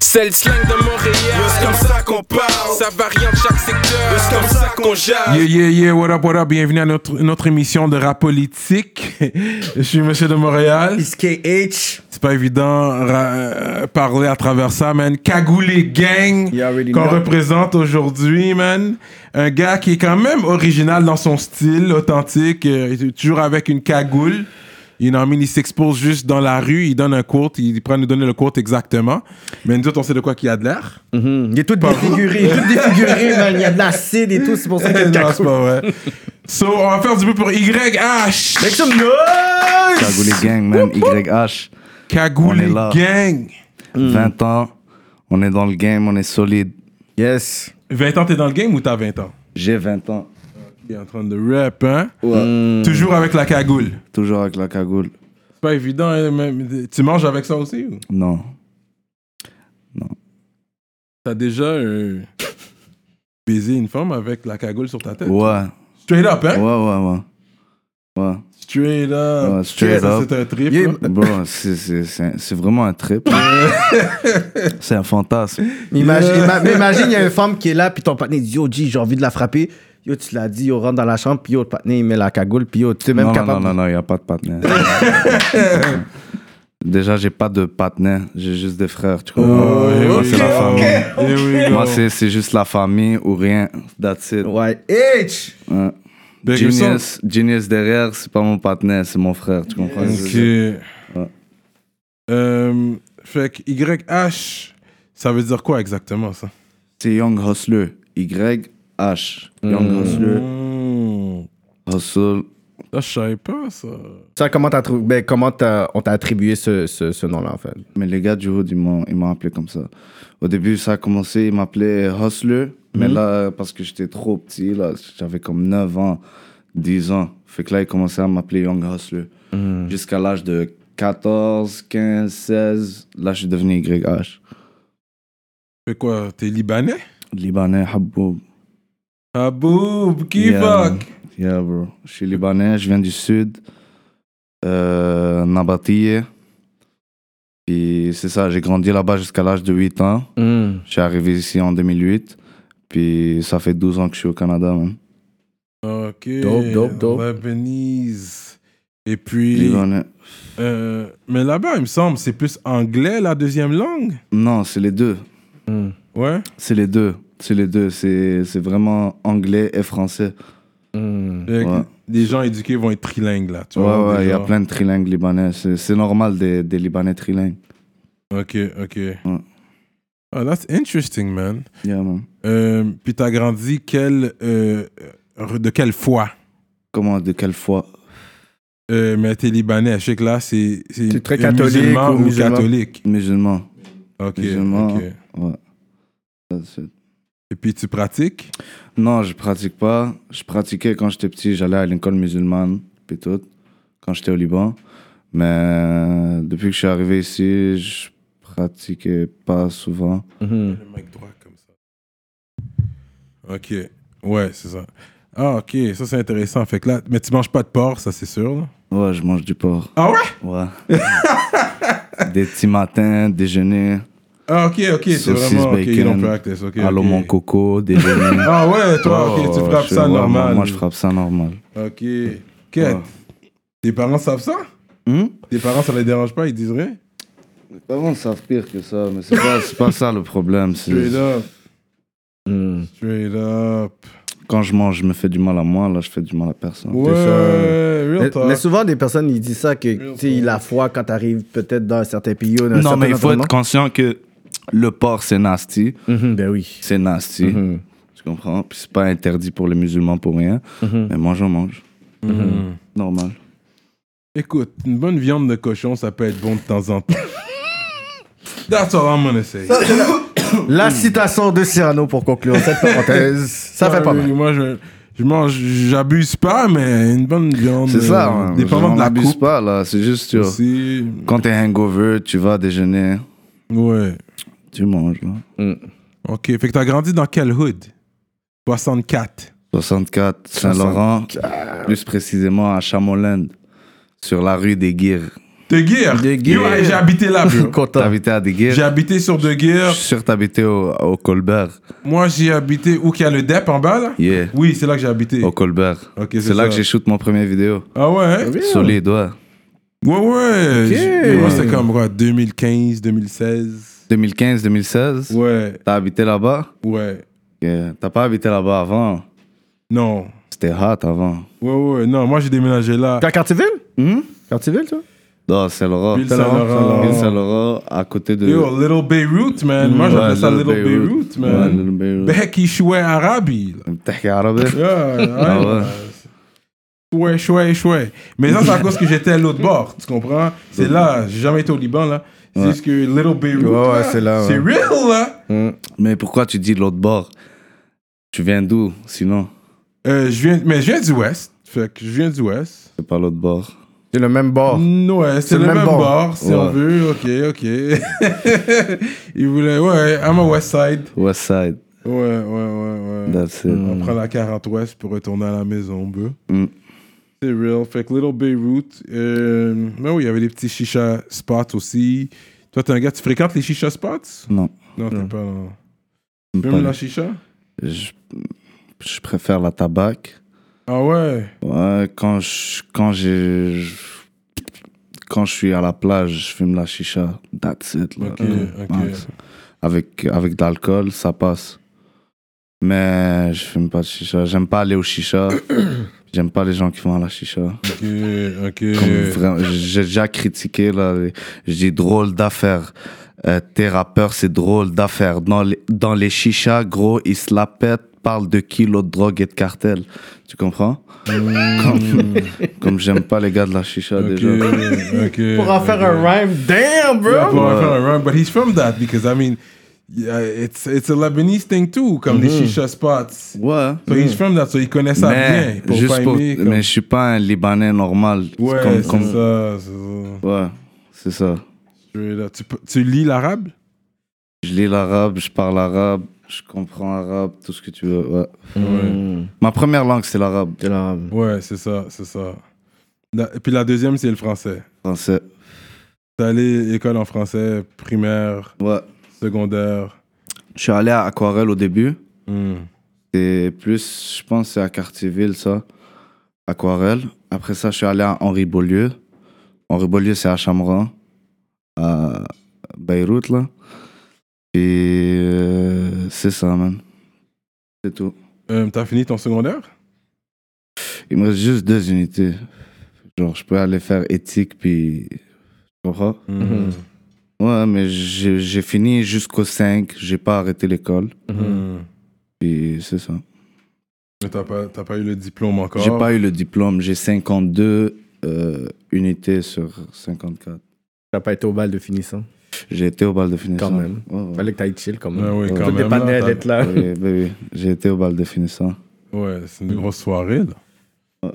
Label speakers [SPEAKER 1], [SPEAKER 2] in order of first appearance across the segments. [SPEAKER 1] C'est le slang de Montréal.
[SPEAKER 2] C'est comme ça qu'on parle.
[SPEAKER 1] Ça varie en chaque secteur.
[SPEAKER 2] C'est comme ça qu'on jase.
[SPEAKER 3] Yeah, yeah, yeah, what up, what up, bienvenue à notre, notre émission de rap politique. Je suis Monsieur de Montréal.
[SPEAKER 4] SKH.
[SPEAKER 3] C'est pas évident ra- euh, parler à travers ça, man. Cagoulé Gang,
[SPEAKER 4] You already
[SPEAKER 3] qu'on
[SPEAKER 4] know.
[SPEAKER 3] représente aujourd'hui, man. Un gars qui est quand même original dans son style, authentique, euh, il est toujours avec une cagoule. Il en mine, il s'expose juste dans la rue, il donne un quote, il prend nous donner le quote exactement. Mais nous autres, on sait de quoi qu'il y a de l'air.
[SPEAKER 4] Il est tout défiguré. Il est tout défiguré, man. Il y a de l'acide et tout. C'est pour ça qu'il y a
[SPEAKER 3] Eh, non,
[SPEAKER 4] de
[SPEAKER 3] c'est
[SPEAKER 4] cacou.
[SPEAKER 3] pas vrai. So, on va faire du bruit pour Ah, YH.
[SPEAKER 4] Make some noise!
[SPEAKER 5] Cagoulé Gang, man. YH. On
[SPEAKER 3] Cagoulé
[SPEAKER 5] est là.
[SPEAKER 3] Gang.
[SPEAKER 4] Hmm.
[SPEAKER 5] 20 ans. On est dans le game, on est solide.
[SPEAKER 4] Yes.
[SPEAKER 3] 20 ans, t'es dans le game ou t'as 20 ans?
[SPEAKER 5] J'ai 20 ans.
[SPEAKER 3] Il est en train de rap, hein?
[SPEAKER 5] Ouais.
[SPEAKER 3] Toujours avec la cagoule.
[SPEAKER 5] Toujours avec la cagoule.
[SPEAKER 3] C'est pas évident, hein, même- Tu manges avec ça aussi ou?
[SPEAKER 5] Non.
[SPEAKER 3] T'as déjà euh, baisé une femme avec la cagoule sur ta tête?
[SPEAKER 5] Ouais.
[SPEAKER 3] Straight up, hein?
[SPEAKER 5] Ouais, ouais, ouais. Ouais.
[SPEAKER 3] Straight up.
[SPEAKER 5] Ouais, straight
[SPEAKER 3] Ça,
[SPEAKER 5] up.
[SPEAKER 3] C'est un trip.
[SPEAKER 4] Yeah.
[SPEAKER 3] là.
[SPEAKER 5] Bro, c'est- c'est c'est- c'est vraiment un trip. c'est un fantasme.
[SPEAKER 4] Imagine,
[SPEAKER 3] Yeah.
[SPEAKER 4] ima- mais imagine, il y a une femme qui est là, puis ton partenaire dit Yo, G, j'ai envie de la frapper. Yo, tu l'as dit, yo, rentre dans la chambre, puis yo, le partenaire, il met la cagoule, puis yo, tu es même
[SPEAKER 5] non,
[SPEAKER 4] capable.
[SPEAKER 5] non, non, non, il n'y a pas de partenaire. Déjà, j'ai pas de partenaire. J'ai juste des frères, tu comprends?
[SPEAKER 3] Oh, here
[SPEAKER 5] Moi,
[SPEAKER 3] we
[SPEAKER 5] c'est la
[SPEAKER 3] go.
[SPEAKER 5] famille.
[SPEAKER 3] Here we go.
[SPEAKER 5] Moi, c'est c'est juste la famille ou rien. That's it.
[SPEAKER 4] Ouais. H!
[SPEAKER 5] Ouais.
[SPEAKER 3] Ben,
[SPEAKER 5] Genius, Genius derrière, c'est pas mon partenaire, c'est mon frère, tu comprends?
[SPEAKER 3] Ok.
[SPEAKER 5] Ouais.
[SPEAKER 3] Euh, fait que YH, ça veut dire quoi exactement ça?
[SPEAKER 5] C'est Young Hustler. Y-H. Young
[SPEAKER 3] Euh.
[SPEAKER 5] Hustler.
[SPEAKER 3] Hmm.
[SPEAKER 5] Hustle.
[SPEAKER 3] Ah, je savais pas ça.
[SPEAKER 4] Ça, comment, t'as trouvé- ben, comment t'as- on t'a attribué ce, ce, ce nom-là, en fait?
[SPEAKER 5] Mais les gars du Hood, ils m'ont, ils m'ont appelé comme ça. Au début, ça a commencé, ils m'appelaient Hustler.
[SPEAKER 3] Mhm.
[SPEAKER 5] Mais là, parce que j'étais trop petit, là, j'avais comme 9 ans, 10 ans. Fait que là, ils commençaient à m'appeler Young Hustler.
[SPEAKER 3] Mhm.
[SPEAKER 5] Jusqu'à l'âge de 14, 15, 16. Là, je suis devenu YH.
[SPEAKER 3] Fait quoi, t'es Libanais?
[SPEAKER 5] Libanais, Haboub.
[SPEAKER 3] Aboub, qui
[SPEAKER 5] Yeah.
[SPEAKER 3] fuck?
[SPEAKER 5] Yeah, bro. Je suis Libanais, je viens du Sud. Euh, Nabatiyeh. Puis c'est ça, j'ai grandi là-bas jusqu'à l'âge de 8 ans. Je suis arrivé ici en 2008. Puis ça fait 12 ans que je suis au Canada, man.
[SPEAKER 3] Ok.
[SPEAKER 4] Dope, dope, dope.
[SPEAKER 3] Lebanese. Et puis.
[SPEAKER 5] Libanais.
[SPEAKER 3] euh, mais là-bas, il me semble, c'est plus anglais la deuxième langue.
[SPEAKER 5] Non, c'est les deux. mm,
[SPEAKER 3] Ouais.
[SPEAKER 5] C'est les deux. C'est les deux. C'est c'est vraiment anglais et français. mm,
[SPEAKER 3] Fait que
[SPEAKER 5] Ouais.
[SPEAKER 3] Des gens éduqués vont être trilingues là. Tu
[SPEAKER 5] Ouais,
[SPEAKER 3] vois,
[SPEAKER 5] ouais, il y a
[SPEAKER 3] déjà.
[SPEAKER 5] plein de trilingues libanais. C'est c'est normal des, des Libanais trilingues.
[SPEAKER 3] Ok, ok. Oh, that's interesting, man.
[SPEAKER 5] Yeah, man.
[SPEAKER 3] Euh, puis t'as grandi quel, euh, re- de quelle foi
[SPEAKER 5] Comment, de quelle fois
[SPEAKER 3] euh, Mais t'es libanais, je sais que là, c'est.
[SPEAKER 4] C'est très catholique
[SPEAKER 3] musulman
[SPEAKER 4] ou
[SPEAKER 3] ou
[SPEAKER 4] musulman.
[SPEAKER 3] catholique.
[SPEAKER 5] Musulman.
[SPEAKER 3] Ok,
[SPEAKER 5] Musulman.
[SPEAKER 3] ok.
[SPEAKER 5] Ouais. That's it.
[SPEAKER 3] Et puis tu pratiques
[SPEAKER 5] Non, je pratique pas. Je pratiquais quand j'étais petit, j'allais à l'école musulmane, puis tout, quand j'étais au Liban. Mais euh, depuis que je suis arrivé ici, je pratiquais pas souvent.
[SPEAKER 3] Le mec droit comme ça. Ok, ouais, c'est ça. Ah, ok, ça c'est intéressant. Fait que là, mais tu manges pas de porc, ça c'est sûr. là.
[SPEAKER 5] Ouais, je mange du porc.
[SPEAKER 3] Ah ouais
[SPEAKER 5] Ouais. Des petits matins, déjeuner,
[SPEAKER 3] Ah, ok, ok, c'est
[SPEAKER 5] Saucisse,
[SPEAKER 3] vraiment. Ok, you don't
[SPEAKER 5] bacon.
[SPEAKER 3] practice. Ok.
[SPEAKER 5] allô
[SPEAKER 3] ok.
[SPEAKER 5] mon coco, déjeuner.
[SPEAKER 3] Ah ouais, toi,
[SPEAKER 5] Ouais,
[SPEAKER 3] ok, tu
[SPEAKER 5] ouais,
[SPEAKER 3] frappes
[SPEAKER 5] je-
[SPEAKER 3] ça
[SPEAKER 5] ouais, moi-
[SPEAKER 3] normal.
[SPEAKER 5] Moi, je frappe Ah. ça normal.
[SPEAKER 3] Ok.
[SPEAKER 5] Ouais.
[SPEAKER 3] Quête. Tes parents savent ça
[SPEAKER 5] Hum?
[SPEAKER 3] Tes parents, ça les dérange pas, ils disent rien
[SPEAKER 5] Comment ça pire que ça Mais c'est pas, c'est pas ça le problème. c'est-
[SPEAKER 3] Straight up.
[SPEAKER 4] Hmm.
[SPEAKER 3] Straight up.
[SPEAKER 5] Quand je mange, je me fais du mal à moi. Là, je fais du mal à personne.
[SPEAKER 3] Ouais, real
[SPEAKER 4] Mais,
[SPEAKER 3] talk.
[SPEAKER 4] mais souvent, des personnes, ils disent ça, que tu sais, la foi, quand t'arrives peut-être dans un certain pays ou dans un
[SPEAKER 5] Non,
[SPEAKER 4] certain
[SPEAKER 5] mais il faut être
[SPEAKER 4] environnement-
[SPEAKER 5] conscient que le porc, c'est nasty.
[SPEAKER 4] Mhm, ben oui.
[SPEAKER 5] C'est nasty.
[SPEAKER 4] Mhm.
[SPEAKER 5] Tu comprends? Puis c'est pas interdit pour les musulmans pour rien. Mais moi, j'en mange.
[SPEAKER 3] Mhm.
[SPEAKER 5] Normal.
[SPEAKER 3] Écoute, une bonne viande de cochon, ça peut être bon de temps en temps. That's all I'm gonna say.
[SPEAKER 4] La citation de Cyrano pour conclure cette parenthèse. ça fait pas
[SPEAKER 3] Moi,
[SPEAKER 4] mal.
[SPEAKER 3] Moi, je, je mange, j'abuse pas, mais une bonne viande.
[SPEAKER 5] C'est ça.
[SPEAKER 3] euh,
[SPEAKER 5] hein.
[SPEAKER 3] Dépendant
[SPEAKER 5] J'en
[SPEAKER 3] de la
[SPEAKER 5] abuse
[SPEAKER 3] coupe.
[SPEAKER 5] pas, là. C'est juste, tu vois,
[SPEAKER 3] aussi.
[SPEAKER 5] quand t'es hangover, tu vas déjeuner,
[SPEAKER 3] Ouais.
[SPEAKER 5] tu manges, hein. là.
[SPEAKER 3] Ok, fait que t'as grandi dans quelle hood 64.
[SPEAKER 5] 64, Saint-Laurent, plus précisément à Chamolend, sur la rue des Guires.
[SPEAKER 3] De Gear.
[SPEAKER 4] De Gear.
[SPEAKER 3] Yo, hey, j'ai habité là, bro.
[SPEAKER 4] Content.
[SPEAKER 5] T'habitais à des
[SPEAKER 3] J'ai habité sur De Gear.
[SPEAKER 5] Je suis sûr que t'habitais au, au Colbert.
[SPEAKER 3] Moi, j'ai habité où qu'il y a le DEP en bas, là
[SPEAKER 5] Yeah.
[SPEAKER 3] Oui, c'est là que j'ai habité.
[SPEAKER 5] Au Colbert.
[SPEAKER 3] Ok, c'est
[SPEAKER 5] c'est là
[SPEAKER 3] ça.
[SPEAKER 5] que j'ai shoot mon premier vidéo.
[SPEAKER 3] Ah ouais
[SPEAKER 5] Solide, ouais.
[SPEAKER 3] Ouais, ouais. J- Moi, c'est comme quoi, 2015, 2016.
[SPEAKER 5] 2015, 2016.
[SPEAKER 3] Ouais,
[SPEAKER 5] T'as habité là-bas?
[SPEAKER 3] ouais.
[SPEAKER 5] Yeah. T'as pas habité là-bas avant?
[SPEAKER 3] Non.
[SPEAKER 5] C'était hot avant.
[SPEAKER 3] Ouais, ouais. Non, moi, j'ai déménagé là.
[SPEAKER 4] T'es à Cartierville
[SPEAKER 5] Hmm?
[SPEAKER 4] Cartierville, toi
[SPEAKER 5] Non, c'est Laurent.
[SPEAKER 3] Ville Saint-Laurent.
[SPEAKER 5] Ville Saint-Laurent, à côté de.
[SPEAKER 3] Yo, Little Beirut, man. Moi, j'appelais ça Little Beirut,
[SPEAKER 5] Ouais,
[SPEAKER 3] man.
[SPEAKER 5] Little Beirut.
[SPEAKER 3] Bec, il chouait Arabi. là.
[SPEAKER 5] بتحكي عربي؟
[SPEAKER 3] Yeah,
[SPEAKER 5] Ah
[SPEAKER 3] ouais.
[SPEAKER 5] ouais.
[SPEAKER 3] Ouais, chouette, chouette. Mais ça, c'est à cause que j'étais à l'autre bord, tu comprends? C'est là, j'ai jamais été au Liban, là. C'est juste que Little Beirut,
[SPEAKER 4] Ouais, ouais,
[SPEAKER 3] là,
[SPEAKER 4] c'est là, ouais.
[SPEAKER 3] C'est real, là.
[SPEAKER 5] Mais pourquoi tu dis l'autre bord? Tu viens d'où sinon?
[SPEAKER 3] Euh, je viens, mais je viens du Ouest. Fait que je viens du Ouest.
[SPEAKER 5] C'est pas l'autre bord.
[SPEAKER 4] C'est le même bord.
[SPEAKER 3] Mm, Ouais, c'est le, même bord, si on
[SPEAKER 5] Ouais.
[SPEAKER 3] veut. Ok, ok. Il voulait, ouais, I'm a West Side.
[SPEAKER 5] West side.
[SPEAKER 3] Ouais, ouais, ouais, ouais.
[SPEAKER 5] That's it.
[SPEAKER 3] On prend la 40 Ouest pour retourner à la maison, bœuf.
[SPEAKER 5] Mm.
[SPEAKER 3] C'est real. Fait que Little Beirut. Euh, mais oui, il y avait des petits chicha spots aussi. Toi, t'es un gars, tu fréquentes les chicha spots
[SPEAKER 5] Non. Mm,
[SPEAKER 3] Non, t'es pas. non.
[SPEAKER 5] pas
[SPEAKER 3] Même
[SPEAKER 5] le-
[SPEAKER 3] la chicha
[SPEAKER 5] Je, je préfère la tabac.
[SPEAKER 3] Ah ouais.
[SPEAKER 5] Ouais, quand je, quand j'ai quand je suis à la plage, je fume la chicha. That's it. là.
[SPEAKER 3] Ok,
[SPEAKER 5] Ouais,
[SPEAKER 3] ok.
[SPEAKER 5] c'est- Avec avec de l'alcool, ça passe. Mais je fume pas de chicha. J'aime pas aller au chicha. J'aime pas les gens qui vont à la chicha.
[SPEAKER 3] Ok, ok.
[SPEAKER 5] Comme vraiment- J'ai déjà critiqué, là. les- Je dis drôle d'affaire. Euh, tes rappeurs, c'est drôle d'affaire. Dans les, dans les chichas, gros, ils se la pètent, parlent de kilos de drogue et de cartel. Tu comprends Comme, comme j'aime pas les gars de la chicha
[SPEAKER 3] Mm. Ok,
[SPEAKER 5] déjà.
[SPEAKER 3] ok.
[SPEAKER 4] Pour en faire un rhyme, damn, bro
[SPEAKER 3] Yeah, pour en faire un rhyme, but he's from that because I mean, yeah, it's, it's a Lebanese thing too, comme les
[SPEAKER 5] Mm-hmm.
[SPEAKER 3] shisha spots.
[SPEAKER 5] Ouais.
[SPEAKER 3] So he's from that, so il connaît ça bien.
[SPEAKER 5] Mm-hmm. Mais,
[SPEAKER 3] Pour
[SPEAKER 5] juste
[SPEAKER 3] pas
[SPEAKER 5] pour-
[SPEAKER 3] aimer, comme-
[SPEAKER 5] mais je suis pas un Libanais normal.
[SPEAKER 3] ouais,
[SPEAKER 5] Comme-
[SPEAKER 3] c'est
[SPEAKER 5] comme-
[SPEAKER 3] ça, c'est ça.
[SPEAKER 5] Ouais, c'est ça.
[SPEAKER 3] Straight up. Tu, peux- tu lis l'arabe
[SPEAKER 5] Je lis l'arabe, je parle arabe, je comprends arabe, tout ce que tu veux. ouais.
[SPEAKER 4] Mmh.
[SPEAKER 5] Ma première langue, c'est l'arabe.
[SPEAKER 4] C'est là.
[SPEAKER 5] Mm.
[SPEAKER 3] Ouais, c'est ça, c'est ça. La- et puis la deuxième, c'est le français.
[SPEAKER 5] Français.
[SPEAKER 3] T'es allé école en français, primaire,
[SPEAKER 5] Ouais.
[SPEAKER 3] secondaire.
[SPEAKER 5] Je suis allé à Aquarelle au début.
[SPEAKER 3] Hmm.
[SPEAKER 5] C'est plus, je pense, c'est à Cartierville, ça. Aquarelle. Après ça, je suis allé à Henri Beaulieu. Henri Beaulieu, c'est à Chamran, à Beyrouth, là. Et euh, c'est ça, man. C'est tout.
[SPEAKER 3] Euh, T'as fini ton secondaire
[SPEAKER 5] Il me reste juste deux unités. Genre, je peux aller faire éthique, puis. Tu comprends?
[SPEAKER 3] Mhm.
[SPEAKER 5] Ouais, mais j'ai j'ai fini jusqu'au 5. J'ai pas arrêté l'école.
[SPEAKER 4] Mm.
[SPEAKER 3] Hmm.
[SPEAKER 5] Puis c'est ça.
[SPEAKER 3] Mais t'as pas, t'as pas eu le diplôme encore
[SPEAKER 5] J'ai pas eu le diplôme, j'ai 52 euh, unités sur 54.
[SPEAKER 4] T'as pas été au bal de finissant.
[SPEAKER 5] J'ai été au bal de finissant.
[SPEAKER 4] Quand même.
[SPEAKER 5] Ouais, ouais.
[SPEAKER 4] Fallait que t'ailles chill, quand
[SPEAKER 3] Ah
[SPEAKER 4] même.
[SPEAKER 3] oui,
[SPEAKER 5] Ouais.
[SPEAKER 3] quand
[SPEAKER 4] Tout
[SPEAKER 3] même. là,
[SPEAKER 4] dépendait
[SPEAKER 3] t'as-
[SPEAKER 4] d'être là.
[SPEAKER 5] Oui, bah oui, oui. J'ai été au bal de finissant.
[SPEAKER 3] Ouais, c'est une grosse soirée, là.
[SPEAKER 5] Ouais.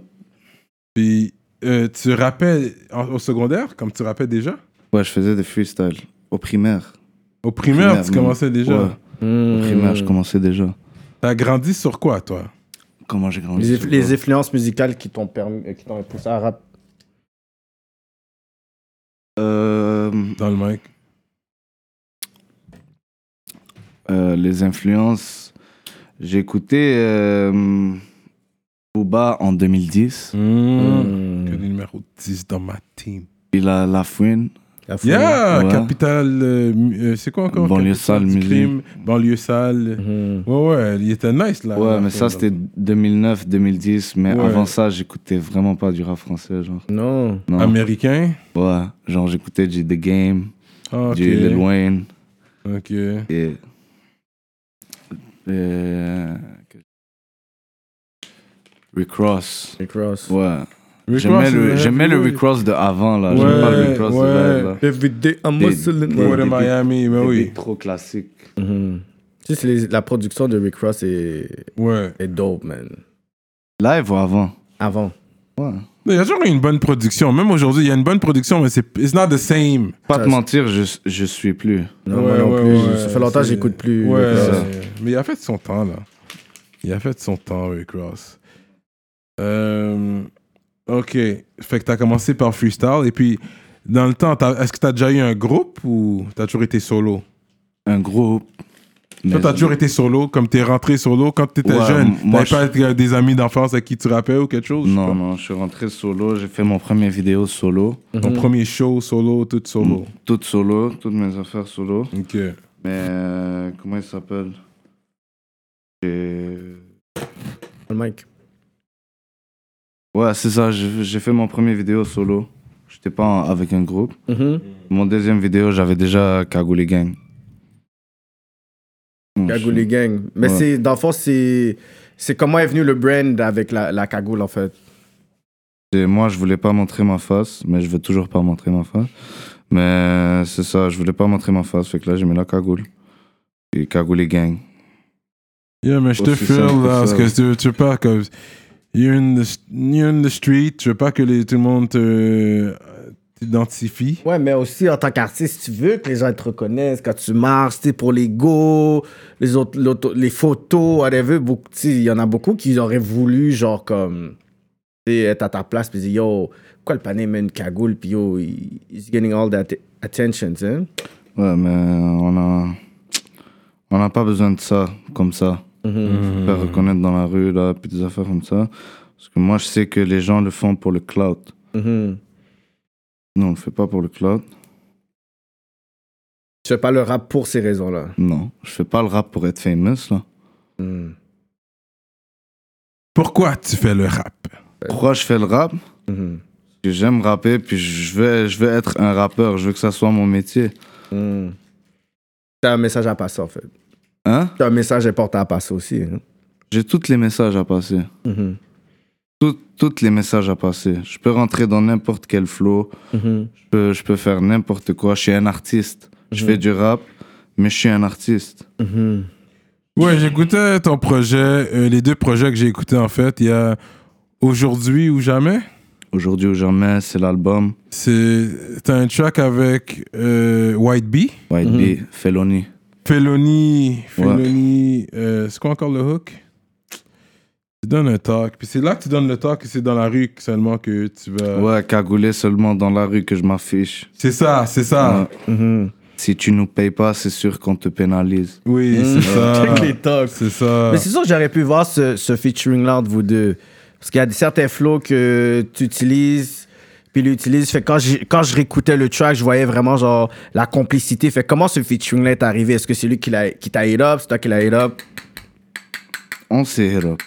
[SPEAKER 3] Puis, euh, tu rappelles en- au secondaire, comme tu rappelles déjà
[SPEAKER 5] Ouais, je faisais des freestyles. Au primaire.
[SPEAKER 3] Au primaire,
[SPEAKER 5] Primaire,
[SPEAKER 3] tu
[SPEAKER 5] non.
[SPEAKER 3] commençais déjà.
[SPEAKER 5] Ouais,
[SPEAKER 4] Mm.
[SPEAKER 5] au
[SPEAKER 4] Hmm.
[SPEAKER 5] primaire, je commençais déjà.
[SPEAKER 3] T'as grandi sur quoi, toi
[SPEAKER 5] Comment j'ai grandi
[SPEAKER 4] Les,
[SPEAKER 5] sur
[SPEAKER 4] eff-
[SPEAKER 5] quoi
[SPEAKER 4] les influences musicales qui t'ont permis, euh, qui t'ont poussé à rap.
[SPEAKER 5] Euh,
[SPEAKER 3] Dans le mic
[SPEAKER 5] euh, les influences. J'ai écouté euh, Booba en 2010. Hmm.
[SPEAKER 3] Que
[SPEAKER 4] Mm.
[SPEAKER 3] le numéro 10 dans ma team.
[SPEAKER 5] Il a La Fouine.
[SPEAKER 4] La foule.
[SPEAKER 3] Yeah
[SPEAKER 5] Ouais.
[SPEAKER 3] Capital. euh, mu- euh, c'est quoi encore
[SPEAKER 5] Banlieue
[SPEAKER 3] Capitale
[SPEAKER 5] sale,
[SPEAKER 3] du
[SPEAKER 5] musique.
[SPEAKER 3] crime, Banlieue sale.
[SPEAKER 4] Mhm.
[SPEAKER 3] Ouais, ouais, il était nice là.
[SPEAKER 5] Ouais, mais ça, c'était 2009-2010. Mais
[SPEAKER 3] Ouais.
[SPEAKER 5] avant ça, j'écoutais vraiment pas du rap français, genre.
[SPEAKER 4] Non.
[SPEAKER 5] Non.
[SPEAKER 3] Américain.
[SPEAKER 5] Ouais, genre j'écoutais du The Game,
[SPEAKER 3] Ah, ok.
[SPEAKER 5] du Lil Wayne.
[SPEAKER 3] Ok.
[SPEAKER 5] Et... Euh... Rick Ross.
[SPEAKER 4] Rick Ross.
[SPEAKER 5] Ouais.
[SPEAKER 3] Rick
[SPEAKER 5] J'aimais
[SPEAKER 3] Ross, euh,
[SPEAKER 5] le,
[SPEAKER 3] il
[SPEAKER 5] j'aimais le
[SPEAKER 3] avait-
[SPEAKER 5] Rick Ross de avant,
[SPEAKER 4] Ah,
[SPEAKER 5] là. J'aimais pas le Rick Ross
[SPEAKER 3] Ouais,
[SPEAKER 5] de là. là.
[SPEAKER 4] Every day I'm
[SPEAKER 5] Des-
[SPEAKER 4] hustling.
[SPEAKER 5] des-
[SPEAKER 3] Ouais, de
[SPEAKER 5] beats-
[SPEAKER 3] Miami, mais
[SPEAKER 5] Des
[SPEAKER 3] oui.
[SPEAKER 5] beats trop classique. Mm.
[SPEAKER 4] Mhm. Tu sais, c'est les- la production de Rick Ross est,
[SPEAKER 3] Ouais.
[SPEAKER 4] est dope, man.
[SPEAKER 5] Live ou avant
[SPEAKER 4] Avant.
[SPEAKER 5] Ouais.
[SPEAKER 3] Il y a toujours une bonne production. Même aujourd'hui, il y a une bonne production, mais c'est it's not the same.
[SPEAKER 5] Pas
[SPEAKER 4] Ça,
[SPEAKER 5] te
[SPEAKER 4] c'est-
[SPEAKER 5] mentir, je, je suis plus.
[SPEAKER 4] Non,
[SPEAKER 3] Ouais,
[SPEAKER 4] moi non
[SPEAKER 3] ouais,
[SPEAKER 4] plus.
[SPEAKER 3] ouais,
[SPEAKER 4] ça fait longtemps que
[SPEAKER 3] c'est-
[SPEAKER 4] j'écoute plus.
[SPEAKER 3] Ouais.
[SPEAKER 4] Rick Ross.
[SPEAKER 3] Mais il a fait son temps là. Il a fait son temps, Rick Ross. Euh, ok. Fait que t'as commencé par freestyle et puis Dans le temps, t'as- est-ce que t'as déjà eu un groupe ou t'as toujours été solo
[SPEAKER 5] Un groupe.
[SPEAKER 3] Toi, t'as toujours été solo, comme t'es rentré solo quand t'étais
[SPEAKER 5] Ouais,
[SPEAKER 3] jeune.
[SPEAKER 5] moi,
[SPEAKER 3] T'avais pas euh, des amis d'enfance à qui tu rappelles ou quelque chose
[SPEAKER 5] Non, non, je suis rentré solo, j'ai fait mon premier vidéo solo.
[SPEAKER 4] Mm.
[SPEAKER 3] Ton premier show solo, tout solo.
[SPEAKER 5] Toute solo, toutes mes affaires solo.
[SPEAKER 3] Mm. Ok.
[SPEAKER 5] Mais euh, comment il s'appelle J'ai-
[SPEAKER 4] Le mic.
[SPEAKER 5] Ouais, c'est ça, j'ai j'ai fait mon premier vidéo solo. J'étais pas en- avec un groupe.
[SPEAKER 4] Mhm.
[SPEAKER 5] Mon deuxième vidéo, j'avais déjà Cagoulé Gang. Mm,
[SPEAKER 4] Cagoule
[SPEAKER 5] je-
[SPEAKER 4] et gang. Mais
[SPEAKER 5] Ouais.
[SPEAKER 4] c'est, dans le fond, c'est, c'est comment est venu le brand avec la, la cagoule, en fait.
[SPEAKER 5] Et moi, je voulais pas montrer ma face, mais je veux toujours pas montrer ma face. Mais c'est ça, je voulais pas montrer ma face, fait que là, j'ai mis la cagoule. Et cagoulé gang.
[SPEAKER 3] Yeah, mais je te
[SPEAKER 5] Aussi
[SPEAKER 3] feel
[SPEAKER 5] simple que
[SPEAKER 3] là, parce
[SPEAKER 5] ça.
[SPEAKER 3] que tu, tu veux pas que. You're in, the, you're in the street, tu veux pas que les- tout le monde te- euh, t'identifie.
[SPEAKER 4] Ouais, mais aussi, en tant qu'artiste, tu veux que les gens te reconnaissent quand tu marches, tu sais, pour les go, les, autres, l'auto- les photos, whatever. beaucoup- tu sais, Il y en a beaucoup qui auraient voulu, genre, comme, tu sais, être à ta place, puis dire, yo, pourquoi le panier met une cagoule, puis yo, he- he's getting all that attention, tu sais.
[SPEAKER 5] Ouais, mais on a. On n'a pas besoin de ça, comme ça. Se Faire reconnaître dans la rue, là, puis des affaires comme ça. Parce que moi, je sais que les gens le font pour le clout.
[SPEAKER 4] Mhm.
[SPEAKER 5] Non, on le fait pas pour le clout.
[SPEAKER 4] Tu fais pas le rap pour ces raisons-là.
[SPEAKER 5] Non, je fais pas le rap pour être famous, là.
[SPEAKER 4] Mhm.
[SPEAKER 3] Pourquoi tu fais le rap
[SPEAKER 5] Pourquoi je fais le rap Parce
[SPEAKER 4] Mhm.
[SPEAKER 5] que j'aime rapper, puis je veux, je veux être un rappeur, je veux que ça soit mon métier.
[SPEAKER 4] Mhm. T'as un message à passer, en fait.
[SPEAKER 5] Hein
[SPEAKER 4] T'as un message important à passer aussi. hein.
[SPEAKER 5] J'ai tous les messages à passer.
[SPEAKER 4] Mhm.
[SPEAKER 5] Tout- Tous les messages à passer. Je peux rentrer dans n'importe quel flow.
[SPEAKER 4] Mhm.
[SPEAKER 5] Je peux, je peux faire n'importe quoi. Je suis un artiste. Je fais du rap, mais je suis un artiste.
[SPEAKER 4] Mhm.
[SPEAKER 3] Ouais, j'écoutais ton projet, euh, les deux projets que j'ai écoutés en fait. Il y a Aujourd'hui ou Jamais.
[SPEAKER 5] Aujourd'hui ou jamais, c'est l'album
[SPEAKER 3] C'est t'as un track avec euh, White Bee,
[SPEAKER 5] White Bee, Felony.
[SPEAKER 3] Felony,
[SPEAKER 5] Ouais.
[SPEAKER 3] Felony. euh, c'est quoi encore le hook Tu donnes un talk, puis c'est là que tu donnes le talk, et c'est dans la rue que seulement que tu vas.
[SPEAKER 5] Ouais, cagoulé seulement dans la rue que je m'affiche.
[SPEAKER 3] C'est ça, c'est ça.
[SPEAKER 5] Ouais.
[SPEAKER 4] Mhm.
[SPEAKER 5] Si tu nous payes pas, c'est sûr qu'on te pénalise.
[SPEAKER 3] Oui, c'est ça.
[SPEAKER 4] Mhm. Check les talks.
[SPEAKER 3] C'est ça.
[SPEAKER 4] Mais c'est sûr que j'aurais pu voir ce, ce featuring-là entre vous deux. Parce qu'il y a des- certains flows que tu utilises, puis lui utilise. Fait que quand, j'ai- quand je réécoutais le track, je voyais vraiment genre la complicité. Fait que comment ce featuring-là est arrivé? Est-ce que c'est lui qui l'a- qui t'a hit up? C'est toi qui l'a hit up?
[SPEAKER 5] On s'est hit up.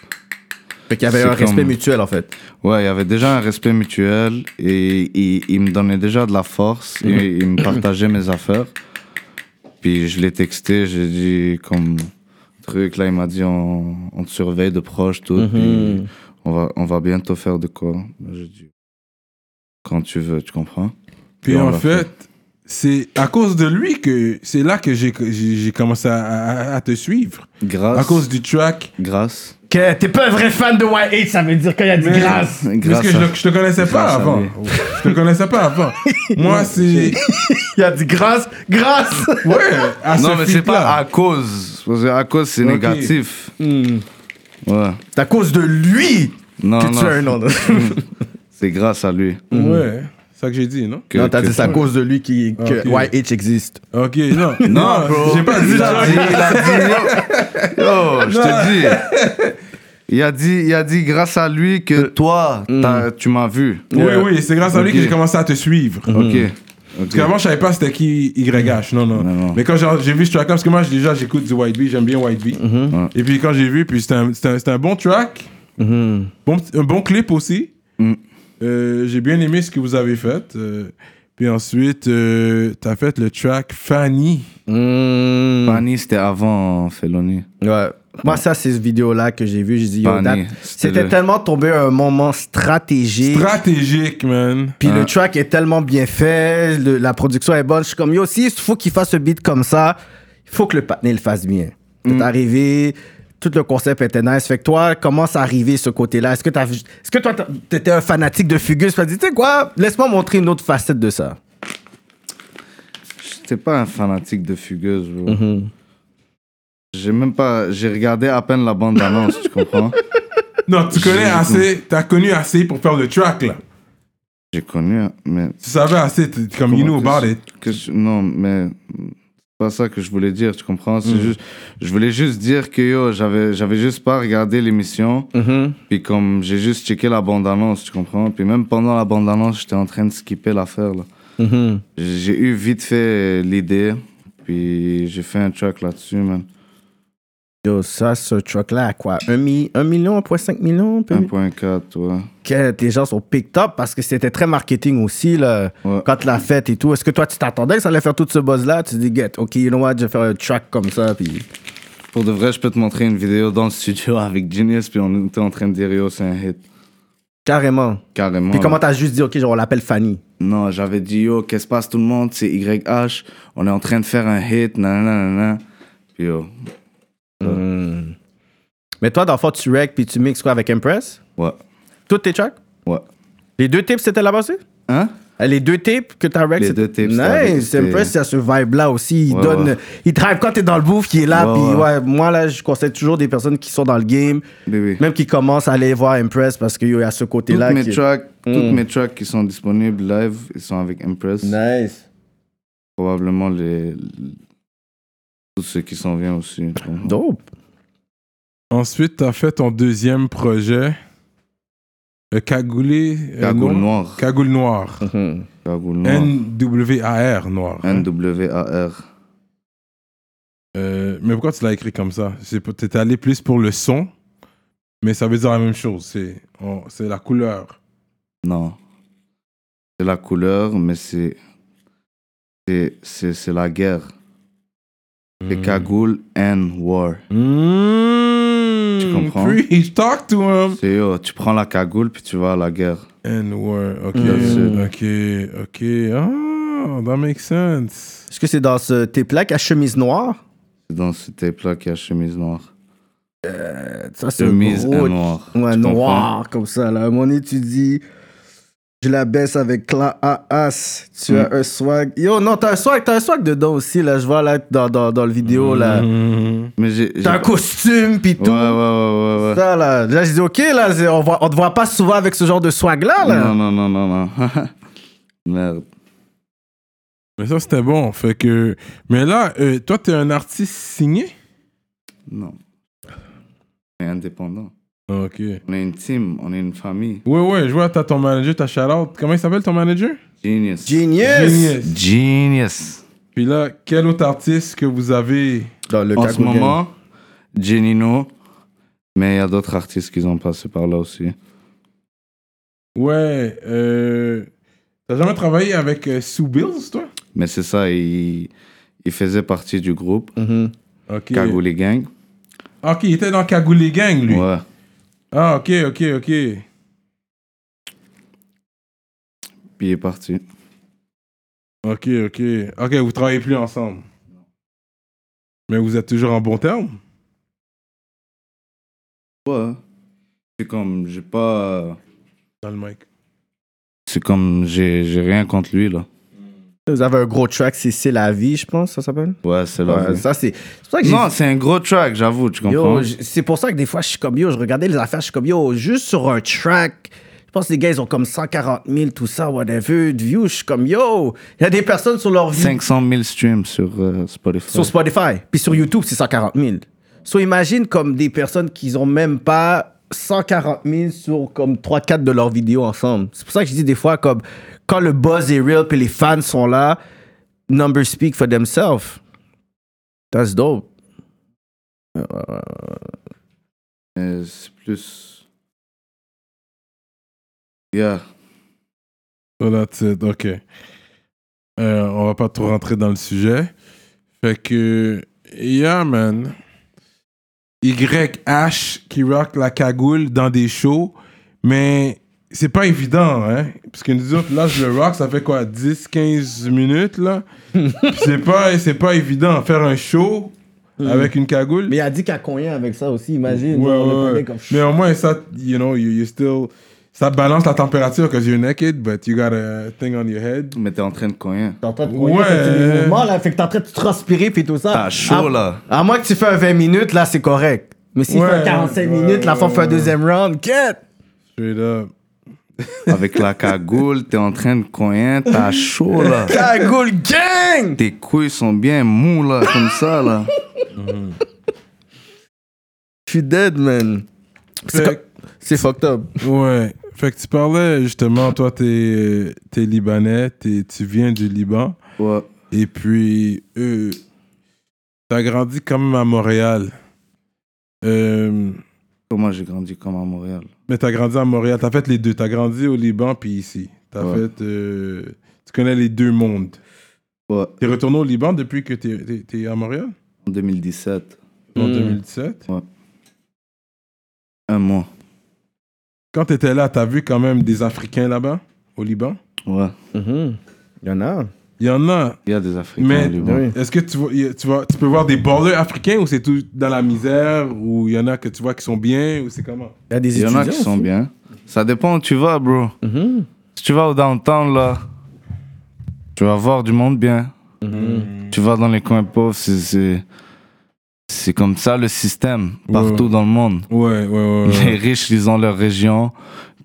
[SPEAKER 4] Fait qu'il y avait
[SPEAKER 5] C'est
[SPEAKER 4] un respect
[SPEAKER 5] comme-
[SPEAKER 4] mutuel en fait.
[SPEAKER 5] Ouais, il y avait déjà un respect mutuel et il, il me donnait déjà de la force et
[SPEAKER 3] Mhm.
[SPEAKER 5] il me partageait mes affaires. Puis je l'ai texté, j'ai dit comme truc, là il m'a dit on, on te surveille de proche, tout,
[SPEAKER 3] Mhm.
[SPEAKER 5] puis on, va, on va bientôt faire de quoi. J'ai dit quand tu veux, tu comprends
[SPEAKER 3] Puis
[SPEAKER 5] Puis on
[SPEAKER 3] en
[SPEAKER 5] l'a
[SPEAKER 3] fait,
[SPEAKER 5] fait.
[SPEAKER 3] c'est à cause de lui que c'est là que j'ai j'ai j'ai commencé à, à- à te suivre.
[SPEAKER 5] Grâce.
[SPEAKER 3] À cause du track.
[SPEAKER 5] Grâce.
[SPEAKER 4] Que t'es pas un vrai fan de YH, ça veut dire qu'il y a du grâce.
[SPEAKER 3] Parce
[SPEAKER 5] Grâce.
[SPEAKER 3] que je,
[SPEAKER 5] à-
[SPEAKER 3] le- je te connaissais pas
[SPEAKER 5] grâce à
[SPEAKER 3] avant.
[SPEAKER 5] lui.
[SPEAKER 3] Je te connaissais pas avant. Moi, c'est.
[SPEAKER 4] Il y a du grâce, grâce!
[SPEAKER 3] Ouais, à
[SPEAKER 5] Non,
[SPEAKER 3] ce
[SPEAKER 5] mais c'est pas
[SPEAKER 3] feat-là.
[SPEAKER 5] à cause. Parce que à cause, c'est
[SPEAKER 3] Ok.
[SPEAKER 5] négatif. Ouais.
[SPEAKER 4] Hmm. C'est à cause de lui
[SPEAKER 5] Non,
[SPEAKER 4] que tu as un
[SPEAKER 5] non.
[SPEAKER 4] nom. de-
[SPEAKER 5] C'est grâce à lui.
[SPEAKER 3] Ouais, c'est ça que j'ai dit, non?
[SPEAKER 5] que-
[SPEAKER 4] non, t'as
[SPEAKER 5] que-
[SPEAKER 4] dit c'est à cause de lui qui, que
[SPEAKER 3] Ok.
[SPEAKER 4] YH existe.
[SPEAKER 3] Ok, non.
[SPEAKER 5] Non, bro.
[SPEAKER 3] J'ai pas dit
[SPEAKER 5] il a
[SPEAKER 3] ça.
[SPEAKER 5] dit, il a dit, yo. Yo, je te dis. Il a dit, il a dit grâce à lui que toi, t'as- tu m'as vu.
[SPEAKER 3] Euh, mm. Oui, Mm. oui, c'est grâce à lui
[SPEAKER 5] Ok.
[SPEAKER 3] que j'ai commencé à te suivre.
[SPEAKER 5] Ok. Ok.
[SPEAKER 3] Parce qu'avant, je savais pas c'était qui YH. Non, non.
[SPEAKER 5] Non, non.
[SPEAKER 3] Mais quand j'ai j'ai vu ce track-là, parce que moi, déjà, j'écoute du White Bee, j'aime bien White Bee.
[SPEAKER 5] Mm-hmm. Ouais.
[SPEAKER 3] Et puis quand j'ai vu, puis c'était un, c'était un- c'était un bon track,
[SPEAKER 5] Mm-hmm.
[SPEAKER 3] bon, petit- un bon clip aussi.
[SPEAKER 5] Mhm.
[SPEAKER 3] Euh, j'ai bien aimé ce que vous avez fait. Euh, puis ensuite, euh, t'as fait le track Fanny.
[SPEAKER 5] Pani, c'était avant Felony.
[SPEAKER 4] Mm. Ouais. Moi, ça, c'est cette vidéo-là que j'ai vue. J'ai dit, yo,
[SPEAKER 5] Banni,
[SPEAKER 4] that-
[SPEAKER 5] c'était
[SPEAKER 4] c'était
[SPEAKER 5] le-
[SPEAKER 4] tellement tombé à un moment stratégique.
[SPEAKER 3] Stratégique, man.
[SPEAKER 4] puis
[SPEAKER 5] Hein?
[SPEAKER 4] le track est tellement bien fait, le- la production est bonne. Je suis comme, yo, s'il faut qu'il fasse ce beat comme ça, il faut que le patiné le fasse bien.
[SPEAKER 5] Mm.
[SPEAKER 4] T'es arrivé, tout le concept était nice. Fait que toi, comment ça arrivé ce côté-là? Est-ce que, t'as vu- est-ce que toi, t'as- t'étais un fanatique de Fugus? Tu as dit, tu sais quoi, laisse-moi montrer une autre facette de ça.
[SPEAKER 5] J'étais pas un fanatique de Fugueuse, bro.
[SPEAKER 3] Mm-hmm.
[SPEAKER 5] J'ai même pas. J'ai regardé à peine la bande-annonce, tu comprends?
[SPEAKER 3] Non, tu connais
[SPEAKER 5] J'ai-
[SPEAKER 3] assez, t'as connu assez pour faire le track, là.
[SPEAKER 5] J'ai connu, hein, mais.
[SPEAKER 3] Tu savais assez, t'es comme you know
[SPEAKER 5] Comment
[SPEAKER 3] about
[SPEAKER 5] que-
[SPEAKER 3] it.
[SPEAKER 5] que je- non, mais c'est pas ça que je voulais dire, tu comprends?
[SPEAKER 3] Mm.
[SPEAKER 5] C'est juste, je voulais juste dire que yo, j'avais, j'avais juste pas regardé l'émission. Puis comme j'ai juste checké la bande-annonce, tu comprends? Puis même pendant la bande-annonce, j'étais en train de skipper l'affaire. là. J'ai eu vite fait euh, l'idée, puis j'ai fait un track là-dessus, man.
[SPEAKER 4] Yo, ça, ce truc-là, à quoi 1 mi un million, 1,5 million un peu?
[SPEAKER 5] Ah. 1.4, ouais.
[SPEAKER 4] Que tes gens sont picked up parce que c'était très marketing aussi, là,
[SPEAKER 5] Ouais.
[SPEAKER 4] quand tu l'as fait et tout. Est-ce que toi, tu t'attendais que ça allait faire tout ce buzz-là Tu te dis, get, ok, you know what, je vais faire un track comme ça, puis.
[SPEAKER 5] Pour de vrai, je peux te montrer une vidéo dans le studio avec Genius, puis on était en train de dire yo, c'est un hit.
[SPEAKER 4] Carrément.
[SPEAKER 5] Carrément.
[SPEAKER 4] Puis
[SPEAKER 5] là.
[SPEAKER 4] comment t'as juste dit, ok, genre, on l'appelle Fanny
[SPEAKER 5] Non, j'avais dit yo, qu'est-ce qui se passe tout le monde, c'est YH, on est en train de faire un hit, nanana. nanana. Puis yo,
[SPEAKER 4] Hmm. Mais toi, dans le fond, tu rec puis tu mixes quoi avec Impress
[SPEAKER 5] ouais,
[SPEAKER 4] Toutes tes tracks
[SPEAKER 5] ouais.
[SPEAKER 4] Les deux tapes, c'était là-bas aussi
[SPEAKER 5] Hein?
[SPEAKER 4] Euh, Les deux tapes que t'as rec
[SPEAKER 5] Les
[SPEAKER 4] c'était-
[SPEAKER 5] deux tapes, c'était-
[SPEAKER 4] Nice, Impress, il y a ce vibe-là aussi. Il
[SPEAKER 5] Ouais,
[SPEAKER 4] donne.
[SPEAKER 5] ouais.
[SPEAKER 4] Il drive quand t'es dans le bouffe, il est là.
[SPEAKER 5] Ouais,
[SPEAKER 4] puis
[SPEAKER 5] ouais.
[SPEAKER 4] ouais, moi, là, je conseille toujours des personnes qui sont dans le game,
[SPEAKER 5] Oui, oui.
[SPEAKER 4] même qui commencent à aller voir Impress parce qu'il y a ce
[SPEAKER 5] Toutes,
[SPEAKER 4] côté-là.
[SPEAKER 5] mes
[SPEAKER 4] qui-
[SPEAKER 5] tracks, toutes
[SPEAKER 4] Mm.
[SPEAKER 5] mes tracks qui sont disponibles live, ils sont avec Impress.
[SPEAKER 4] Nice.
[SPEAKER 5] Probablement les. Tous ceux qui s'en viennent aussi.
[SPEAKER 4] Dope.
[SPEAKER 3] Ensuite, t'as fait ton deuxième projet, le cagoulé. euh,
[SPEAKER 5] Cagoule
[SPEAKER 3] noir-
[SPEAKER 5] noire.
[SPEAKER 3] Cagoule noire.
[SPEAKER 5] Mm-hmm. Cagoule noire.
[SPEAKER 3] N-W-A-R noir.
[SPEAKER 5] N-W-A-R.
[SPEAKER 3] Euh, mais pourquoi tu l'as écrit comme ça C'est pour- T'es allé plus pour le son, mais ça veut dire la même chose. C'est on- c'est la couleur.
[SPEAKER 5] Non. C'est la couleur, mais c'est. c'est- C'est c'est la guerre.
[SPEAKER 4] Hmm.
[SPEAKER 3] Hmm.
[SPEAKER 5] C'est cagoule and war.
[SPEAKER 3] Mm.
[SPEAKER 5] Tu comprends?
[SPEAKER 3] Preach, talk to him.
[SPEAKER 5] C'est yo, tu prends la cagoule puis tu vas à la guerre.
[SPEAKER 3] N-word. Ok,
[SPEAKER 5] Mm.
[SPEAKER 3] ok, ok. Ah, that makes sense.
[SPEAKER 4] Est-ce que c'est dans ce tape-là qu'il y a chemise noire
[SPEAKER 5] C'est dans ce tape-là qu'il y a chemise noire.
[SPEAKER 4] Ça, c'est un
[SPEAKER 5] Chemise
[SPEAKER 4] gros-
[SPEAKER 5] et noire.
[SPEAKER 4] Ouais,
[SPEAKER 5] Tu comprends?
[SPEAKER 4] noir, comme ça, là. À un moment donné, tu dis, je la baisse avec clan A As. Tu
[SPEAKER 5] Mm.
[SPEAKER 4] as un swag. Yo, non, t'as un swag, t'as un swag dedans aussi, là. Je vois, là, dans, dans, dans le vidéo, là.
[SPEAKER 3] Mm.
[SPEAKER 5] Mais j'ai. j'ai-
[SPEAKER 4] T'as un costume, pis
[SPEAKER 5] Ouais, ouais,
[SPEAKER 4] tout.
[SPEAKER 5] ouais, ouais. ouais.
[SPEAKER 4] Ça, là. Là, je dis, OK, là, c'est- on, voit, on te voit pas souvent avec ce genre de swag-là, là.
[SPEAKER 5] Non, non, non, non, non. Merde.
[SPEAKER 3] Mais ça, c'était bon. Fait que... Mais là, euh, toi, t'es un artiste signé
[SPEAKER 5] Non. On est indépendant.
[SPEAKER 3] Ok. Ouais,
[SPEAKER 5] On est une team, on est une famille.
[SPEAKER 3] ouais, je vois, t'as ton manager, ta shout-out. Comment il s'appelle ton manager
[SPEAKER 5] Genius.
[SPEAKER 4] Genius.
[SPEAKER 3] Genius.
[SPEAKER 5] Genius.
[SPEAKER 3] Puis là, quel autre artiste que vous avez
[SPEAKER 4] Dans le
[SPEAKER 5] En ce
[SPEAKER 4] Kagougan.
[SPEAKER 5] moment, Genino. Mais il y a d'autres artistes qui ont passé par là aussi.
[SPEAKER 3] Ouais, euh. T'as jamais travaillé avec euh, Sue Bills, toi
[SPEAKER 5] Mais c'est ça, il, il faisait partie du groupe
[SPEAKER 4] Mhm.
[SPEAKER 3] Ok.
[SPEAKER 5] Cagoule Gang.
[SPEAKER 3] Ah, Ok, il était dans Cagoulé Gang, lui.
[SPEAKER 5] Ouais.
[SPEAKER 3] Ah, ok, ok, ok.
[SPEAKER 5] Puis il est parti.
[SPEAKER 3] Ok, ok. Ok, vous travaillez plus ensemble. Mais vous êtes toujours en bon terme
[SPEAKER 5] Ouais. C'est comme, j'ai pas.
[SPEAKER 3] Dans le mic.
[SPEAKER 5] C'est comme, j'ai j'ai rien contre lui, là.
[SPEAKER 4] Vous avez un gros track, c'est C'est la vie, je pense, ça s'appelle.
[SPEAKER 5] Ouais, c'est
[SPEAKER 4] Ouais,
[SPEAKER 5] là.
[SPEAKER 4] ça, c'est. C'est pour ça que j'ai
[SPEAKER 5] non, c'est un gros track, j'avoue, tu comprends?
[SPEAKER 4] Yo, j- c'est pour ça que des fois, je suis comme yo, je regardais les affaires, je suis comme yo, juste sur un track. Je pense que les gars, ils ont comme 140 000, tout ça, whatever, de views. Je suis comme yo, il y a des personnes sur leur vie
[SPEAKER 5] 500 000 streams sur euh, Spotify.
[SPEAKER 4] sur Spotify, puis sur YouTube, c'est 140 000. So imagine comme des personnes qui ont même pas 140 000 sur comme 3-4 de leurs vidéos ensemble. C'est pour ça que je dis des fois, comme quand le buzz est real, puis les fans sont là, numbers speak for themselves. That's dope.
[SPEAKER 5] Mais c'est plus. Yeah.
[SPEAKER 3] So that's it, ok. Euh, on va pas trop rentrer dans le sujet. Fait que, yeah, man. YH qui rock la cagoule dans des shows, mais c'est pas évident, hein. Parce que nous autres, là, je le rock, ça fait quoi, 10, 15 minutes, là. Puis c'est pas, c'est pas évident, faire un show avec une cagoule.
[SPEAKER 4] Mm. Mais il a dit qu'à Coyen avec ça aussi, imagine.
[SPEAKER 3] Ouais,
[SPEAKER 4] on est
[SPEAKER 3] ouais,
[SPEAKER 4] parlé
[SPEAKER 3] ouais.
[SPEAKER 4] comme-
[SPEAKER 3] Mais au moins, ça, you know, you, you still. Ça balance la température because you're naked, but you got a thing on your head.
[SPEAKER 5] Mais t'es en train de coin.
[SPEAKER 4] T'es en train de
[SPEAKER 3] Ouais.
[SPEAKER 4] courir, t'as fait des mouvements, là, fait que t'es en train de transpirer puis tout ça.
[SPEAKER 5] T'as chaud,
[SPEAKER 4] À-
[SPEAKER 5] là.
[SPEAKER 4] À moins que tu fais un 20 minutes, là, c'est correct. Mais s'il
[SPEAKER 3] Ouais,
[SPEAKER 4] fait 45
[SPEAKER 3] ouais,
[SPEAKER 4] minutes, la fois
[SPEAKER 3] ouais,
[SPEAKER 4] fait un
[SPEAKER 3] ouais.
[SPEAKER 4] deuxième round, quête!
[SPEAKER 3] Straight up.
[SPEAKER 5] Avec la cagoule, t'es en train de coin, t'as chaud là.
[SPEAKER 4] Cagoule gang!
[SPEAKER 5] Tes couilles sont bien mous là, comme ça là.
[SPEAKER 4] Je suis dead, man. C'est
[SPEAKER 3] Fait-
[SPEAKER 4] co- C'est fucked up.
[SPEAKER 3] Ouais. Fait que tu parlais justement, toi, t'es es libanais, t'es- tu viens du Liban.
[SPEAKER 5] Ouais.
[SPEAKER 3] Et puis, euh, t'as grandi quand même à Montréal. Euh,
[SPEAKER 5] Moi j'ai grandi comme à Montréal.
[SPEAKER 3] mais t'as grandi à Montréal, t'as fait les deux. T'as grandi au Liban puis ici. T'as
[SPEAKER 5] Ouais.
[SPEAKER 3] fait. euh, tu connais les deux mondes.
[SPEAKER 5] Ouais.
[SPEAKER 3] T'es retourné au Liban depuis que t'es- t'es t'es à Montréal
[SPEAKER 5] En 2017,
[SPEAKER 3] en
[SPEAKER 4] Mm.
[SPEAKER 3] 2017.
[SPEAKER 5] un mois.
[SPEAKER 3] Quand t'étais là, t'as vu quand même des Africains là-bas, au Liban
[SPEAKER 5] Ouais. Mm-hmm.
[SPEAKER 4] Il y en a.
[SPEAKER 3] Il y en a.
[SPEAKER 5] Il y a des Africains
[SPEAKER 3] Mais-
[SPEAKER 5] au Liban.
[SPEAKER 4] Oui.
[SPEAKER 3] Est-ce que tu, vois, y a- tu, vois, tu peux voir des borders africains ou c'est tout dans la misère ou il y en a que tu vois qui sont bien ou c'est comment
[SPEAKER 4] Il y a des
[SPEAKER 5] Il y en a qui
[SPEAKER 4] étudiants
[SPEAKER 5] sont
[SPEAKER 4] aussi.
[SPEAKER 5] bien. Ça dépend où tu vas, bro.
[SPEAKER 4] Mhm.
[SPEAKER 5] Si tu vas au downtown, là, tu vas voir du monde bien. Tu vas dans les coins pauvres, c'est- c'est. C'est comme ça le système, partout
[SPEAKER 3] Ouais.
[SPEAKER 5] dans le monde.
[SPEAKER 3] Ouais, ouais, ouais.
[SPEAKER 5] Les riches, ils ont leur région,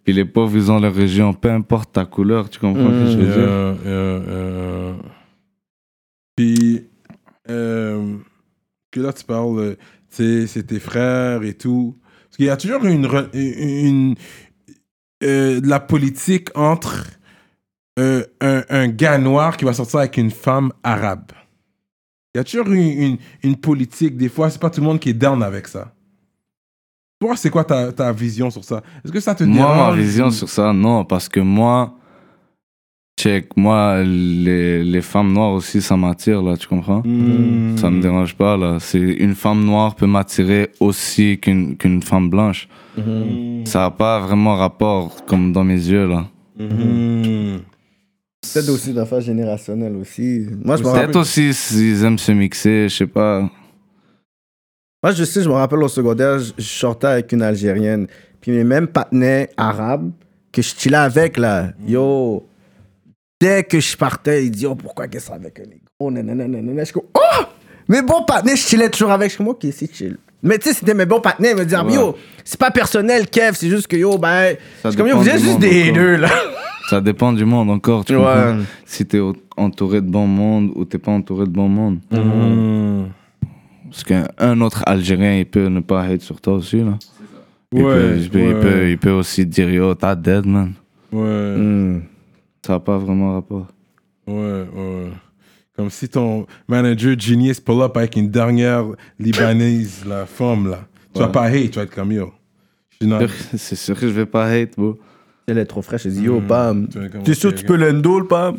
[SPEAKER 5] puis les pauvres, ils ont leur région, peu importe ta couleur, tu comprends ce que je veux dire?
[SPEAKER 3] Euh, euh, euh, Puis, euh, que là tu parles, euh, tu sais, c'est tes frères et tout. Parce qu'il y a toujours une. re- une euh, de la politique entre euh, un, un gars noir qui va sortir avec une femme arabe. Il y a toujours une, une, une politique, des fois, c'est pas tout le monde qui est down avec ça. Toi, c'est quoi ta, ta vision sur ça Est-ce que ça te
[SPEAKER 5] Moi, ma
[SPEAKER 3] dérange
[SPEAKER 5] vision sur ça, non, parce que moi, check, moi, les, les femmes noires aussi, ça m'attire, là, tu comprends?
[SPEAKER 3] Hmm.
[SPEAKER 5] Ça me dérange pas, là. C'est, une femme noire peut m'attirer aussi qu'une, qu'une femme blanche. Ça n'a pas vraiment rapport, comme dans mes yeux, là.
[SPEAKER 3] Hmm.
[SPEAKER 4] Peut-être aussi d'affaires générationnelles aussi. Moi, je me rappelle.
[SPEAKER 5] Peut-être aussi s'ils aiment se mixer, je sais pas.
[SPEAKER 4] Moi, je sais, je me rappelle au secondaire, je je sortais avec une Algérienne. Puis mes mêmes partenaires arabes que je chillais avec, là. Yo. Dès que je partais, ils disaient, oh, pourquoi qu'est-ce que c'est avec un négro? Nanana, nanana. Je suis comme, oh! Mes bons partenaires, je chillais toujours avec. Je suis comme, ok, c'est chill. Mais tu sais, c'était mes bons partenaires. Ils me disaient, Ah, mais yo, c'est pas personnel, Kev, c'est juste que yo, ben.
[SPEAKER 5] Ça
[SPEAKER 4] Je suis comme, yo,
[SPEAKER 5] dépend
[SPEAKER 4] vous êtes
[SPEAKER 5] du
[SPEAKER 4] juste
[SPEAKER 5] monde
[SPEAKER 4] des
[SPEAKER 5] encore.
[SPEAKER 4] deux, là.
[SPEAKER 5] Ça dépend du monde encore, tu
[SPEAKER 4] Ouais.
[SPEAKER 5] comprends? Si t'es au- entouré de bon monde ou t'es pas entouré de bon monde.
[SPEAKER 3] Hmm.
[SPEAKER 5] Parce qu'un un autre Algérien, il peut ne pas hate sur toi aussi, là. Il, peut,
[SPEAKER 3] Ouais,
[SPEAKER 5] il, peut, il,
[SPEAKER 3] ouais,
[SPEAKER 5] peut, il peut aussi dire, yo, t'as dead, man.
[SPEAKER 3] ouais,
[SPEAKER 4] Mm.
[SPEAKER 5] Ça n'a pas vraiment rapport.
[SPEAKER 3] ouais, ouais. Comme si ton manager genius pull up avec une dernière libanaise, la femme là. Tu vas
[SPEAKER 5] Ouais.
[SPEAKER 3] pas hate, tu vas être comme yo. Je suis dans-
[SPEAKER 5] C'est sûr que je vais pas hate, bro.
[SPEAKER 4] Elle est trop fraîche. Je dis, yo, bam.
[SPEAKER 3] Tu vas être comme,
[SPEAKER 4] Mm. T'es
[SPEAKER 3] ok,
[SPEAKER 4] sûr que tu
[SPEAKER 3] ok.
[SPEAKER 4] peux l'endo, le pam?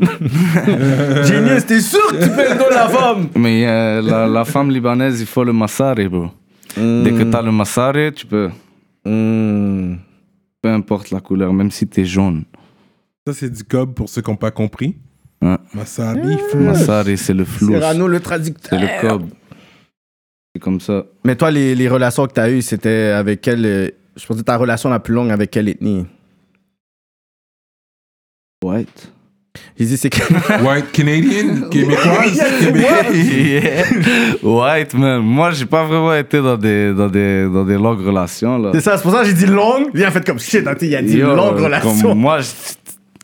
[SPEAKER 4] Genius, t'es sûr que tu peux l'endo, la femme?
[SPEAKER 5] Mais euh, la, la femme libanaise, il faut le massari, bro. Dès que t'as le massari, tu peux. Peu importe la couleur, même si t'es jaune.
[SPEAKER 3] Ça, c'est du cob pour ceux qui n'ont pas compris.
[SPEAKER 5] Ouais.
[SPEAKER 3] Masari,
[SPEAKER 5] Massari, c'est le flou.
[SPEAKER 4] Cyrano, le
[SPEAKER 5] C'est
[SPEAKER 4] traducteur.
[SPEAKER 5] le cob. C'est comme ça.
[SPEAKER 4] Mais toi, les, les relations que tu as eues, c'était avec quelle. euh, Je pense que ta relation la plus longue avec quelle ethnie
[SPEAKER 5] White.
[SPEAKER 4] J'ai dit, c'est que.
[SPEAKER 3] white Canadian, québécoise, québécoise.
[SPEAKER 5] Yeah. White, man. Moi, j'ai pas vraiment été dans des, dans des, dans des longues relations, là.
[SPEAKER 4] C'est ça, c'est pour ça que j'ai dit longue. Il a fait comme shit, hein, tu sais, il a dit
[SPEAKER 5] Yo,
[SPEAKER 4] longue
[SPEAKER 5] comme
[SPEAKER 4] relation.
[SPEAKER 5] moi, je-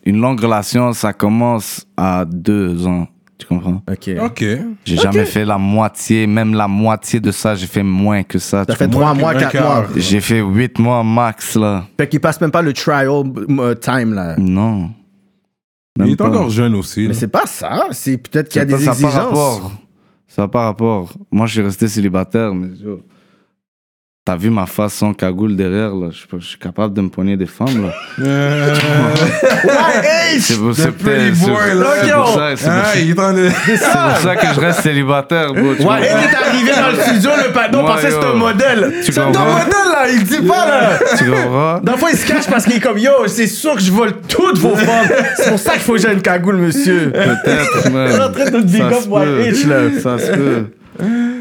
[SPEAKER 5] une longue relation, ça commence à deux ans. Tu comprends?
[SPEAKER 4] Ok.
[SPEAKER 3] Ok.
[SPEAKER 5] J'ai jamais fait la moitié, même la moitié de ça, j'ai fait moins que ça.
[SPEAKER 4] Ça
[SPEAKER 5] tu
[SPEAKER 4] fait
[SPEAKER 5] comprends?
[SPEAKER 4] trois
[SPEAKER 3] que
[SPEAKER 4] mois,
[SPEAKER 3] un
[SPEAKER 4] quatre
[SPEAKER 3] quart.
[SPEAKER 4] mois.
[SPEAKER 5] J'ai fait huit mois max, là.
[SPEAKER 4] Fait qu'il passe même pas le trial euh, time, là.
[SPEAKER 5] Non. Même
[SPEAKER 3] Il est
[SPEAKER 5] pas.
[SPEAKER 3] encore jeune aussi.
[SPEAKER 4] Mais
[SPEAKER 3] là.
[SPEAKER 4] c'est pas ça. C'est peut-être qu'il y a
[SPEAKER 5] C'est pas-
[SPEAKER 4] des
[SPEAKER 5] ça a pas
[SPEAKER 4] exigences.
[SPEAKER 5] rapport. Ça n'a pas rapport. Moi, je suis resté célibataire, mais yo, t'as vu ma face sans cagoule derrière, là. Je je suis capable de me poigner des femmes, là.
[SPEAKER 3] Euh,
[SPEAKER 5] C'est pour
[SPEAKER 3] the
[SPEAKER 5] c'est peut-être-
[SPEAKER 3] pretty
[SPEAKER 5] c'est-
[SPEAKER 3] boy, là.
[SPEAKER 5] c'est pour ça- c'est pour
[SPEAKER 3] ah,
[SPEAKER 5] ça-
[SPEAKER 3] il est en train de.
[SPEAKER 5] c'est pour ça que je reste célibataire, bro. tu
[SPEAKER 4] Ah! Ouais, et
[SPEAKER 5] comprends?
[SPEAKER 4] t'es arrivé dans le studio, le patron
[SPEAKER 5] Moi,
[SPEAKER 4] pensait que
[SPEAKER 5] yo.
[SPEAKER 4] c'était un modèle.
[SPEAKER 5] Tu
[SPEAKER 4] C'est un
[SPEAKER 5] comprends?
[SPEAKER 4] modèle, là. Il dit pas, là.
[SPEAKER 5] Tu comprends?
[SPEAKER 4] D'un fois, il se cache parce qu'il est comme Yo, c'est sûr que je vole toutes vos femmes. C'est pour ça qu'il faut que j'ai une cagoule, monsieur.
[SPEAKER 5] Peut-être, man.
[SPEAKER 4] en train de te big
[SPEAKER 5] Ça
[SPEAKER 4] up,
[SPEAKER 5] se
[SPEAKER 4] moi,
[SPEAKER 5] peut.
[SPEAKER 4] Hitch, là.
[SPEAKER 5] Ça se peut.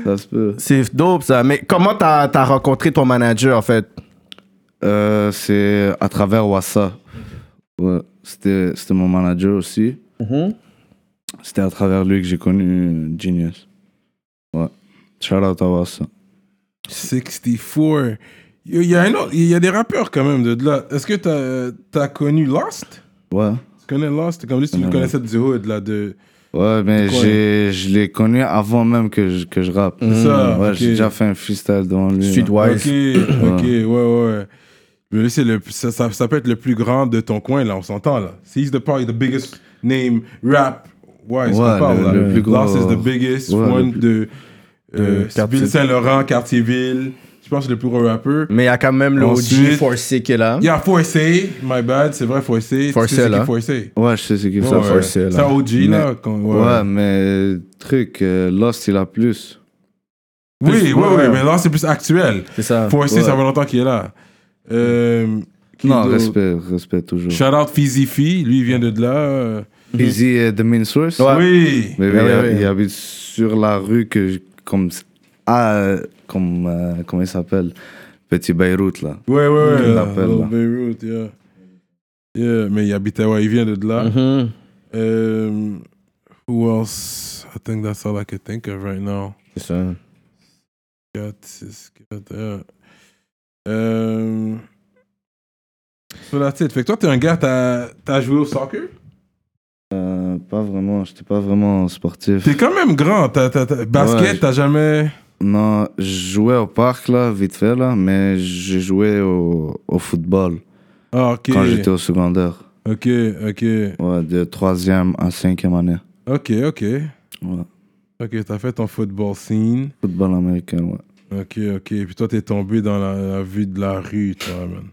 [SPEAKER 5] Ça se peut.
[SPEAKER 4] C'est dope, ça. Mais comment t'as as rencontré ton manager, en fait
[SPEAKER 5] Euh, c'est à travers WhatsApp. Ouais, c'était, c'était mon manager aussi.
[SPEAKER 3] Mm-hmm.
[SPEAKER 5] C'était à travers lui que j'ai connu Genius. Ouais. Shout out à Wassa.
[SPEAKER 3] 64 Il y, a un autre- il y a des rappeurs quand même de de là. Est-ce que t'as as connu Lost
[SPEAKER 5] Ouais.
[SPEAKER 3] Tu connais Lost Comme si tu le connaissais du hood, là, de.
[SPEAKER 5] Ouais, mais
[SPEAKER 3] quoi,
[SPEAKER 5] j'ai- je l'ai connu avant même que je, que je rappe.
[SPEAKER 3] C'est ça,
[SPEAKER 5] Ouais,
[SPEAKER 3] ok.
[SPEAKER 5] j'ai déjà fait un freestyle devant lui. là.
[SPEAKER 4] Streetwise.
[SPEAKER 3] Ok, ok, ouais, ouais. Mais lui, c'est le, ça, ça, ça peut être le plus grand de ton coin, là, on s'entend, là. C'est he's the, probably the biggest name rap wise
[SPEAKER 5] Ouais,
[SPEAKER 3] qu'on parle,
[SPEAKER 5] le-
[SPEAKER 3] là.
[SPEAKER 5] le plus gros-
[SPEAKER 3] Lost is the biggest
[SPEAKER 5] Ouais, le
[SPEAKER 3] one
[SPEAKER 5] plus-
[SPEAKER 3] de, euh,
[SPEAKER 4] Quartier-
[SPEAKER 3] Ville-Saint-Laurent, Cartierville. Je pense que le plus gros
[SPEAKER 5] Mm.
[SPEAKER 3] rappeur.
[SPEAKER 4] Mais il y a quand même le OG
[SPEAKER 3] Ensuite-
[SPEAKER 4] 4C qui est là.
[SPEAKER 3] Il y a 4C, my bad, c'est vrai, 4C.
[SPEAKER 4] Forcé,
[SPEAKER 3] tu sais, c'est
[SPEAKER 4] là.
[SPEAKER 3] qui 4C.
[SPEAKER 5] Ouais, je sais c'est qui
[SPEAKER 3] Ouais,
[SPEAKER 5] ça.
[SPEAKER 3] ouais.
[SPEAKER 4] Forcé, là.
[SPEAKER 3] C'est un OG, là.
[SPEAKER 5] Mais-
[SPEAKER 3] quand-
[SPEAKER 5] Ouais, mais truc, euh, Lost, il a plus.
[SPEAKER 3] Oui, oui,
[SPEAKER 4] Ouais,
[SPEAKER 3] oui,
[SPEAKER 4] ouais.
[SPEAKER 3] mais là, c'est plus actuel.
[SPEAKER 4] C'est ça.
[SPEAKER 5] Ah,
[SPEAKER 3] Forcé,
[SPEAKER 5] Ouais. Mm.
[SPEAKER 3] ça fait longtemps qu'il est là. Euh, qui
[SPEAKER 5] Non,
[SPEAKER 3] d'autre?
[SPEAKER 5] respect, respect toujours.
[SPEAKER 3] Shout out Fizzy Fee, lui il vient de là. euh.
[SPEAKER 5] Easy est the main source.
[SPEAKER 4] Ouais.
[SPEAKER 3] Oui.
[SPEAKER 5] Mais
[SPEAKER 4] Ouais,
[SPEAKER 5] il,
[SPEAKER 4] ouais,
[SPEAKER 5] a-
[SPEAKER 4] ouais.
[SPEAKER 5] il habite sur la rue que je- comme ah, comme euh, comment il s'appelle Petit Beyrouth là.
[SPEAKER 3] Ouais, ouais, ouais.
[SPEAKER 5] Il
[SPEAKER 3] là,
[SPEAKER 5] l'appelle,
[SPEAKER 3] dans
[SPEAKER 5] là.
[SPEAKER 3] Beyrouth, Euh, yeah. Yeah, mais il habitait, ouais, il vient de là.
[SPEAKER 4] Mhm.
[SPEAKER 3] Euh, who else? I think that's all I could think of right now.
[SPEAKER 4] C'est ça.
[SPEAKER 3] 4, 6, 4, yeah. Euh. So that's it. Fait que toi, t'es un gars, t'as t'as joué au soccer?
[SPEAKER 5] Euh, pas vraiment, j'étais pas vraiment sportif.
[SPEAKER 3] T'es quand même grand. T'as, t'as, t'as- basket,
[SPEAKER 5] je-
[SPEAKER 3] t'as jamais.
[SPEAKER 5] Non, je jouais au parc là, vite fait là, mais j'ai joué au, au football
[SPEAKER 3] Ah, ok.
[SPEAKER 5] quand j'étais au secondaire.
[SPEAKER 3] Ok, ok.
[SPEAKER 5] Ouais, de troisième à cinquième année.
[SPEAKER 3] Ok, ok.
[SPEAKER 5] Ouais.
[SPEAKER 3] Ok, t'as fait ton football scene.
[SPEAKER 5] Football américain, ouais.
[SPEAKER 3] Ok, ok. Puis toi, t'es tombé dans la, la vie de la rue, toi, man.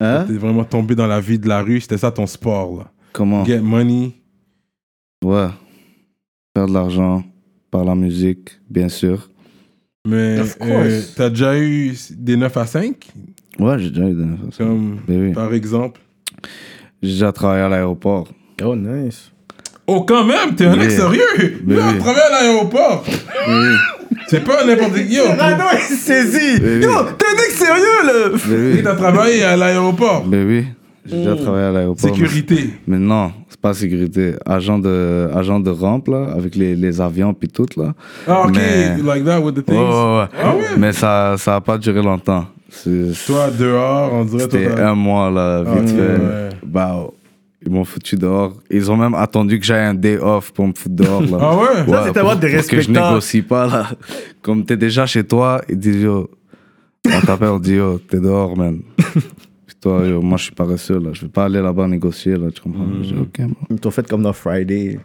[SPEAKER 5] Hein?
[SPEAKER 3] T'es vraiment tombé dans la vie de la rue. C'était ça ton sport, là.
[SPEAKER 5] Comment?
[SPEAKER 3] Get money.
[SPEAKER 5] Ouais. Faire de l'argent par la musique, bien sûr.
[SPEAKER 3] Mais
[SPEAKER 4] Of course.
[SPEAKER 3] euh, t'as déjà eu des 9 à 5,
[SPEAKER 5] Ouais, j'ai déjà eu des affaires.
[SPEAKER 3] comme
[SPEAKER 5] Mais oui.
[SPEAKER 3] par exemple.
[SPEAKER 5] J'ai déjà travaillé à l'aéroport.
[SPEAKER 4] Oh, nice.
[SPEAKER 3] Oh, quand même, t'es un
[SPEAKER 5] Mais-
[SPEAKER 3] mec sérieux.
[SPEAKER 5] mais
[SPEAKER 3] Là, on
[SPEAKER 5] oui.
[SPEAKER 3] travaille à l'aéroport. C'est pas n'importe qui. Yo,
[SPEAKER 4] Rano, Ah il s'est saisi.
[SPEAKER 5] Oui, oui.
[SPEAKER 4] Yo, t'es un mec sérieux, là.
[SPEAKER 5] Mais oui.
[SPEAKER 3] t'as travaillé à l'aéroport.
[SPEAKER 5] Mais Ben oui. J'ai déjà travaillé à l'aéroport.
[SPEAKER 3] Sécurité.
[SPEAKER 5] Mais mais non, c'est pas sécurité. Agent de, agent de rampe, là, avec les, les avions puis tout, là.
[SPEAKER 3] Ah, ok,
[SPEAKER 5] Mais- Oh.
[SPEAKER 3] like that with the
[SPEAKER 5] Ouais,
[SPEAKER 3] things.
[SPEAKER 5] ouais, ouais.
[SPEAKER 3] Ah ouais?
[SPEAKER 5] Mais ça, ça a pas duré longtemps. C'est-
[SPEAKER 3] Toi, dehors, on dirait.
[SPEAKER 5] C'était
[SPEAKER 3] toi, t'as-
[SPEAKER 5] un mois, là,
[SPEAKER 3] Ah,
[SPEAKER 5] vite
[SPEAKER 3] ouais,
[SPEAKER 5] fait.
[SPEAKER 3] ouais.
[SPEAKER 5] Bah, oh, ils m'ont foutu dehors. Ils ont même attendu que j'aie un day off pour me foutre dehors, là.
[SPEAKER 3] Ah ouais?
[SPEAKER 4] Ça, c'est avoir
[SPEAKER 5] pour-
[SPEAKER 4] des
[SPEAKER 5] pour que je
[SPEAKER 4] respectants.
[SPEAKER 5] négocie pas, là. Comme t'es déjà chez toi, ils disent, yo, on t'appelle, on dit, yo, t'es dehors, man. Puis toi, yo, moi, je suis paresseux, là. Je vais pas aller là-bas négocier, là, tu comprends?
[SPEAKER 3] Hmm.
[SPEAKER 5] Je dis, ok, bon.
[SPEAKER 4] Ils t'ont fait comme dans Friday.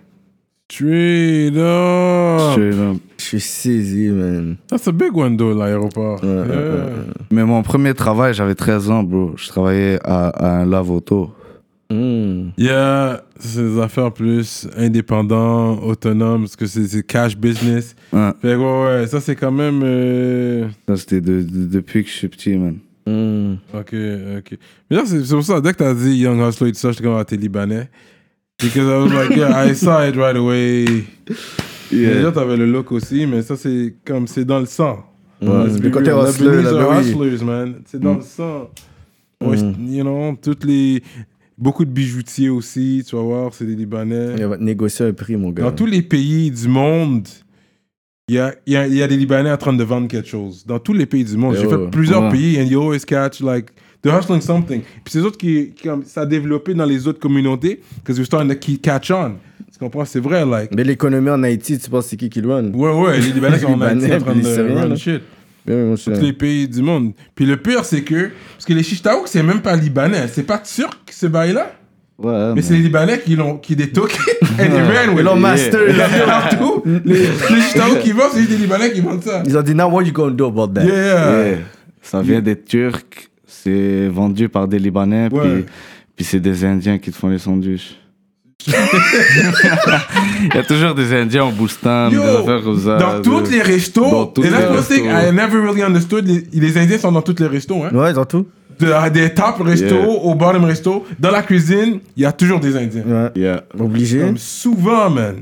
[SPEAKER 3] Straight up.
[SPEAKER 5] Je suis là.
[SPEAKER 4] Je suis saisi, man.
[SPEAKER 3] That's a big one, though, l'aéroport.
[SPEAKER 4] ouais,
[SPEAKER 3] Yeah.
[SPEAKER 5] Mais mon premier travail, j'avais 13 ans, bro. Je travaillais à, à un lave-auto.
[SPEAKER 4] Hmm.
[SPEAKER 3] Il y a ces affaires plus indépendants, autonomes, parce que c'est c'est cash business.
[SPEAKER 5] Ouais.
[SPEAKER 3] Fait que ouais, ouais, ça c'est quand même. euh,
[SPEAKER 5] Hein. Ça, c'était de- de- depuis que je suis petit, man.
[SPEAKER 4] Hmm.
[SPEAKER 3] Ok, ok. Mais là, c'est c'est pour ça, dès que t'as dit Young Hustler et tout ça, j'étais comme, ah, t'es libanais. Because I was like, yeah, I saw it right away. Mais Déjà, t'avais le look aussi, mais ça c'est comme, c'est dans le sang. Let's be
[SPEAKER 4] Le côté
[SPEAKER 3] real,
[SPEAKER 4] hustler,
[SPEAKER 3] Lebanese
[SPEAKER 4] là,
[SPEAKER 3] are
[SPEAKER 4] ben oui. Mm.
[SPEAKER 3] hustlers, man. C'est dans le sang. Ouais, You know, toutes les. Beaucoup de bijoutiers aussi, tu vas voir, c'est des Libanais.
[SPEAKER 4] Il va te négocier un prix, mon gars.
[SPEAKER 3] Dans tous les pays du monde, il y a, il y a- il y a des Libanais en train de vendre quelque chose. Dans tous les pays du monde. J'ai
[SPEAKER 4] Ouais,
[SPEAKER 3] fait
[SPEAKER 4] Eh ouais.
[SPEAKER 3] plusieurs
[SPEAKER 5] Ouais.
[SPEAKER 3] pays and you always catch like they're hustling something. Puis c'est autres qui, qui comme, ça a développé dans les autres communautés because you're starting to ke- catch on. Tu comprends? C'est vrai, like.
[SPEAKER 4] Mais l'économie en Haïti, tu penses c'est qui qui le run?
[SPEAKER 3] Ouais, ouais, les Libanais sont en Haïti
[SPEAKER 4] Libanais,
[SPEAKER 3] en train
[SPEAKER 4] puis
[SPEAKER 3] de
[SPEAKER 4] les Syriens,
[SPEAKER 3] run
[SPEAKER 4] là.
[SPEAKER 3] shit.
[SPEAKER 4] Ouais, ouais, moi, je suis
[SPEAKER 3] Tous
[SPEAKER 4] là.
[SPEAKER 3] les pays du monde. Puis le pire, c'est que. Parce que les Chichtaouk, c'est même pas Libanais. C'est pas Turc, ce bail-là.
[SPEAKER 5] Ouais,
[SPEAKER 3] Mais c'est les Libanais qui l'ont qui détoquent and they ran with
[SPEAKER 4] Ils l'ont
[SPEAKER 3] it.
[SPEAKER 4] master,
[SPEAKER 3] Ils
[SPEAKER 4] là.
[SPEAKER 3] l'ont partout. Les, les Chitaos qui vendent, c'est des Libanais qui vendent ça.
[SPEAKER 4] Ils ont dit, now what you gonna do about that?
[SPEAKER 3] Yeah, yeah.
[SPEAKER 5] Yeah. Ça vient des Turcs, c'est vendu par des Libanais,
[SPEAKER 3] Ouais.
[SPEAKER 5] puis, puis c'est des Indiens qui te font les sandwichs. Il y a toujours des Indiens en boostant, des
[SPEAKER 3] Yo,
[SPEAKER 5] affaires comme ça.
[SPEAKER 3] dans
[SPEAKER 5] de-
[SPEAKER 3] toutes les
[SPEAKER 5] dans
[SPEAKER 3] restos,
[SPEAKER 5] toutes
[SPEAKER 3] et là,
[SPEAKER 5] les
[SPEAKER 3] je pensais que
[SPEAKER 5] restos.
[SPEAKER 3] I never really understood, les, les Indiens sont dans toutes les restos. Hein.
[SPEAKER 4] Ouais, ils ont tout.
[SPEAKER 3] De- des top restos
[SPEAKER 5] Yeah.
[SPEAKER 3] au bottom resto, dans la cuisine, il y a toujours des Indiens.
[SPEAKER 4] Ouais.
[SPEAKER 5] Yeah.
[SPEAKER 4] Obligé.
[SPEAKER 3] Comme souvent, man.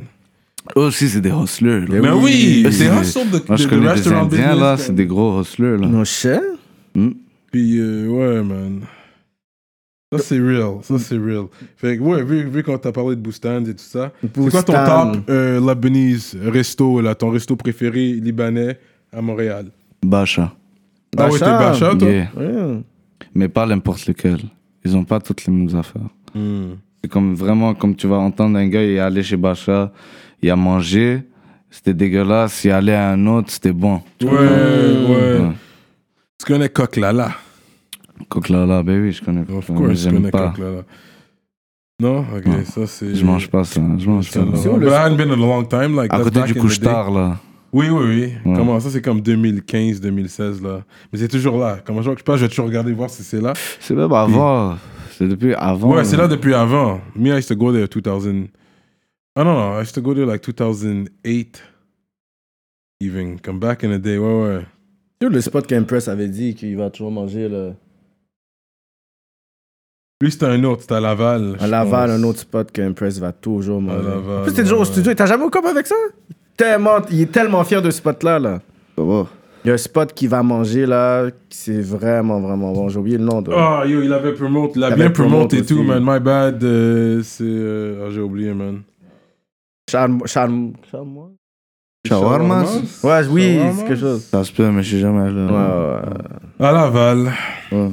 [SPEAKER 5] Eux aussi, c'est des hustlers. là.
[SPEAKER 3] Mais oui,
[SPEAKER 5] Eux,
[SPEAKER 3] c'est
[SPEAKER 5] des-
[SPEAKER 3] un sort de,
[SPEAKER 5] Moi,
[SPEAKER 3] de-
[SPEAKER 5] je
[SPEAKER 3] de
[SPEAKER 5] connais des
[SPEAKER 3] restaurant
[SPEAKER 5] Indiens, là,
[SPEAKER 3] business,
[SPEAKER 5] c'est
[SPEAKER 3] man.
[SPEAKER 5] des gros hustlers, là.
[SPEAKER 4] Nos chers.
[SPEAKER 3] Puis, euh, ouais, man. Ça, c'est real. Ça, c'est real. Fait que, ouais, vu, vu qu'on t'a parlé de Boostans et tout ça, c'est quoi ton
[SPEAKER 4] Boostans.
[SPEAKER 3] top euh, Lebanese resto, là, ton resto préféré libanais à Montréal?
[SPEAKER 5] Bacha.
[SPEAKER 3] Ah ouais, t'es
[SPEAKER 4] Bachar.
[SPEAKER 3] Bachar, toi?
[SPEAKER 5] Yeah.
[SPEAKER 4] Ouais.
[SPEAKER 5] Mais pas n'importe lequel. Ils ont pas toutes les mêmes affaires.
[SPEAKER 3] Hmm.
[SPEAKER 5] C'est comme vraiment comme tu vas entendre un gars, il est allé chez Bacha, il a mangé, c'était dégueulasse, il est allé à un autre, c'était bon.
[SPEAKER 3] Ouais, ouais.
[SPEAKER 5] Ouais.
[SPEAKER 3] Tu connais Coq Lala.
[SPEAKER 5] Coquelala, ben oui, je connais.
[SPEAKER 3] Of
[SPEAKER 5] Coquelala, mais
[SPEAKER 3] course, tu
[SPEAKER 5] j'aime
[SPEAKER 3] connais
[SPEAKER 5] pas.
[SPEAKER 3] Coq Lala. Non? Ok,
[SPEAKER 5] Non.
[SPEAKER 3] ça c'est.
[SPEAKER 5] Je mange pas ça, je mange pas.
[SPEAKER 3] But
[SPEAKER 5] ça.
[SPEAKER 3] I hadn't been in a long time. Like,
[SPEAKER 5] À
[SPEAKER 3] that's
[SPEAKER 5] côté
[SPEAKER 3] back
[SPEAKER 5] du
[SPEAKER 3] in the day.
[SPEAKER 5] couche-tard, là.
[SPEAKER 3] Oui, oui, oui.
[SPEAKER 5] Ouais.
[SPEAKER 3] Comment ça, c'est comme 2015, 2016, là. Mais c'est toujours là. Comment je vois que je passe, je vais toujours regarder voir si c'est là.
[SPEAKER 5] C'est même avant. C'est depuis avant.
[SPEAKER 4] Oh.
[SPEAKER 3] Ouais, c'est là depuis avant. Me, I used to go there 2000. I don't know. I used to go there like 2008. Even. Come back in the day. Ouais, ouais.
[SPEAKER 4] Yo, le spot qu'Impress avait dit qu'il va toujours manger le...
[SPEAKER 3] Lui, c'était un autre. C'était à Laval.
[SPEAKER 4] à
[SPEAKER 3] je
[SPEAKER 4] Laval,
[SPEAKER 3] pense.
[SPEAKER 4] un autre spot qu'Impress va toujours manger.
[SPEAKER 3] Laval,
[SPEAKER 4] en plus, t'es toujours au
[SPEAKER 3] ouais.
[SPEAKER 4] studio et t'as jamais au cop avec ça? Tellement, il est tellement fier de ce spot-là, là.
[SPEAKER 5] Oh.
[SPEAKER 4] Il y a un spot qu'il va manger, là, qui c'est vraiment, vraiment bon. J'ai oublié le nom. De...
[SPEAKER 3] Ah, yo, il avait promote. Il a
[SPEAKER 4] Il
[SPEAKER 3] bien
[SPEAKER 4] avait
[SPEAKER 3] promote et
[SPEAKER 4] promote
[SPEAKER 3] tout,
[SPEAKER 4] aussi.
[SPEAKER 3] man. My bad. euh, c'est. euh, ah, j'ai oublié, man.
[SPEAKER 4] Charme... Charme... Charme...
[SPEAKER 5] Shawarma?
[SPEAKER 4] Ouais, oui,
[SPEAKER 3] Shawarma?
[SPEAKER 4] c'est quelque chose.
[SPEAKER 5] Ça se peut, mais je suis jamais allé.
[SPEAKER 4] Ouais, ouais, ouais.
[SPEAKER 3] À Laval.
[SPEAKER 5] Ouais.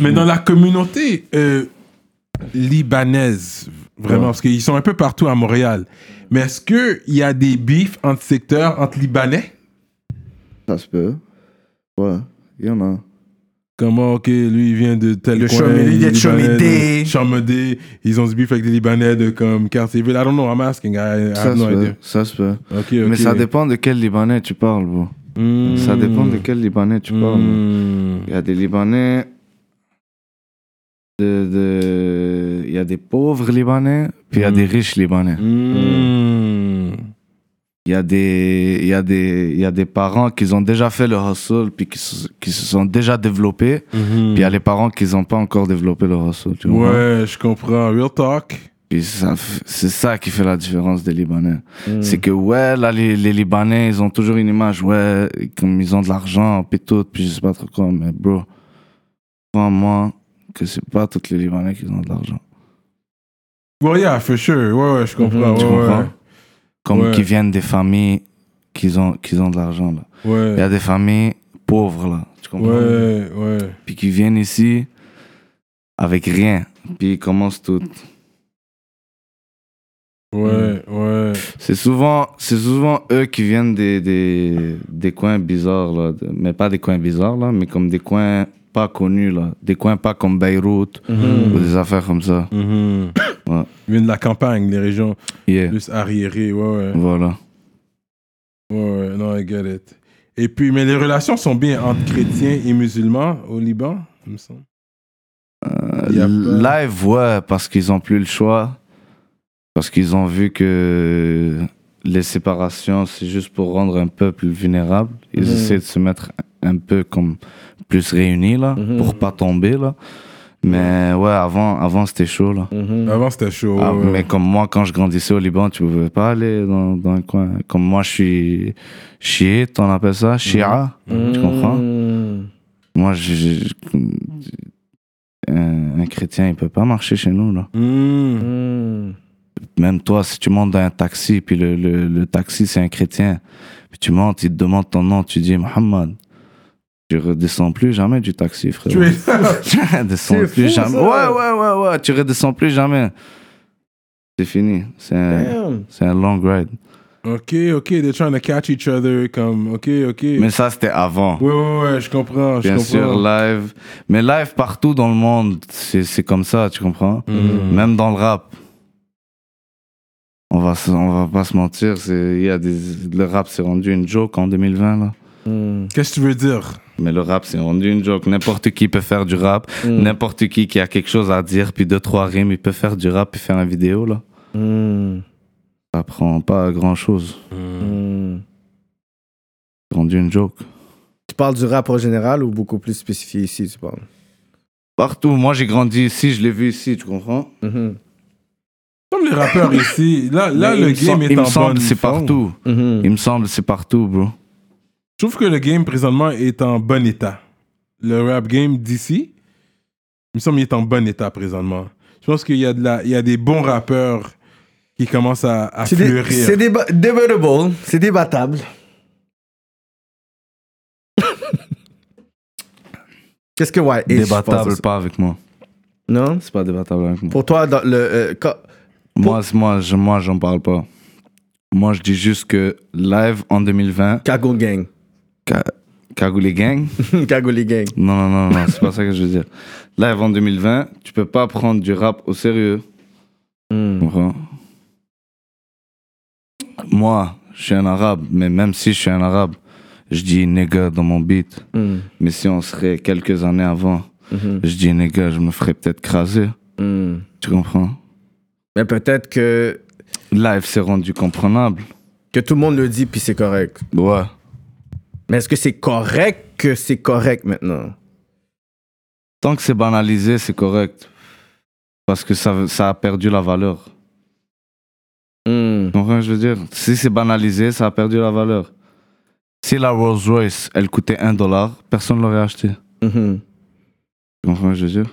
[SPEAKER 3] Mais dans la communauté euh, libanaise, vraiment, parce qu'ils sont un peu partout à Montréal. Mais est-ce qu'il y a des bifs entre secteurs, entre Libanais
[SPEAKER 5] Ça se peut. Ouais, il y en a.
[SPEAKER 3] Comment, ok, lui, il vient de tel
[SPEAKER 4] Le
[SPEAKER 3] coin.
[SPEAKER 4] Chomedey,
[SPEAKER 3] il est
[SPEAKER 4] d'être
[SPEAKER 3] Libanais,
[SPEAKER 4] Chomedey.
[SPEAKER 3] de- Chomedey. Ils ont ce bif avec des Libanais de comme Cartierville. I don't know, I'm asking. I, I
[SPEAKER 5] Ça
[SPEAKER 3] have
[SPEAKER 5] se
[SPEAKER 3] no
[SPEAKER 5] peut.
[SPEAKER 3] idea.
[SPEAKER 5] Ça se peut.
[SPEAKER 3] Ok, ok.
[SPEAKER 5] Mais ça dépend de quel Libanais tu parles, bro.
[SPEAKER 3] Hmm.
[SPEAKER 5] Ça dépend de hein. quel Libanais tu parles. bro.
[SPEAKER 3] Hmm.
[SPEAKER 5] Il y a des Libanais. De, de... Il y a des pauvres Libanais, puis il y a
[SPEAKER 3] Mm.
[SPEAKER 5] des riches Libanais.
[SPEAKER 3] Hmm.
[SPEAKER 5] Il y, a des, il, y a des, il y a des parents qui ont déjà fait le hustle, puis qui se, qui se sont déjà développés.
[SPEAKER 3] Mhm.
[SPEAKER 5] Puis il y a les parents qui n'ont pas encore développé le hustle. Tu vois?
[SPEAKER 3] Ouais, je comprends. Real talk.
[SPEAKER 5] Puis ça f- c'est ça qui fait la différence des Libanais.
[SPEAKER 4] Mm.
[SPEAKER 5] C'est que, ouais, là, les, les Libanais, ils ont toujours une image, ouais, comme ils ont de l'argent, puis tout, puis je sais pas trop quoi, mais bro, crois-moi que c'est pas tous les Libanais qui ont de l'argent.
[SPEAKER 3] Well, yeah, for sure. Ouais, ouais, je comprends.
[SPEAKER 5] Mhm, Tu
[SPEAKER 3] ouais,
[SPEAKER 5] comprends? Comme
[SPEAKER 3] Ouais.
[SPEAKER 5] qui viennent des familles qui ont, qui ont de l'argent, là.
[SPEAKER 3] Ouais.
[SPEAKER 5] Il y a des familles pauvres, là. Tu comprends?
[SPEAKER 3] Ouais, ouais.
[SPEAKER 5] Puis qui viennent ici avec rien, puis ils commencent tout.
[SPEAKER 3] Ouais, ouais.
[SPEAKER 5] C'est souvent, c'est souvent eux qui viennent des, des, des coins bizarres, là. De- mais pas des coins bizarres, là, mais comme des coins pas connus, là. des coins pas comme Beyrouth
[SPEAKER 3] Mhm.
[SPEAKER 5] ou des affaires comme ça. Mhm. Ouais.
[SPEAKER 3] Ils viennent de la campagne, les régions
[SPEAKER 5] Yeah.
[SPEAKER 3] plus arriérées, ouais, ouais.
[SPEAKER 5] Voilà.
[SPEAKER 3] Ouais, ouais, non, I get it. Et puis, mais les relations sont bien entre chrétiens et musulmans au Liban, il me semble. Il y a pas-
[SPEAKER 5] Euh, Live, ouais, parce qu'ils ont plus le choix. Parce qu'ils ont vu que les séparations, c'est juste pour rendre un peuple vulnérable. Ils
[SPEAKER 3] Mm.
[SPEAKER 4] Mhm.
[SPEAKER 5] essaient de se mettre un peu comme plus réunis, là,
[SPEAKER 3] Mm-hmm.
[SPEAKER 4] Mhm.
[SPEAKER 5] pour pas tomber, là. Mais ouais, avant, avant c'était chaud, là.
[SPEAKER 4] Mhm.
[SPEAKER 3] Avant, c'était chaud.
[SPEAKER 5] Ah,
[SPEAKER 3] ouais.
[SPEAKER 5] Mais comme moi, quand je grandissais au Liban, tu pouvais pas aller dans, dans un coin. Comme moi, je suis chiite, on appelle ça, shia.
[SPEAKER 3] Mm-hmm.
[SPEAKER 5] Tu comprends
[SPEAKER 4] Mhm.
[SPEAKER 5] Moi, je, je- je- un, un chrétien, il peut pas marcher chez nous. Là.
[SPEAKER 3] Hmm.
[SPEAKER 4] Mhm.
[SPEAKER 5] Même toi, si tu montes dans un taxi, puis le, le, le taxi, c'est un chrétien, puis tu montes, il te demande ton nom, tu dis Mohammed. Tu redescends plus jamais du taxi, frère.
[SPEAKER 3] Tu es
[SPEAKER 5] Tu redescends
[SPEAKER 4] C'est
[SPEAKER 5] plus
[SPEAKER 4] fou,
[SPEAKER 5] jamais.
[SPEAKER 4] ça.
[SPEAKER 5] Ouais, ouais, ouais, ouais, tu redescends plus jamais. C'est fini. C'est un,
[SPEAKER 4] Damn.
[SPEAKER 5] c'est un long ride.
[SPEAKER 3] Ok, ok, they're trying to catch each other, comme, ok, ok.
[SPEAKER 5] Mais ça, c'était avant.
[SPEAKER 3] Ouais, ouais, ouais, je comprends, je
[SPEAKER 5] Bien sûr,
[SPEAKER 3] comprends.
[SPEAKER 5] live. Mais live partout dans le monde, c'est c'est comme ça, tu comprends
[SPEAKER 3] Mhm.
[SPEAKER 5] Même dans le rap. On va, se- on va pas se mentir, c'est- il y a des, le rap s'est rendu une joke en 2020. Là.
[SPEAKER 4] Mhm.
[SPEAKER 3] Qu'est-ce que tu veux dire?
[SPEAKER 5] Mais le rap s'est rendu une joke. N'importe qui peut faire du rap.
[SPEAKER 3] Mm.
[SPEAKER 4] Mhm.
[SPEAKER 5] N'importe qui qui a quelque chose à dire, puis deux, trois rimes, il peut faire du rap et faire une vidéo. Là.
[SPEAKER 4] Mhm.
[SPEAKER 5] Ça prend pas grand-chose.
[SPEAKER 4] Mhm.
[SPEAKER 5] C'est rendu une joke.
[SPEAKER 4] Tu parles du rap en général ou beaucoup plus spécifié ici, tu parles
[SPEAKER 5] Partout, moi j'ai grandi ici, je l'ai vu ici, tu comprends
[SPEAKER 4] Mhm.
[SPEAKER 3] Comme les rappeurs ici, là, là
[SPEAKER 5] Mais il
[SPEAKER 3] le
[SPEAKER 5] me
[SPEAKER 3] game
[SPEAKER 5] sem-
[SPEAKER 3] est
[SPEAKER 5] il me
[SPEAKER 3] en
[SPEAKER 5] semble
[SPEAKER 3] bonne
[SPEAKER 5] c'est
[SPEAKER 3] forme.
[SPEAKER 5] partout.
[SPEAKER 4] Mhm.
[SPEAKER 5] Il me semble c'est partout, bro.
[SPEAKER 3] Je trouve que le game présentement est en bon état. Le rap game d'ici, il me semble qu'il est en bon état présentement. Je pense qu'il y, a de la- il y a des bons rappeurs qui commencent à, à
[SPEAKER 4] C'est dé-
[SPEAKER 3] fleurir.
[SPEAKER 4] c'est déba- débattable, c'est débattable. Qu'est-ce que White Age
[SPEAKER 5] Débattable, pas avec moi.
[SPEAKER 4] Non?
[SPEAKER 5] C'est pas débattable avec moi.
[SPEAKER 4] Pour toi, dans le. euh, quand-
[SPEAKER 5] Moi, c'est- moi, je, moi, j'en parle pas. Moi, je dis juste que live en 2020,
[SPEAKER 4] Cagoule Gang.
[SPEAKER 5] Ka- Cagoulé Gang.
[SPEAKER 4] Cagoule Gang.
[SPEAKER 5] Non, non, non, non, c'est pas ça que je veux dire. Live en 2020, tu peux pas prendre du rap au sérieux. Tu comprends Moi, je suis un arabe, mais même si je suis un arabe, je dis nigga dans mon beat.
[SPEAKER 4] Mm.
[SPEAKER 5] Mais si on serait quelques années avant,
[SPEAKER 4] Mhm.
[SPEAKER 5] je dis nigga, je me ferais peut-être craser.
[SPEAKER 4] Mm.
[SPEAKER 5] Tu comprends
[SPEAKER 4] Mais peut-être que,
[SPEAKER 5] Live s'est rendu comprenable.
[SPEAKER 4] que tout le monde le dit, puis c'est correct.
[SPEAKER 5] Ouais.
[SPEAKER 4] Mais est-ce que c'est correct que c'est correct maintenant?
[SPEAKER 5] Tant que c'est banalisé, c'est correct. Parce que ça, ça a perdu la valeur.
[SPEAKER 4] Mm.
[SPEAKER 5] Tu comprends ce que je veux dire Si c'est banalisé, ça a perdu la valeur. Si la Rolls Royce, elle coûtait 1 dollar, personne ne l'aurait acheté.
[SPEAKER 4] Mhm.
[SPEAKER 5] Tu comprends ce que je veux dire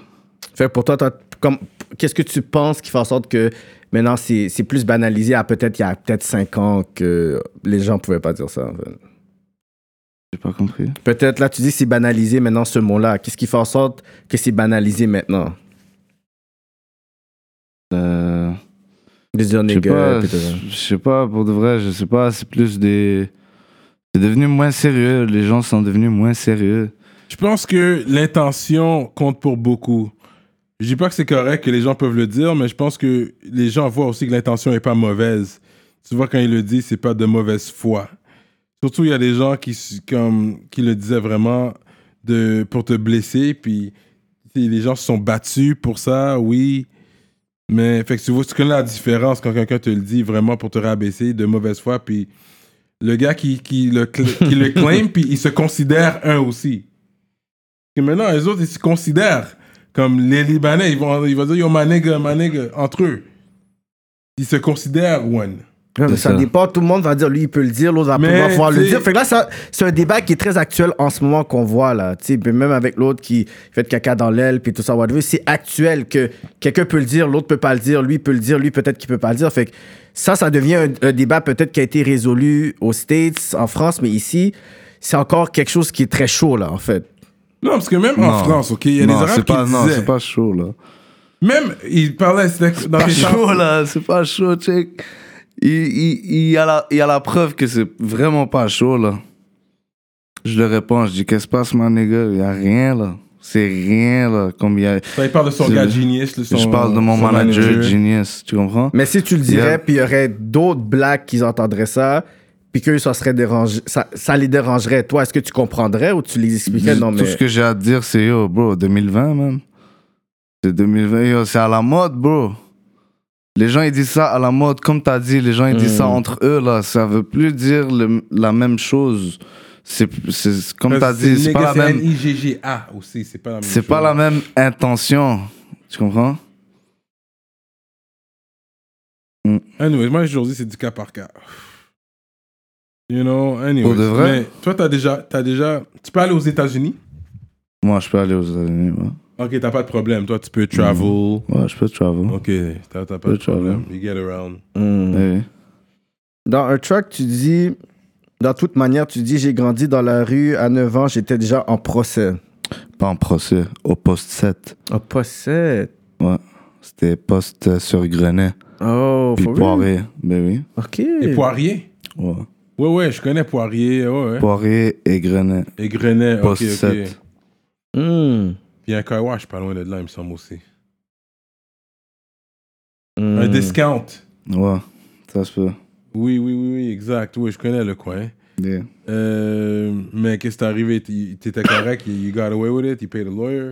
[SPEAKER 4] Fait que pour toi, t'as- comme, qu'est-ce que tu penses qui fait en sorte que maintenant c'est, c'est plus banalisé à peut-être il y a peut-être 5 ans que les gens pouvaient pas dire ça? en fait?
[SPEAKER 5] J'ai pas compris.
[SPEAKER 4] Peut-être là, tu dis c'est banalisé maintenant ce mot-là. Qu'est-ce qui fait en sorte que c'est banalisé maintenant?
[SPEAKER 5] Euh,
[SPEAKER 4] De dire
[SPEAKER 5] je sais
[SPEAKER 4] nigga,
[SPEAKER 5] pas,
[SPEAKER 4] puis tout ça.
[SPEAKER 5] je sais pas, pour de vrai, je sais pas, c'est plus des. C'est devenu moins sérieux, les gens sont devenus moins sérieux.
[SPEAKER 3] Je pense que l'intention compte pour beaucoup. Je dis pas que c'est correct que les gens peuvent le dire, mais je pense que les gens voient aussi que l'intention est pas mauvaise. Souvent, quand ils le disent, c'est pas de mauvaise foi. Surtout, il y a des gens qui, s- comme, qui le disaient vraiment de, pour te blesser, puis tu sais, les gens se sont battus pour ça, oui. Mais fait que tu vois, tu connais la différence quand quelqu'un te le dit vraiment pour te rabaisser, de mauvaise foi, puis le gars qui, qui, le, cl- qui le claim, puis il se considère un aussi. Et maintenant, les autres, ils se considèrent comme les Libanais. Ils vont, ils vont dire, yo, ma nigga, ma nigga, entre eux. Ils se considèrent one.
[SPEAKER 4] Ouais, mais
[SPEAKER 5] C'est
[SPEAKER 4] ça,
[SPEAKER 5] ça.
[SPEAKER 4] dépend, tout le monde va dire, lui, il peut le dire, l'autre va
[SPEAKER 3] Mais,
[SPEAKER 4] pas pouvoir le
[SPEAKER 3] tu sais-
[SPEAKER 4] dire. Fait que là, ça- c'est un débat qui est très actuel en ce moment qu'on voit, là. Tu sais, puis même avec l'autre qui fait caca dans l'aile, puis tout ça, whatever, c'est actuel que quelqu'un peut le dire, l'autre peut pas le dire, lui peut le dire, lui peut-être qu'il peut pas le dire. Fait que ça, ça devient un, un débat peut-être qui a été résolu aux States, en France, mais ici, c'est encore quelque chose qui est très chaud, là, en fait.
[SPEAKER 3] Non, parce que même en
[SPEAKER 5] Non.
[SPEAKER 3] France, OK, il y a des
[SPEAKER 5] Non,
[SPEAKER 3] Arabes
[SPEAKER 5] c'est
[SPEAKER 3] qui
[SPEAKER 5] pas, Non,
[SPEAKER 3] disaient...
[SPEAKER 5] c'est pas chaud là.
[SPEAKER 3] Même, ils parlaient... c'était Dans
[SPEAKER 5] pas
[SPEAKER 3] les
[SPEAKER 5] chaud là, c'est pas chaud, check. Il, il- il y a la, il y a la preuve que c'est vraiment pas chaud là. Je le réponds, je dis qu'est-ce qui se passe, mon nigga Il y a rien là. C'est rien là. Comme il y a...
[SPEAKER 3] Quand ils parlent de son
[SPEAKER 5] C'est
[SPEAKER 3] gars
[SPEAKER 5] le-
[SPEAKER 3] Genius, le- son-
[SPEAKER 5] je parle de mon
[SPEAKER 3] son
[SPEAKER 5] manager, Genius, tu comprends
[SPEAKER 4] Mais si tu le dirais,
[SPEAKER 5] Yeah.
[SPEAKER 4] puis il y aurait d'autres blacks qui entendraient ça, puis que ça serait dérangé, ça, ça les dérangerait. Toi, est-ce que tu comprendrais ou tu les expliquais? Non, mais.
[SPEAKER 5] Tout ce que j'ai à te dire, c'est yo, bro, 2020, man. C'est 2020, yo, c'est à la mode, bro. Les gens, ils disent ça à la mode, comme t'as dit, les gens, ils disent
[SPEAKER 4] Hmm.
[SPEAKER 5] ça entre eux, là. Ça veut plus dire le- la même chose. C'est, c'est- comme t'as dit, c'est pas la même.
[SPEAKER 3] N-I-G-G-A aussi, c'est pas la même
[SPEAKER 5] C'est pas
[SPEAKER 3] chose.
[SPEAKER 5] la même intention. Tu comprends?
[SPEAKER 3] Anyway, moi, je leur dis, c'est du cas par cas. You know, anyway.
[SPEAKER 5] Pour de vrai?
[SPEAKER 3] toi, t'as déjà, t'as déjà... Tu peux aller aux États-Unis?
[SPEAKER 5] Moi, je peux aller aux États-Unis, ouais.
[SPEAKER 3] OK, t'as pas de problème. Toi, tu peux travel...
[SPEAKER 5] Ouais, je peux travel.
[SPEAKER 3] Ok, t'as t'as pas
[SPEAKER 5] Peu
[SPEAKER 3] de
[SPEAKER 5] de problème.
[SPEAKER 3] problème. You get around.
[SPEAKER 4] Hmm.
[SPEAKER 5] Eh oui.
[SPEAKER 4] Dans un track, tu dis, dans toute manière, tu dis, j'ai grandi dans la rue, à 9 ans, j'étais déjà en procès.
[SPEAKER 5] Pas en procès, au poste 7.
[SPEAKER 4] En procès?
[SPEAKER 5] C'était poste euh, sur Grenet.
[SPEAKER 4] Oh,
[SPEAKER 5] Puis
[SPEAKER 4] for real?
[SPEAKER 5] Poirier, ben oui.
[SPEAKER 4] Ok.
[SPEAKER 3] Et Poirier?
[SPEAKER 5] Ouais.
[SPEAKER 3] Ouais, ouais, je connais Poirier, ouais, ouais.
[SPEAKER 5] Poirier et Grenet.
[SPEAKER 3] Et Grenet, ok, ok.
[SPEAKER 5] Poste
[SPEAKER 3] Puis
[SPEAKER 5] 7.
[SPEAKER 4] Hmm.
[SPEAKER 3] il y a un car wash pas loin de là, il me semble aussi.
[SPEAKER 4] Hmm.
[SPEAKER 3] Un discount.
[SPEAKER 5] Ouais, ça se peut.
[SPEAKER 3] Oui, oui, oui, oui, exact. Oui, je connais le coin.
[SPEAKER 5] Yeah.
[SPEAKER 3] Hein? Euh, mais qu'est-ce qui t'est arrivé? T- T'étais correct, you you got away with it, you paid a lawyer.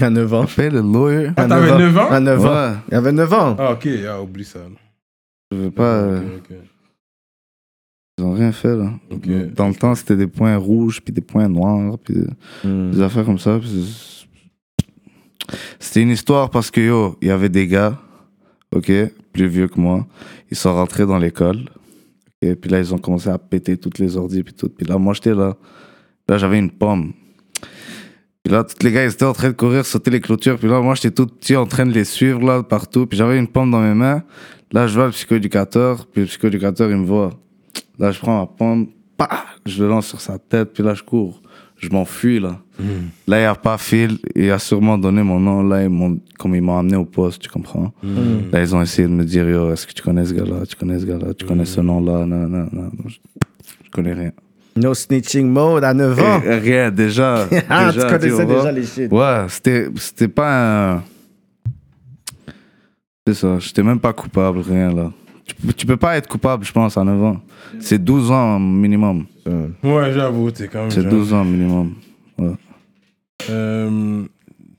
[SPEAKER 4] À 9 ans.
[SPEAKER 5] Appelle le lawyer.
[SPEAKER 3] Ah, t'avais 9 ans?
[SPEAKER 4] À 9 ans.
[SPEAKER 5] Ouais,
[SPEAKER 4] Il avait 9 ans.
[SPEAKER 3] Ah, ok, ah, oublie ça.
[SPEAKER 5] je veux pas. euh,
[SPEAKER 3] Ok, ok.
[SPEAKER 5] Ils ont rien fait là.
[SPEAKER 3] Ok.
[SPEAKER 5] Dans le temps, c'était des points rouges, puis des points noirs, puis des-
[SPEAKER 4] Hmm.
[SPEAKER 5] des affaires comme ça. puis c'est- C'était une histoire parce que yo, il y avait des gars, ok, plus vieux que moi, ils sont rentrés dans l'école. Et puis là, ils ont commencé à péter toutes les ordi, puis tout. Puis là, moi, j'étais là. Là, j'avais une pomme. Puis là, tous les gars, ils étaient en train de courir, sauter les clôtures. Puis là, moi, j'étais tout petit en train de les suivre, là, partout. Puis j'avais une pomme dans mes mains. Là, je vois le psychoéducateur. Puis le psychoéducateur, il me voit. Là, je prends ma pomme. Pah je le lance sur sa tête. Puis là, je cours. je m'enfuis là. Là, il n'y a pas Phil, il a sûrement donné mon nom, là, ils m'ont- comme ils m'ont amené au poste, tu comprends.
[SPEAKER 4] Mm.
[SPEAKER 5] Là, ils ont essayé de me dire, yo, est-ce que tu connais ce gars-là, tu connais ce gars-là, tu connais ce
[SPEAKER 4] Mm.
[SPEAKER 5] nom-là, non, non, non, non, je, je connais rien.
[SPEAKER 4] No snitching mode à 9 ans.
[SPEAKER 5] Eh, Rien, déjà.
[SPEAKER 4] Ah, tu
[SPEAKER 5] déjà,
[SPEAKER 4] connaissais
[SPEAKER 5] au
[SPEAKER 4] déjà
[SPEAKER 5] revoir.
[SPEAKER 4] les shit.
[SPEAKER 5] Ouais, c'était, c'était pas un. C'est ça, j'étais même pas coupable, rien là. Tu, peux- tu peux pas être coupable, je pense, à 9 ans. C'est 12 ans minimum.
[SPEAKER 3] Ouais, j'avoue, t'es quand même.
[SPEAKER 5] C'est
[SPEAKER 3] jeune.
[SPEAKER 5] 12 ans minimum. Ouais.
[SPEAKER 3] Euh,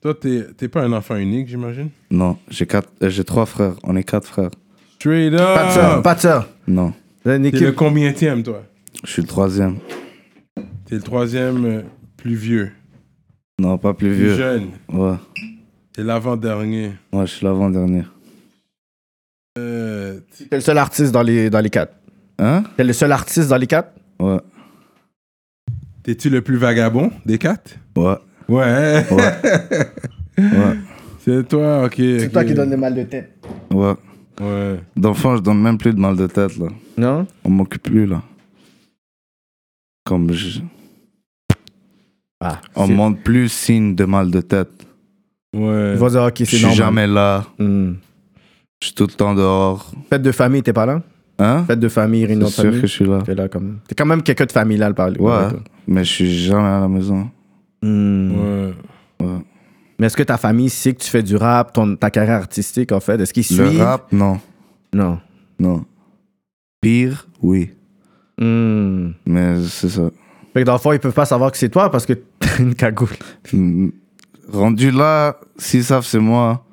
[SPEAKER 3] toi, t'es t'es pas un enfant unique, j'imagine?
[SPEAKER 5] Non, j'ai quatre, euh, j'ai trois frères, on est quatre frères.
[SPEAKER 3] Straight up!
[SPEAKER 4] Pas de ça, pas de ça.
[SPEAKER 5] Non,
[SPEAKER 4] Là, une
[SPEAKER 3] T'es le
[SPEAKER 4] équipe.
[SPEAKER 3] combien tième, toi?
[SPEAKER 5] je suis le troisième.
[SPEAKER 3] T'es le troisième euh, plus vieux,
[SPEAKER 5] Non, pas plus
[SPEAKER 3] plus
[SPEAKER 5] vieux.
[SPEAKER 3] jeune.
[SPEAKER 5] Ouais,
[SPEAKER 3] T'es l'avant-dernier.
[SPEAKER 5] moi je suis l'avant-dernier.
[SPEAKER 3] Euh, t-
[SPEAKER 4] T'es le seul artiste dans les, dans les quatre.
[SPEAKER 5] Hein?
[SPEAKER 4] T'es le seul artiste dans les quatre?
[SPEAKER 5] Ouais,
[SPEAKER 3] T'es-tu le plus vagabond des quatre?
[SPEAKER 5] ouais,
[SPEAKER 3] Ouais,
[SPEAKER 5] ouais. ouais,
[SPEAKER 3] c'est euh, toi, ok.
[SPEAKER 4] C'est toi qui donnes le mal de tête.
[SPEAKER 5] ouais.
[SPEAKER 3] Ouais.
[SPEAKER 5] D'enfant, je donne même plus de mal de tête là.
[SPEAKER 4] Non?
[SPEAKER 5] On m'occupe plus là. Comme je-
[SPEAKER 4] Ah.
[SPEAKER 5] on
[SPEAKER 4] c'est-
[SPEAKER 5] me montre plus signe de mal de tête.
[SPEAKER 3] Ouais.
[SPEAKER 4] Ils vont dire, ok,
[SPEAKER 5] Je
[SPEAKER 4] c'est
[SPEAKER 5] suis
[SPEAKER 4] normal.
[SPEAKER 5] jamais là.
[SPEAKER 4] Hmm.
[SPEAKER 5] Je suis tout le temps dehors.
[SPEAKER 4] Fête de famille, t'es pas là?
[SPEAKER 5] Hein
[SPEAKER 4] Fête de famille, réunion
[SPEAKER 5] C'est sûr
[SPEAKER 4] de famille.
[SPEAKER 5] que je suis là.
[SPEAKER 4] T'es là comme. T'es quand même quelqu'un de familial par
[SPEAKER 5] Ouais, mais je suis jamais à la maison.
[SPEAKER 4] Hmm.
[SPEAKER 3] Ouais.
[SPEAKER 4] Mais est-ce que ta famille sait que tu fais du rap, ton, ta carrière artistique en fait? Est-ce qu'ils suivent?
[SPEAKER 5] Le rap, non,
[SPEAKER 4] Non.
[SPEAKER 5] non. Pire, oui.
[SPEAKER 4] Hmm.
[SPEAKER 5] Mais c'est ça.
[SPEAKER 4] Fait que dans le fond, ils peuvent pas savoir que c'est toi parce que t'as une cagoule.
[SPEAKER 5] Mm. Rendu là, s'ils savent c'est moi,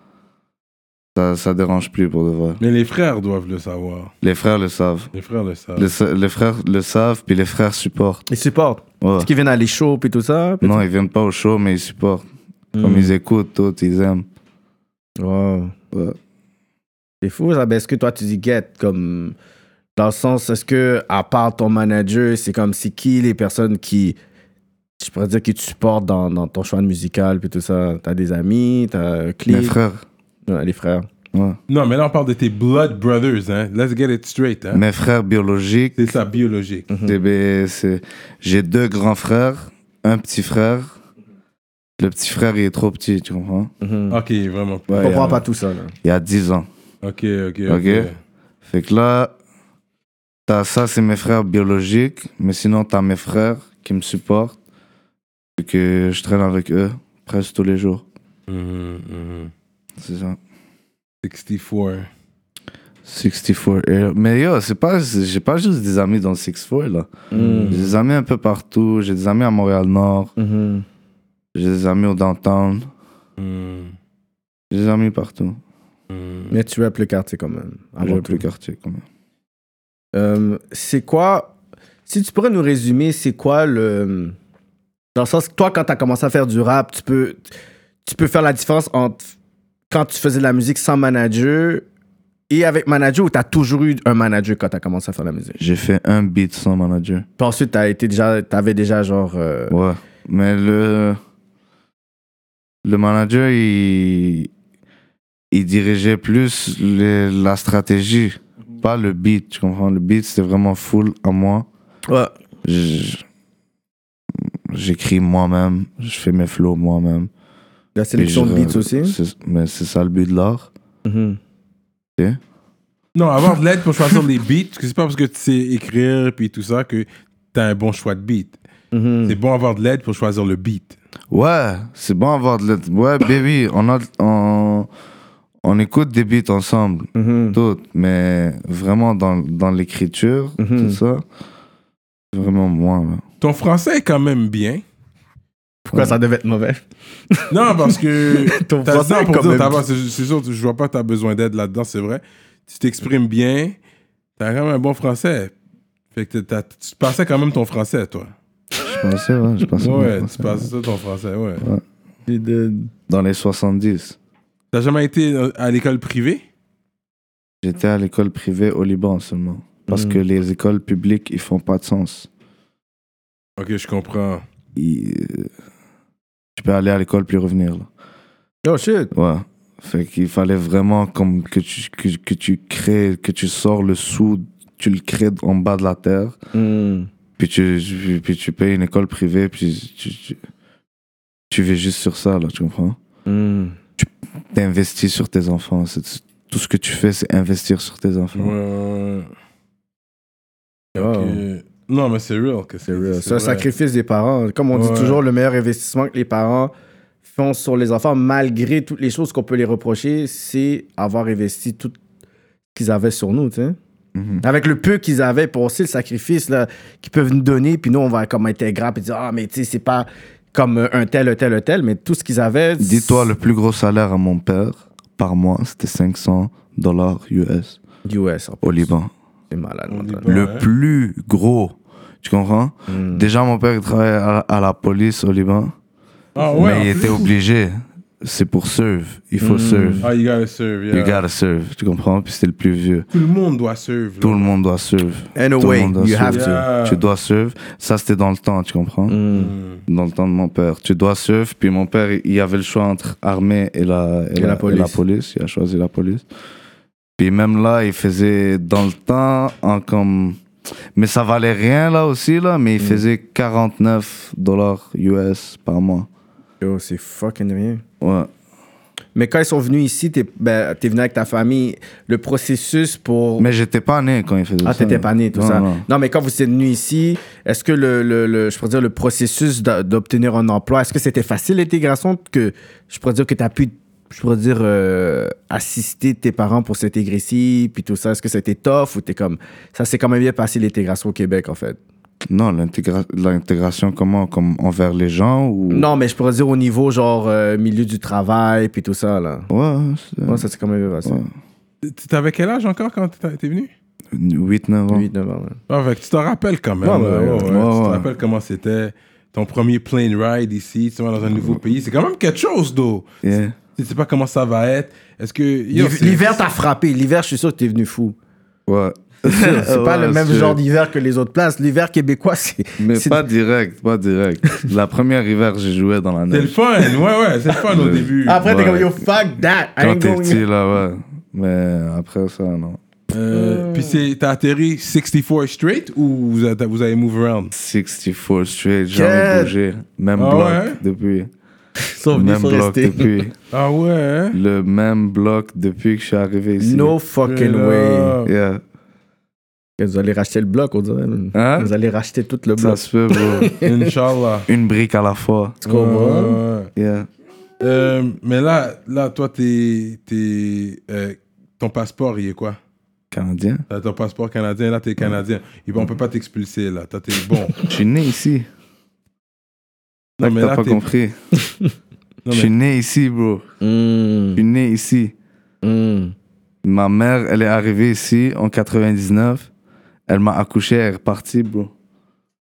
[SPEAKER 5] ça, ça dérange plus pour de vrai.
[SPEAKER 3] Mais les frères doivent le savoir.
[SPEAKER 5] Les frères le savent.
[SPEAKER 3] Les frères le savent.
[SPEAKER 5] Les, sa- les frères le savent, puis les frères supportent.
[SPEAKER 4] Ils supportent.
[SPEAKER 5] Ouais.
[SPEAKER 4] Est-ce qu'ils viennent à les shows puis tout ça?
[SPEAKER 5] Non, ils viennent pas au show, mais ils supportent. Comme ils écoutent, tout, ils aiment.
[SPEAKER 4] Wow.
[SPEAKER 5] Ouais.
[SPEAKER 4] C'est fou ça. Ben, est-ce que toi tu dis get comme. Dans le sens, est-ce que, à part ton manager, c'est comme c'est qui les personnes qui. Je pourrais dire qui te supportent dans, dans ton choix de musical puis tout ça. T'as des amis, t'as un clip.
[SPEAKER 5] Les frères.
[SPEAKER 4] Ouais, les frères.
[SPEAKER 5] ouais.
[SPEAKER 3] Non, mais là, on parle de tes blood brothers, hein. Let's get it straight, hein.
[SPEAKER 5] Mes frères biologiques,
[SPEAKER 3] C'est ça, biologique.
[SPEAKER 4] Mhm.
[SPEAKER 5] c'est- ben, c'est- j'ai deux grands frères, un petit frère. Le petit frère, il est trop petit, tu comprends
[SPEAKER 4] Mhm. euh,
[SPEAKER 3] Ok, vraiment.
[SPEAKER 5] Ouais,
[SPEAKER 4] Je
[SPEAKER 5] il y
[SPEAKER 4] comprends
[SPEAKER 5] a-
[SPEAKER 4] pas tout ça. Là.
[SPEAKER 5] Il y a 10 ans.
[SPEAKER 3] Ok, ok, ok.
[SPEAKER 5] Ok. Fait que là, t'as ça, c'est mes frères biologiques, mais sinon, t'as mes frères qui me supportent, et que je traîne avec eux presque tous les jours.
[SPEAKER 3] Mhm, mhm.
[SPEAKER 5] C'est ça.
[SPEAKER 3] 64.
[SPEAKER 5] 64 Air. Mais yo, c'est pas, c'est- j'ai pas juste des amis dans le 64 là. J'ai des amis un peu partout. J'ai des amis à Montréal-Nord.
[SPEAKER 4] Mhm.
[SPEAKER 5] J'ai des amis au downtown.
[SPEAKER 3] Mhm,
[SPEAKER 5] J'ai des amis partout.
[SPEAKER 3] mhm.
[SPEAKER 4] Mais tu rappes le quartier quand même. avant
[SPEAKER 5] J'ai
[SPEAKER 4] tout.
[SPEAKER 5] plus le quartier quand même.
[SPEAKER 4] Euh, c'est quoi. Si tu pourrais nous résumer, c'est quoi le. Dans le sens que toi, quand tu as commencé à faire du rap, tu peux, tu peux faire la différence entre quand tu faisais de la musique sans manager et avec manager ou tu as toujours eu un manager quand tu as commencé à faire de la musique.
[SPEAKER 5] J'ai fait un beat sans manager.
[SPEAKER 4] Puis ensuite, tu été déjà, avais déjà genre. euh,
[SPEAKER 5] Ouais. Mais le. Le manager, il. Il dirigeait plus les- la stratégie, pas le beat. Tu comprends? Le beat, c'était vraiment full à moi.
[SPEAKER 4] ouais.
[SPEAKER 5] Je- J'écris moi-même. Je fais mes flows moi-même.
[SPEAKER 4] La sélection de
[SPEAKER 5] Puis je-
[SPEAKER 4] beats aussi.
[SPEAKER 5] c'est- Mais c'est ça le but de l'art.
[SPEAKER 4] Mhm.
[SPEAKER 3] Non, avoir de l'aide pour choisir les beats, parce que c'est pas parce que tu sais écrire puis tout ça que t'as un bon choix de beat.
[SPEAKER 4] Mhm.
[SPEAKER 3] C'est bon avoir de l'aide pour choisir le beat.
[SPEAKER 5] Ouais, c'est bon avoir de l'aide. Ouais, baby, on, a, on, on écoute des beats ensemble,
[SPEAKER 4] Mhm.
[SPEAKER 5] toutes, mais vraiment dans, dans l'écriture,
[SPEAKER 4] Mhm.
[SPEAKER 5] tout ça, c'est vraiment moi. là.
[SPEAKER 3] Ton français est quand même bien.
[SPEAKER 4] Pourquoi ça devait être mauvais?
[SPEAKER 3] Non, parce que.
[SPEAKER 4] Ton
[SPEAKER 3] t'as-
[SPEAKER 4] français
[SPEAKER 3] non,
[SPEAKER 4] est
[SPEAKER 3] pour
[SPEAKER 4] quand
[SPEAKER 3] dire,
[SPEAKER 4] même-
[SPEAKER 3] t'as pas- c'est c'est sûr, je vois pas que t'as besoin d'aide là-dedans, c'est vrai. Tu t'exprimes bien, t'as quand même un bon français. Fait que t'as- t'as- tu passais quand même ton français, toi.
[SPEAKER 5] Je pensais, ouais, je pensais.
[SPEAKER 3] Ouais,
[SPEAKER 5] je
[SPEAKER 3] tu
[SPEAKER 5] pensais.
[SPEAKER 3] passais ça, ton français, ouais.
[SPEAKER 5] Dans les 70,
[SPEAKER 3] T'as jamais été euh, à l'école privée?
[SPEAKER 5] j'étais à l'école privée au Liban seulement.
[SPEAKER 4] Mm.
[SPEAKER 5] Parce que les écoles publiques, ils font pas de sens.
[SPEAKER 3] Ok, je comprends.
[SPEAKER 5] Ils- euh, Tu peux aller à l'école puis revenir, là.
[SPEAKER 4] Oh shit.
[SPEAKER 5] Ouais. Fait qu'il fallait vraiment comme que tu, que, que tu crées, que tu sors le sou, tu le crées en bas de la terre,
[SPEAKER 4] Mhm.
[SPEAKER 5] Puis tu, tu- puis tu payes une école privée, puis tu, tu, tu vis juste sur ça, là, tu comprends? T'investis sur tes enfants. c'est- Tout ce que tu fais, c'est investir sur tes enfants.
[SPEAKER 3] Ouais, ouais.
[SPEAKER 4] Oh.
[SPEAKER 3] Ok. Non, mais c'est real que c'est real.
[SPEAKER 4] C'est un sacrifice des parents. Comme on
[SPEAKER 3] Ouais.
[SPEAKER 4] dit toujours, le meilleur investissement que les parents font sur les enfants, malgré toutes les choses qu'on peut les reprocher, c'est avoir investi tout ce qu'ils avaient sur nous, tu sais.
[SPEAKER 5] Mhm.
[SPEAKER 4] Avec le peu qu'ils avaient pour aussi le sacrifice là, qu'ils peuvent nous donner, puis nous, on va comme intégrer, puis dire, ah, mais tu sais, c'est pas comme euh, un tel, un tel, un tel, mais tout ce qu'ils avaient. c'est-
[SPEAKER 5] Dis-toi, le plus gros salaire à mon père par mois, c'était 500 dollars US
[SPEAKER 4] US, en plus.
[SPEAKER 5] au Liban.
[SPEAKER 4] C'est malade,
[SPEAKER 3] Au
[SPEAKER 4] mon
[SPEAKER 3] Liban.
[SPEAKER 4] frère.
[SPEAKER 5] Le
[SPEAKER 3] Ouais.
[SPEAKER 5] plus gros. Tu comprends?
[SPEAKER 4] Mm.
[SPEAKER 5] Déjà, mon père il travaillait à, à la police au Liban,
[SPEAKER 3] Ah ouais.
[SPEAKER 5] mais il
[SPEAKER 3] en
[SPEAKER 5] était
[SPEAKER 3] plus.
[SPEAKER 5] obligé. C'est pour serve. Il faut
[SPEAKER 4] Mm.
[SPEAKER 5] serve.
[SPEAKER 3] Ah, you gotta serve, yeah.
[SPEAKER 5] You gotta serve. Tu comprends? Puis c'était le plus vieux.
[SPEAKER 3] Tout le monde doit serve. là.
[SPEAKER 5] Tout le monde doit serve. Tout le
[SPEAKER 4] Anyway,
[SPEAKER 5] monde doit
[SPEAKER 4] you have
[SPEAKER 5] serve.
[SPEAKER 4] to.
[SPEAKER 3] Yeah.
[SPEAKER 5] Tu dois serve. Ça, c'était dans le temps, tu comprends?
[SPEAKER 4] Mm.
[SPEAKER 3] Mm.
[SPEAKER 5] Dans le temps de mon père. Tu dois serve. Puis mon père, il avait le choix entre armée et la,
[SPEAKER 4] Et la police.
[SPEAKER 5] Il a choisi la police. Puis même là, il faisait dans le temps en comme. Mais ça valait rien là aussi, là. Mais
[SPEAKER 4] Hmm.
[SPEAKER 5] il faisait 49 dollars US par mois.
[SPEAKER 4] Yo, c'est fucking rien.
[SPEAKER 5] Ouais.
[SPEAKER 4] Mais quand ils sont venus ici, t'es ben, t'es venu avec ta famille, le processus pour.
[SPEAKER 5] Mais j'étais pas né quand il faisait
[SPEAKER 4] Oh. ah,
[SPEAKER 5] ça.
[SPEAKER 4] t'étais pas né, tout
[SPEAKER 5] Non,
[SPEAKER 4] ça.
[SPEAKER 5] non.
[SPEAKER 4] mais quand vous êtes venu ici, est-ce que le, le, le- je pourrais dire, le processus d'a- d'obtenir un emploi, est-ce que c'était facile l'intégration que je pourrais dire que t'as pu, je pourrais dire, euh, assister tes parents pour s'intégrer ici, puis tout ça? Est-ce que c'était tough ou t'es comme. Ça s'est quand même bien passé l'intégration au Québec, en fait?
[SPEAKER 5] Non, l'intégra- l'intégration comment Comme envers les gens ou...
[SPEAKER 4] Non, mais je pourrais dire au niveau, genre, euh, milieu du travail, puis tout ça, là.
[SPEAKER 5] Ouais, c'est-
[SPEAKER 4] Ouais, ça s'est quand même bien passé.
[SPEAKER 5] Ouais.
[SPEAKER 3] Tu- T'avais quel âge encore quand t'as- t'es venu
[SPEAKER 5] 8-9 ans.
[SPEAKER 4] 8, 9 ans, ouais.
[SPEAKER 3] Ah, fait que tu te rappelles quand même.
[SPEAKER 4] Ouais,
[SPEAKER 3] là,
[SPEAKER 4] ouais,
[SPEAKER 5] ouais.
[SPEAKER 3] Tu te
[SPEAKER 5] Ouais, ouais.
[SPEAKER 3] rappelles comment c'était ton premier plane ride ici, tu vois, dans un nouveau pays. C'est quand même quelque chose, d'eau.
[SPEAKER 5] Yeah.
[SPEAKER 3] Tu sais pas comment ça va être. Est-ce que. yo,
[SPEAKER 4] L'hiv-
[SPEAKER 3] c'est-
[SPEAKER 4] L'hiver t'a frappé. L'hiver, je suis sûr que t'es venu fou. Euh,
[SPEAKER 5] Ouais.
[SPEAKER 4] C'est pas
[SPEAKER 5] Ouais,
[SPEAKER 4] le même
[SPEAKER 5] c'est-
[SPEAKER 4] genre d'hiver que les autres places. L'hiver québécois, c'est.
[SPEAKER 5] Mais
[SPEAKER 4] c'est-
[SPEAKER 5] pas direct, pas direct. la première hiver, j'ai joué dans la
[SPEAKER 3] C'est le
[SPEAKER 5] neige.
[SPEAKER 3] fun, ouais, ouais, c'est le fun au
[SPEAKER 5] Ouais.
[SPEAKER 3] début.
[SPEAKER 4] Après, t'es
[SPEAKER 5] Ouais.
[SPEAKER 4] comme yo, fuck that. I
[SPEAKER 5] Quand
[SPEAKER 4] ain't
[SPEAKER 5] t'es
[SPEAKER 4] going-
[SPEAKER 5] petit, là, ouais. Mais après ça, non.
[SPEAKER 3] Euh, Puis c'est- t'as atterri 64 straight ou vous avez, vous avez move around?
[SPEAKER 5] 64 straight, j'ai jamais
[SPEAKER 4] Quel-
[SPEAKER 5] bougé. Même
[SPEAKER 3] Ah
[SPEAKER 5] bloc
[SPEAKER 3] ouais?
[SPEAKER 5] depuis.
[SPEAKER 4] Sont venus,
[SPEAKER 5] Même
[SPEAKER 4] sont
[SPEAKER 5] bloc
[SPEAKER 4] restés.
[SPEAKER 5] depuis.
[SPEAKER 3] Ah
[SPEAKER 4] hein?
[SPEAKER 3] ouais?
[SPEAKER 5] Le même bloc depuis que je suis arrivé ici.
[SPEAKER 4] No fucking way.
[SPEAKER 3] Là.
[SPEAKER 5] Yeah.
[SPEAKER 4] Que Vous allez racheter le bloc, on dirait. man.
[SPEAKER 5] Hein?
[SPEAKER 4] Vous allez racheter tout le
[SPEAKER 5] Ça
[SPEAKER 4] bloc.
[SPEAKER 5] se peut, bro.
[SPEAKER 3] Inch'Allah.
[SPEAKER 5] Une brique à la fois.
[SPEAKER 4] Tu comprends?
[SPEAKER 3] Ouais.
[SPEAKER 5] Yeah.
[SPEAKER 3] Euh, mais là, là toi, t'es, t'es, euh, ton passeport, il est quoi?
[SPEAKER 5] Canadien.
[SPEAKER 3] T'as ton passeport canadien, là,
[SPEAKER 4] Mm.
[SPEAKER 3] t'es canadien. Et ben, on peut pas t'expulser, là. Toi, t'es bon.
[SPEAKER 5] Je suis né ici.
[SPEAKER 3] Non, mais
[SPEAKER 5] T'as
[SPEAKER 3] là,
[SPEAKER 5] pas
[SPEAKER 3] t'es-
[SPEAKER 5] compris.
[SPEAKER 3] non,
[SPEAKER 5] Je suis
[SPEAKER 3] mais-
[SPEAKER 5] né ici, bro. Je
[SPEAKER 4] Mm,
[SPEAKER 5] suis né ici.
[SPEAKER 4] mm.
[SPEAKER 5] Ma mère, elle est arrivée ici en 99. Elle m'a accouché, elle est repartie, bro.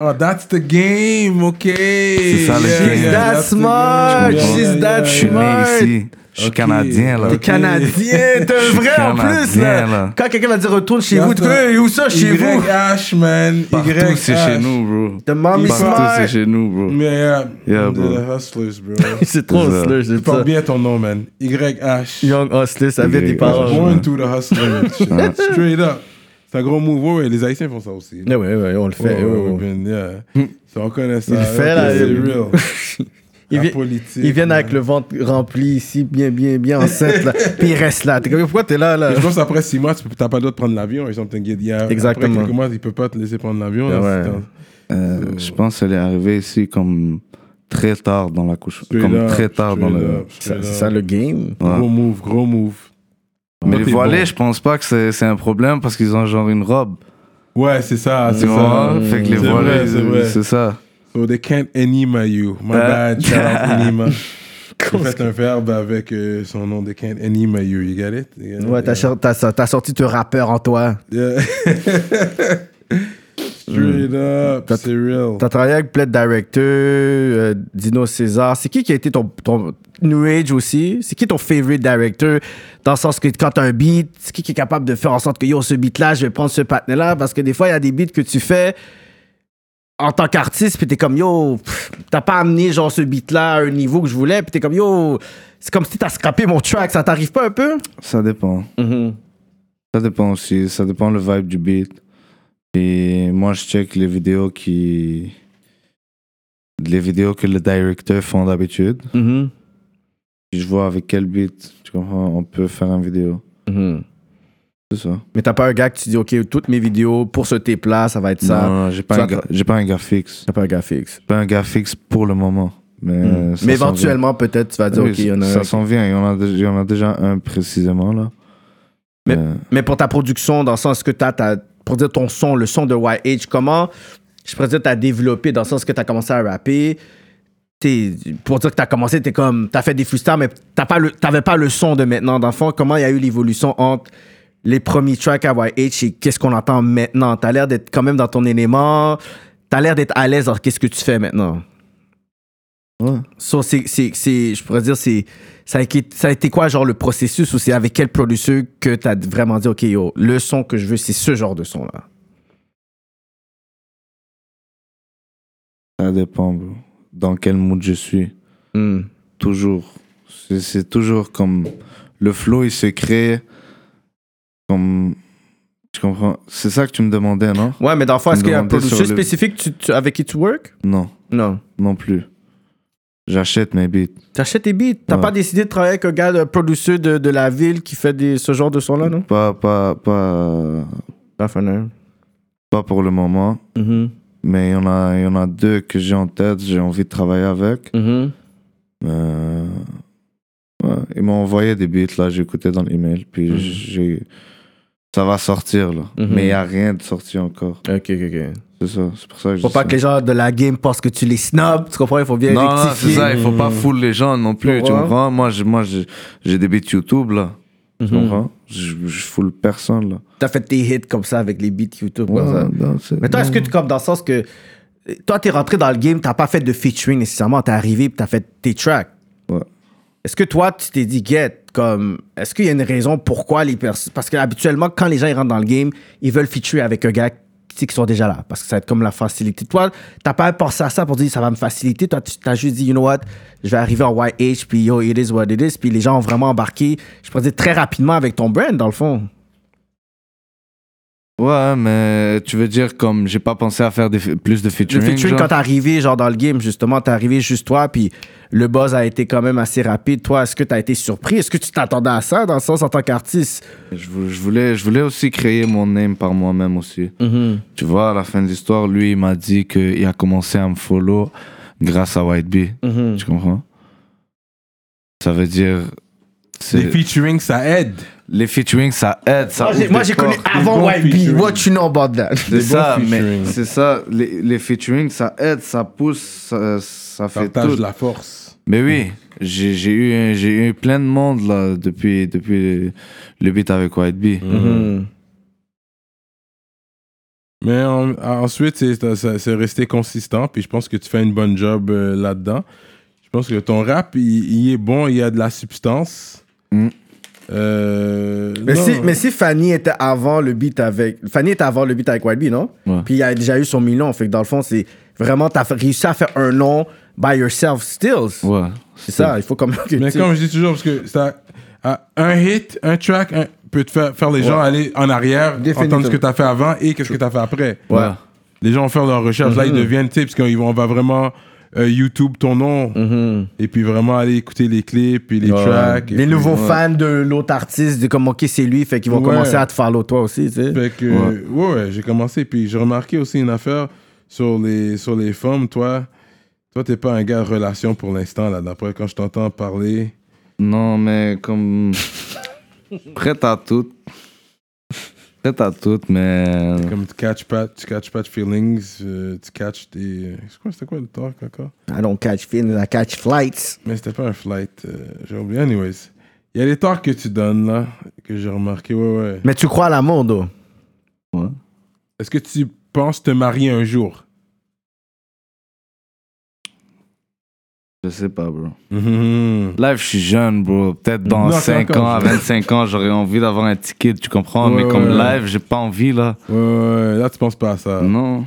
[SPEAKER 3] Oh, that's the game, OK. C'est
[SPEAKER 5] ça, le game. She's
[SPEAKER 4] that
[SPEAKER 3] Ah,
[SPEAKER 4] smart, she's that
[SPEAKER 5] Je suis né
[SPEAKER 4] Right.
[SPEAKER 5] ici. Je suis
[SPEAKER 3] Ok.
[SPEAKER 5] canadien, là.
[SPEAKER 4] T'es
[SPEAKER 3] Ok.
[SPEAKER 4] canadien, t'es un
[SPEAKER 5] Je suis
[SPEAKER 4] vrai en plus, là.
[SPEAKER 5] Canadien, là.
[SPEAKER 4] Quand quelqu'un va dire retourne chez
[SPEAKER 3] That's
[SPEAKER 4] vous, tu
[SPEAKER 3] the-
[SPEAKER 4] fais, Hey, où ça chez vous?
[SPEAKER 3] YH, man.
[SPEAKER 5] Partout, c'est
[SPEAKER 3] YH.
[SPEAKER 5] chez nous, bro.
[SPEAKER 4] The mom is
[SPEAKER 5] Partout, c'est
[SPEAKER 4] smart.
[SPEAKER 5] chez nous, bro.
[SPEAKER 3] Yeah, yeah.
[SPEAKER 5] Yeah, bro.
[SPEAKER 3] The hustlers, bro.
[SPEAKER 4] C'est trop
[SPEAKER 5] C'est ça.
[SPEAKER 4] hustler, j'aime
[SPEAKER 3] Tu portes
[SPEAKER 4] ça.
[SPEAKER 3] bien ton nom, man. YH.
[SPEAKER 4] Young hustler, ça vient des
[SPEAKER 5] Yeah.
[SPEAKER 4] parents.
[SPEAKER 5] Ouais.
[SPEAKER 3] Born to the hustling. shit. Straight up. C'est un gros move. Ouais, ouais, les Haïtiens font ça aussi.
[SPEAKER 4] Ouais, ouais, ouais, on le
[SPEAKER 3] Ouais,
[SPEAKER 4] fait.
[SPEAKER 3] ouais,
[SPEAKER 4] ouais, ouais.
[SPEAKER 3] we've been- yeah. Ça, on connaît ça.
[SPEAKER 4] Il le fait, là,
[SPEAKER 3] C'est
[SPEAKER 4] il-
[SPEAKER 3] real.
[SPEAKER 4] Il
[SPEAKER 3] La
[SPEAKER 4] vient-
[SPEAKER 3] politique.
[SPEAKER 4] Ils viennent
[SPEAKER 3] man.
[SPEAKER 4] avec le ventre rempli ici, bien, bien, bien enceinte, là. Puis ils restent là. T'es comme, pourquoi t'es là,
[SPEAKER 5] Euh.
[SPEAKER 4] là?
[SPEAKER 3] Mais Je pense après 6 mois, tu peux- t'as pas le droit de prendre l'avion. Ils sont t'inquiète. Yeah.
[SPEAKER 4] Exactement.
[SPEAKER 3] Après quelques mois, ils peuvent pas te laisser prendre l'avion. là,
[SPEAKER 4] Ouais.
[SPEAKER 3] c'est un-
[SPEAKER 5] Euh, je pense qu'elle est arrivée ici comme très tard dans l'accouchement.
[SPEAKER 3] straight
[SPEAKER 5] Comme
[SPEAKER 3] up,
[SPEAKER 5] très tard dans
[SPEAKER 3] straight
[SPEAKER 5] le.
[SPEAKER 3] up,
[SPEAKER 4] Ça-
[SPEAKER 3] straight
[SPEAKER 4] C'est
[SPEAKER 3] up.
[SPEAKER 4] ça le game.
[SPEAKER 5] Ouais.
[SPEAKER 3] Gros move, gros move.
[SPEAKER 5] Mais
[SPEAKER 3] Toi,
[SPEAKER 5] les
[SPEAKER 3] t'es
[SPEAKER 5] voilés,
[SPEAKER 3] bon.
[SPEAKER 5] je pense pas que c'est c'est un problème parce qu'ils ont genre une robe.
[SPEAKER 3] Ouais, c'est ça, c'est
[SPEAKER 5] Tu
[SPEAKER 3] ça.
[SPEAKER 5] vois? euh, Fait que les
[SPEAKER 3] C'est vrai,
[SPEAKER 5] voilés,
[SPEAKER 3] c'est vrai.
[SPEAKER 5] ils- c'est ça.
[SPEAKER 3] So they can't enema you. My
[SPEAKER 5] Ah.
[SPEAKER 3] bad, shout out enema. J'ai fait un verbe avec euh, son nom. They can't enema you. You get it? You get it?
[SPEAKER 4] Ouais, t'as
[SPEAKER 3] Yeah.
[SPEAKER 4] sor- t'as t'as sorti ton rappeur en toi.
[SPEAKER 3] Yeah.
[SPEAKER 5] Mm.
[SPEAKER 3] Straight up,
[SPEAKER 4] T'as-
[SPEAKER 3] c'est real.
[SPEAKER 4] T'as travaillé avec plein de directeurs, euh, Dino César. C'est qui qui a été ton, ton New Age aussi? C'est qui ton favorite director? Dans le sens que quand t'as un beat, c'est qui qui est capable de faire en sorte que yo, ce beat-là, je vais prendre ce patin-là? Parce que des fois, il y a des beats que tu fais en tant qu'artiste, puis t'es comme yo, pff, t'as pas amené genre ce beat-là à un niveau que je voulais, puis t'es comme yo, c'est comme si t'as scrappé mon track. Ça t'arrive pas un peu?
[SPEAKER 5] Ça dépend. Ça dépend aussi. Ça dépend le vibe du beat. Et moi, je check les vidéos qui. Les vidéos que le directeur font d'habitude.
[SPEAKER 4] Mhm.
[SPEAKER 5] Puis je vois avec quel beat, tu comprends, on peut faire une vidéo.
[SPEAKER 4] Mhm.
[SPEAKER 5] C'est ça.
[SPEAKER 4] Mais t'as pas un gars que tu dis, OK, toutes mes vidéos pour ce tape-là, ça va être ça.
[SPEAKER 5] Non, non, j'ai
[SPEAKER 4] ça-
[SPEAKER 5] pas, un gars- j'ai pas un gars fixe.
[SPEAKER 4] T'as pas un gars fixe.
[SPEAKER 5] J'ai pas un gars fixe pour le moment. Mais, euh, ça
[SPEAKER 4] Hmm. Mais
[SPEAKER 5] s'en vient.
[SPEAKER 4] éventuellement, peut-être, tu vas dire,
[SPEAKER 5] Oui,
[SPEAKER 4] OK, il y en a
[SPEAKER 5] ça
[SPEAKER 4] un.
[SPEAKER 5] s'en vient. Il y en, a, dé- il y en a déjà un précisément là.
[SPEAKER 4] Mais-
[SPEAKER 5] Euh,
[SPEAKER 4] Mais pour ta production, dans le sens que t'as, t'as- pour dire ton son, le son de YH, comment, je pourrais dire, t'as développé, dans le sens que t'as commencé à rapper, t'es, pour dire que t'as commencé, t'es comme, t'as fait des freestyles, mais t'as pas le, t'avais pas le son de maintenant, dans le fond, comment il y a eu l'évolution entre les premiers tracks à YH et qu'est-ce qu'on entend maintenant? T'as l'air d'être quand même dans ton élément, t'as l'air d'être à l'aise dans qu'est-ce que tu fais maintenant?
[SPEAKER 5] ouais.
[SPEAKER 4] So, c'est, c'est, c'est- je pourrais dire, c'est, ça, a été, ça a été quoi, genre, le processus ou c'est avec quel producer que t'as vraiment dit, OK, yo, le son que je veux, c'est ce genre de son-là.
[SPEAKER 5] Ça dépend, bro. Dans quel mood je suis. Hmm. Toujours. C'est- C'est toujours comme. Le flow, il se crée. Comme. Tu comprends C'est ça que tu me demandais, non
[SPEAKER 4] Ouais, mais dans le fond,
[SPEAKER 5] Tu
[SPEAKER 4] est-ce
[SPEAKER 5] me
[SPEAKER 4] qu'il y a un
[SPEAKER 5] demandais
[SPEAKER 4] producer
[SPEAKER 5] sur le-
[SPEAKER 4] spécifique tu- tu- avec qui tu work?
[SPEAKER 5] Non,
[SPEAKER 4] Non.
[SPEAKER 5] non plus. J'achète mes beats.
[SPEAKER 4] T'achètes tes beats. T'as
[SPEAKER 5] Ouais.
[SPEAKER 4] pas décidé de travailler avec un gars, un producer de, de la ville qui fait des, ce genre de son-là, non?
[SPEAKER 5] Pas, pas, pas,
[SPEAKER 4] Pas for now.
[SPEAKER 5] pas pour le moment,
[SPEAKER 4] Mhm.
[SPEAKER 5] mais il y, en a- il y en a deux que j'ai en tête, j'ai envie de travailler avec.
[SPEAKER 4] Mhm.
[SPEAKER 5] Euh, ouais, Ils m'ont envoyé des beats, là, j'ai écouté dans l'email, puis j'ai. Ça va sortir, là.
[SPEAKER 4] Mhm.
[SPEAKER 5] Mais il n'y a rien de sorti encore.
[SPEAKER 4] Ok, ok, ok.
[SPEAKER 5] C'est ça, c'est pour ça que je
[SPEAKER 4] Faut
[SPEAKER 5] dis
[SPEAKER 4] pas
[SPEAKER 5] ça.
[SPEAKER 4] que les gens de la game pensent que tu les snobs, tu comprends? Il faut bien
[SPEAKER 5] Non, non, c'est
[SPEAKER 4] rectifier.
[SPEAKER 5] ça, il faut pas fouler les gens non plus, tu
[SPEAKER 4] Ouais.
[SPEAKER 5] comprends Moi, j'ai moi, j'ai- j'ai des beats YouTube, là, tu
[SPEAKER 4] Mhm.
[SPEAKER 5] comprends Je je foule personne, là.
[SPEAKER 4] T'as fait tes hits comme ça avec les beats YouTube, comme ça.
[SPEAKER 5] Ouais, non, c'est-
[SPEAKER 4] Mais toi, est-ce que tu, comme dans le sens que. euh, Toi, t'es rentré dans le game, t'as pas fait de featuring nécessairement, t'es arrivé pis t'as fait tes tracks.
[SPEAKER 5] Ouais.
[SPEAKER 4] Est-ce que toi, tu t'es dit, get, comme. Est-ce qu'il y a une raison pourquoi les personnes. Parce que habituellement, quand les gens ils rentrent dans le game, ils veulent featurer avec un gars tu sais, qui sont déjà là, parce que ça va être comme la facilité. Toi, t'as pas pensé à ça pour dire ça va me faciliter. Toi, tu t'as juste dit, you know what, je vais arriver en YH, puis yo, it is what it is, puis les gens ont vraiment embarqué, je pourrais dire, très rapidement avec ton brand, dans le fond.
[SPEAKER 5] Ouais, mais tu veux dire comme j'ai pas pensé à faire des f- plus de
[SPEAKER 4] Le
[SPEAKER 5] featuring
[SPEAKER 4] featuring,
[SPEAKER 5] genre
[SPEAKER 4] quand t'es arrivé, genre dans le game, justement, t'es arrivé juste toi, puis le buzz a été quand même assez rapide. Toi, est-ce que t'as été surpris? Est-ce que tu t'attendais à ça, dans le sens, en tant qu'artiste?
[SPEAKER 5] je, vou- je voulais, je voulais aussi créer mon name par moi-même aussi. Tu vois, à la fin de l'histoire, lui, il m'a dit qu'il a commencé à me follow grâce à White Bee. Tu comprends Ça veut dire... c'est-
[SPEAKER 3] Les featuring, ça aide.
[SPEAKER 5] les featuring, ça aide, ça
[SPEAKER 4] Moi, j'ai-
[SPEAKER 5] ouvre
[SPEAKER 4] Moi,
[SPEAKER 5] des
[SPEAKER 4] j'ai connu
[SPEAKER 5] portes.
[SPEAKER 3] des
[SPEAKER 4] avant
[SPEAKER 3] bons
[SPEAKER 4] YB.
[SPEAKER 3] featuring.
[SPEAKER 4] What you know about that?
[SPEAKER 5] C'est
[SPEAKER 3] Des bons
[SPEAKER 5] ça, mais
[SPEAKER 3] featuring.
[SPEAKER 5] c'est ça, les, les featuring, ça aide, ça pousse, ça, ça fait
[SPEAKER 3] Partage
[SPEAKER 5] tout.
[SPEAKER 3] la force.
[SPEAKER 5] Mais oui, j'ai j'ai eu, j'ai eu plein de monde là depuis, depuis le beat avec White Bee. Mm-hmm.
[SPEAKER 3] Mais en- ensuite, c'est- c'est c'est resté consistant. Puis je pense que tu fais une bonne job euh, là-dedans. Je pense que ton rap, il, il est bon, il y a de la substance.
[SPEAKER 5] Mm.
[SPEAKER 3] Euh,
[SPEAKER 4] Mais,
[SPEAKER 3] non.
[SPEAKER 4] si, mais si Fanny était avant le beat avec. Fanny était avant le beat avec YB, non?
[SPEAKER 5] Ouais.
[SPEAKER 4] Puis il a déjà eu son million. Fait que dans le fond, c'est vraiment, t'as réussi à faire un nom by yourself, stills.
[SPEAKER 5] Ouais.
[SPEAKER 4] C'est ça, il faut quand même que
[SPEAKER 3] Mais
[SPEAKER 4] tu-
[SPEAKER 3] comme je dis toujours, parce que ça, à un hit, un track un- peut te faire, faire les gens aller en arrière, entendre ce que tu as fait avant et qu'est-ce que tu as fait après.
[SPEAKER 5] Ouais.
[SPEAKER 3] Les gens vont faire leur recherche.
[SPEAKER 4] Mm-hmm.
[SPEAKER 3] Là, ils deviennent, tu sais, parce qu'on va vraiment euh, YouTube ton nom et puis vraiment aller écouter les clips et les tracks. et
[SPEAKER 4] Mm-hmm. les
[SPEAKER 3] puis-
[SPEAKER 4] nouveaux fans de l'autre artiste, de comme ok c'est lui, fait qu'ils vont
[SPEAKER 3] Ouais.
[SPEAKER 4] commencer à te follow toi aussi, tu sais.
[SPEAKER 3] Fait que,
[SPEAKER 5] Ouais.
[SPEAKER 3] euh, ouais, ouais, j'ai commencé. Puis j'ai remarqué aussi une affaire sur les, sur les femmes. Toi, toi, t'es pas un gars de relation pour l'instant, là. D'après, quand je t'entends parler.
[SPEAKER 5] Non, mais comme. Prête à tout. Prête à tout, mais.
[SPEAKER 3] Comme tu catch pas, tu catch pas de feelings, euh, tu catch des. C'est quoi, c'était quoi le talk encore
[SPEAKER 4] I don't catch feelings, I catch flights.
[SPEAKER 3] Mais c'était pas un flight, euh, j'ai oublié. Anyways, il y a des talks que tu donnes là, que j'ai remarqué. Ouais, ouais.
[SPEAKER 4] Mais tu crois à l'amour, though.
[SPEAKER 5] Ouais.
[SPEAKER 3] Est-ce que tu penses te marier un jour
[SPEAKER 5] Je sais pas, bro.
[SPEAKER 3] Mhm.
[SPEAKER 5] Là, je suis jeune, bro. Peut-être dans
[SPEAKER 3] Non, c'est
[SPEAKER 5] 5
[SPEAKER 3] encore
[SPEAKER 5] ans, à
[SPEAKER 3] jeune.
[SPEAKER 5] 25 ans, j'aurais envie d'avoir un ticket, tu comprends?
[SPEAKER 3] Ouais,
[SPEAKER 5] mais comme
[SPEAKER 3] ouais. Ah.
[SPEAKER 5] live, j'ai pas envie, là.
[SPEAKER 3] Ouais, ouais, là, tu penses pas à ça.
[SPEAKER 5] Non.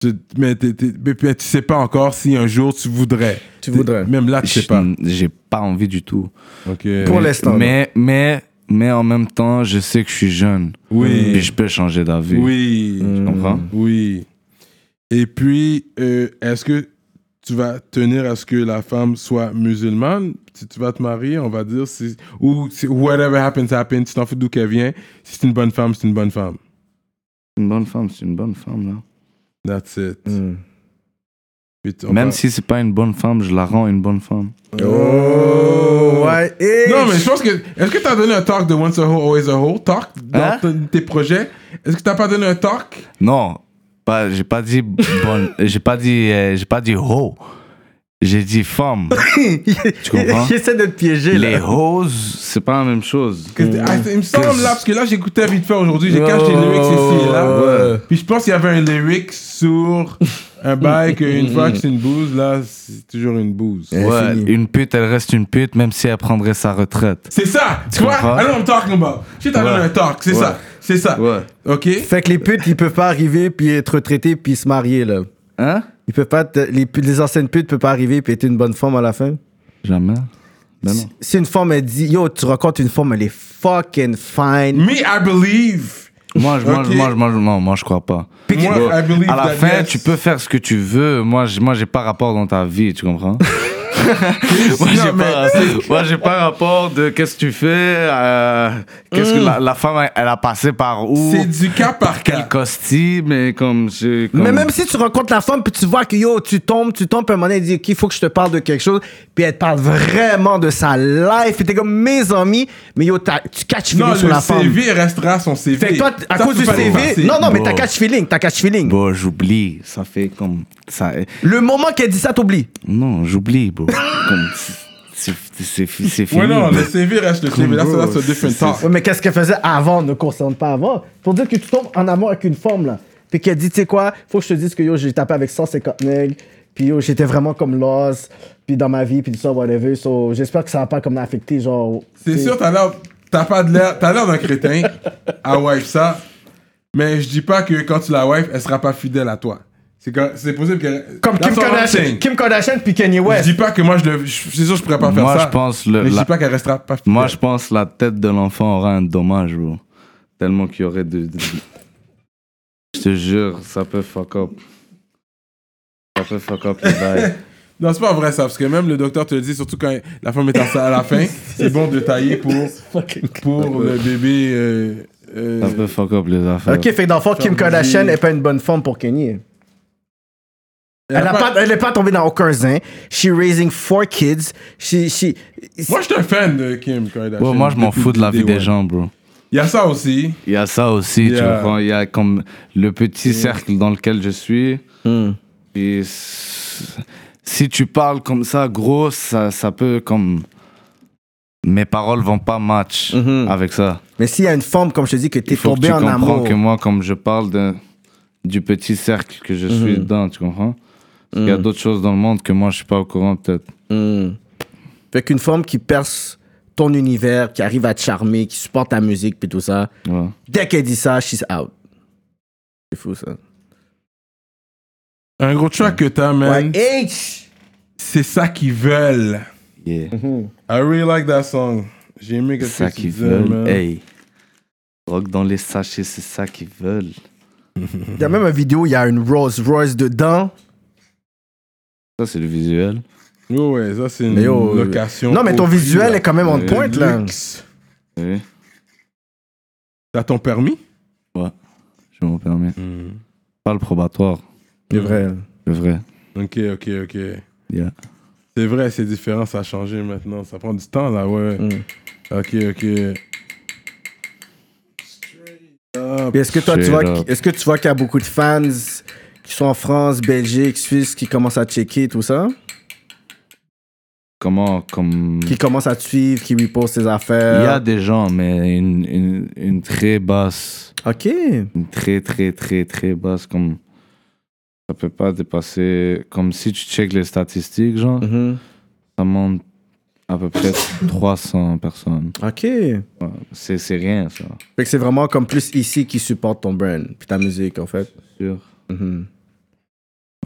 [SPEAKER 3] Tu- mais, t'es- t'es- mais- mais tu sais pas encore si un jour tu voudrais.
[SPEAKER 4] Tu voudrais.
[SPEAKER 3] Même là, tu sais
[SPEAKER 5] Je-
[SPEAKER 3] pas.
[SPEAKER 5] J'ai pas envie du tout.
[SPEAKER 3] Ok.
[SPEAKER 4] Pour l'instant.
[SPEAKER 5] Mais, mais, mais en même temps, je sais que je suis jeune.
[SPEAKER 3] Oui.
[SPEAKER 5] Puis je peux changer d'avis.
[SPEAKER 3] Oui.
[SPEAKER 4] Mm.
[SPEAKER 5] Tu comprends?
[SPEAKER 3] Oui. Et puis, euh, est-ce que tu vas tenir à ce que la femme soit musulmane Si tu vas te marier, on va dire, si, ou si- whatever happens, happens, tu t'en fous d'où qu'elle vient. Si c'est une bonne femme, c'est une bonne femme.
[SPEAKER 5] Une bonne femme, c'est une bonne femme, là.
[SPEAKER 3] That's it.
[SPEAKER 4] Mm.
[SPEAKER 3] Puis on
[SPEAKER 5] Même
[SPEAKER 3] va-
[SPEAKER 5] si c'est pas une bonne femme, je la rends une bonne femme.
[SPEAKER 4] Oh, ouais. Et
[SPEAKER 3] Non, mais je pense que. Est-ce que tu as donné un talk de Once a Ho, Always a Ho talk dans
[SPEAKER 5] Hein?
[SPEAKER 3] ton- tes projets Est-ce que tu pas donné un talk
[SPEAKER 5] Non, pas, j'ai pas dit bonne, j'ai pas dit, euh, j'ai pas dit ho. J'ai dit femme. tu comprends?
[SPEAKER 4] Il essaie de te piéger,
[SPEAKER 5] Les
[SPEAKER 4] là.
[SPEAKER 5] roses, c'est pas la même chose.
[SPEAKER 3] Que- ah, Il me semble là, parce que là j'écoutais vite fait aujourd'hui, j'ai
[SPEAKER 4] Oh,
[SPEAKER 3] caché les lyrics ici et là.
[SPEAKER 5] ouais.
[SPEAKER 3] Puis je pense qu'il y avait un lyric sur un bail qu'une fois que c'est une bouse, là c'est toujours une bouse.
[SPEAKER 5] Ouais,
[SPEAKER 4] fini.
[SPEAKER 5] une pute, elle reste une pute, même si elle prendrait sa retraite.
[SPEAKER 3] C'est ça, tu vois
[SPEAKER 5] comprends?
[SPEAKER 3] I know what I'm talking about. Shit, I
[SPEAKER 5] Ouais.
[SPEAKER 3] know un talk, c'est
[SPEAKER 5] Ouais.
[SPEAKER 3] ça, c'est ça.
[SPEAKER 5] Ouais.
[SPEAKER 3] Ok
[SPEAKER 4] Fait que les putes, ils peuvent pas arriver puis être retraités puis se marier, là.
[SPEAKER 5] Hein?
[SPEAKER 4] Ils peuvent pas être- les, putes- les anciennes putes peuvent pas arriver puis être une bonne femme à la fin.
[SPEAKER 5] Jamais. Ben non.
[SPEAKER 4] Si une femme, elle dit, yo, tu rencontres une femme, elle est fucking fine.
[SPEAKER 3] Me, I believe.
[SPEAKER 5] Moi, je, moi, je-
[SPEAKER 3] Ok.
[SPEAKER 5] moi, je- moi, je- non, moi, je crois pas.
[SPEAKER 3] Moi,
[SPEAKER 5] Bon,
[SPEAKER 3] I believe
[SPEAKER 5] à la
[SPEAKER 3] that,
[SPEAKER 5] fin,
[SPEAKER 3] yes.
[SPEAKER 5] tu peux faire ce que tu veux. Moi, j'ai- moi, j'ai pas rapport dans ta vie, tu comprends Moi,
[SPEAKER 3] Non,
[SPEAKER 5] j'ai
[SPEAKER 3] mais
[SPEAKER 5] pas, moi, j'ai pas rapport de qu'est-ce que tu fais, euh, qu'est-ce que la, la femme, elle a passé par où,
[SPEAKER 3] Mm. C'est du cas par
[SPEAKER 5] quel
[SPEAKER 3] cas.
[SPEAKER 5] costume, mais comme, j'ai- comme-
[SPEAKER 4] Mais même si tu rencontres la femme puis tu vois que yo, tu tombes, tu tombes, puis à un moment donné, elle dit, OK, faut que je te parle de quelque chose, puis elle te parle vraiment de sa life, et t'es comme mes amis, mais yo, t'as- tu catch
[SPEAKER 3] Non,
[SPEAKER 4] feeling sur
[SPEAKER 3] le
[SPEAKER 4] la femme.
[SPEAKER 3] CV restera son CV.
[SPEAKER 4] Fait que toi, t- à
[SPEAKER 3] Ça,
[SPEAKER 4] cause
[SPEAKER 3] tu
[SPEAKER 4] du
[SPEAKER 3] peux pas le
[SPEAKER 4] CV,
[SPEAKER 3] passer.
[SPEAKER 4] non, non, mais
[SPEAKER 5] Bon.
[SPEAKER 4] t'as catch feeling, t'as catch feeling.
[SPEAKER 5] Bon, j'oublie. Ça fait comme ça. eh,
[SPEAKER 4] Le moment qu'elle dit ça, t'oublies.
[SPEAKER 5] Non, j'oublie, bon. Comme, c'est c'est- c'est- c'est fini.
[SPEAKER 3] Ouais, non,
[SPEAKER 5] bro.
[SPEAKER 3] le CV reste le CV. Là, ça, that's a different talk.
[SPEAKER 4] Ouais, mais qu'est-ce qu'elle faisait avant, ne concerne pas avant. Pour dire que tu tombes en amour avec une femme, là. Puis qu'elle dit, tu sais quoi, faut que je te dise que yo, j'ai tapé avec 150 nègres. Puis yo, j'étais vraiment comme lost. Puis dans ma vie, puis tout ça, whatever. So, j'espère que ça va pas comme affecté, genre.
[SPEAKER 3] C'est
[SPEAKER 4] t'sais.
[SPEAKER 3] sûr, t'as l'air, t'as pas de l'air, t'as l'air d'un crétin à wife ça, mais je dis pas que quand tu la wife, elle sera pas fidèle à toi. C'est, quand- c'est possible que
[SPEAKER 4] Comme Kim Kardashian, Kim Kardashian, puis Kanye West.
[SPEAKER 3] Je dis pas que moi je le, je- c'est sûr je pourrais pas faire
[SPEAKER 5] Moi,
[SPEAKER 3] ça.
[SPEAKER 5] je pense le-
[SPEAKER 3] mais je
[SPEAKER 5] la-
[SPEAKER 3] dis pas qu'elle restera pas fidèle.
[SPEAKER 5] Moi, je pense que la tête de l'enfant aura un dommage, bro. Tellement qu'il y aurait de. de- Je te jure, ça peut fuck up. Ça peut fuck up les bails.
[SPEAKER 3] Non, c'est pas vrai ça, parce que même le docteur te le dit, surtout quand la femme est enceinte à la fin, c'est bon de tailler pour pour le bébé. euh, euh,
[SPEAKER 5] Ça peut fuck up les affaires.
[SPEAKER 4] Ok, fait que dans le fond, Kim Kardashian n'est pas une bonne femme pour Kanye.
[SPEAKER 3] elle
[SPEAKER 4] Elle n'est
[SPEAKER 3] a
[SPEAKER 4] pas, elle est pas tombée dans aucun zin. She raising four kids. She, she,
[SPEAKER 3] Moi, je suis un fan de Kim Kardashian.
[SPEAKER 5] Ouais, moi, je m'en
[SPEAKER 3] depuis
[SPEAKER 5] fous de la
[SPEAKER 3] le
[SPEAKER 5] vie
[SPEAKER 3] day
[SPEAKER 5] des
[SPEAKER 3] one.
[SPEAKER 5] gens, bro.
[SPEAKER 3] Il y a ça aussi.
[SPEAKER 5] Il y a ça aussi,
[SPEAKER 3] Yeah.
[SPEAKER 5] tu comprends. Il y a comme le petit cercle dans lequel je suis.
[SPEAKER 4] Hmm.
[SPEAKER 5] Et s- si tu parles comme ça, gros, ça, ça peut comme. Mes paroles vont pas match avec ça.
[SPEAKER 4] Mais s'il y a une femme, comme je te dis, que t'es
[SPEAKER 5] Il faut que
[SPEAKER 4] tombé
[SPEAKER 5] tu
[SPEAKER 4] en
[SPEAKER 5] comprends
[SPEAKER 4] amour.
[SPEAKER 5] que moi, comme je parle de, du petit cercle que je suis dedans, tu comprends Il y a d'autres choses dans le monde que moi, je suis pas au courant, peut-être.
[SPEAKER 4] Fait qu'une femme qui perce ton univers, qui arrive à te charmer, qui supporte ta musique, puis tout ça,
[SPEAKER 5] Ouais.
[SPEAKER 4] dès qu'elle dit ça, she's out. C'est fou, ça.
[SPEAKER 3] Un gros track que t'as, man.
[SPEAKER 4] Ouais, H!
[SPEAKER 3] C'est ça qu'ils veulent.
[SPEAKER 5] Yeah.
[SPEAKER 3] I really like that song. J'ai aimé que
[SPEAKER 5] C'est ça
[SPEAKER 3] ça
[SPEAKER 5] qu'ils veulent. Hey. Rock dans les sachets, c'est ça qu'ils veulent.
[SPEAKER 4] Il y a même une vidéo, il y a une Rolls Royce dedans.
[SPEAKER 5] Ça, c'est le visuel.
[SPEAKER 3] ouais, ça c'est une
[SPEAKER 4] Mais yo,
[SPEAKER 3] location.
[SPEAKER 4] Non, mais ton
[SPEAKER 3] au prix,
[SPEAKER 4] visuel
[SPEAKER 3] là.
[SPEAKER 4] est quand même en
[SPEAKER 5] Euh,
[SPEAKER 4] pointe, là.
[SPEAKER 3] Luxe.
[SPEAKER 5] Oui.
[SPEAKER 3] T'as ton permis
[SPEAKER 5] Je m'en permets. Pas le probatoire,
[SPEAKER 4] C'est vrai.
[SPEAKER 5] le vrai.
[SPEAKER 3] Ok, ok, ok.
[SPEAKER 5] Yeah.
[SPEAKER 3] C'est vrai, c'est différent, ça a changé maintenant. Ça prend du temps là, ouais.
[SPEAKER 4] Mm. Hmm.
[SPEAKER 3] Ok, ok.
[SPEAKER 4] Puis Est-ce que toi, tu
[SPEAKER 5] Straight
[SPEAKER 4] vois,
[SPEAKER 5] up.
[SPEAKER 4] est-ce que tu vois qu'il y a beaucoup de fans qui sont en France, Belgique, Suisse, qui commencent à checker tout ça?
[SPEAKER 5] Comment, comme...
[SPEAKER 4] Qui commencent à te suivre, qui repostent tes
[SPEAKER 5] Il y a
[SPEAKER 4] affaires?
[SPEAKER 5] des gens, mais une, une, une très basse,
[SPEAKER 4] Ok.
[SPEAKER 5] une très, très, très, très basse, comme... Ça peut pas dépasser... Comme si tu checkes les statistiques, genre,
[SPEAKER 4] Mhm.
[SPEAKER 5] ça monte à peu près 300 personnes.
[SPEAKER 4] Ok. Fait
[SPEAKER 5] Ouais. C'est c'est rien, ça.
[SPEAKER 4] que c'est vraiment comme plus ici qui supporte ton brand, puis ta musique, en fait.
[SPEAKER 5] Sûr.
[SPEAKER 4] Mhm.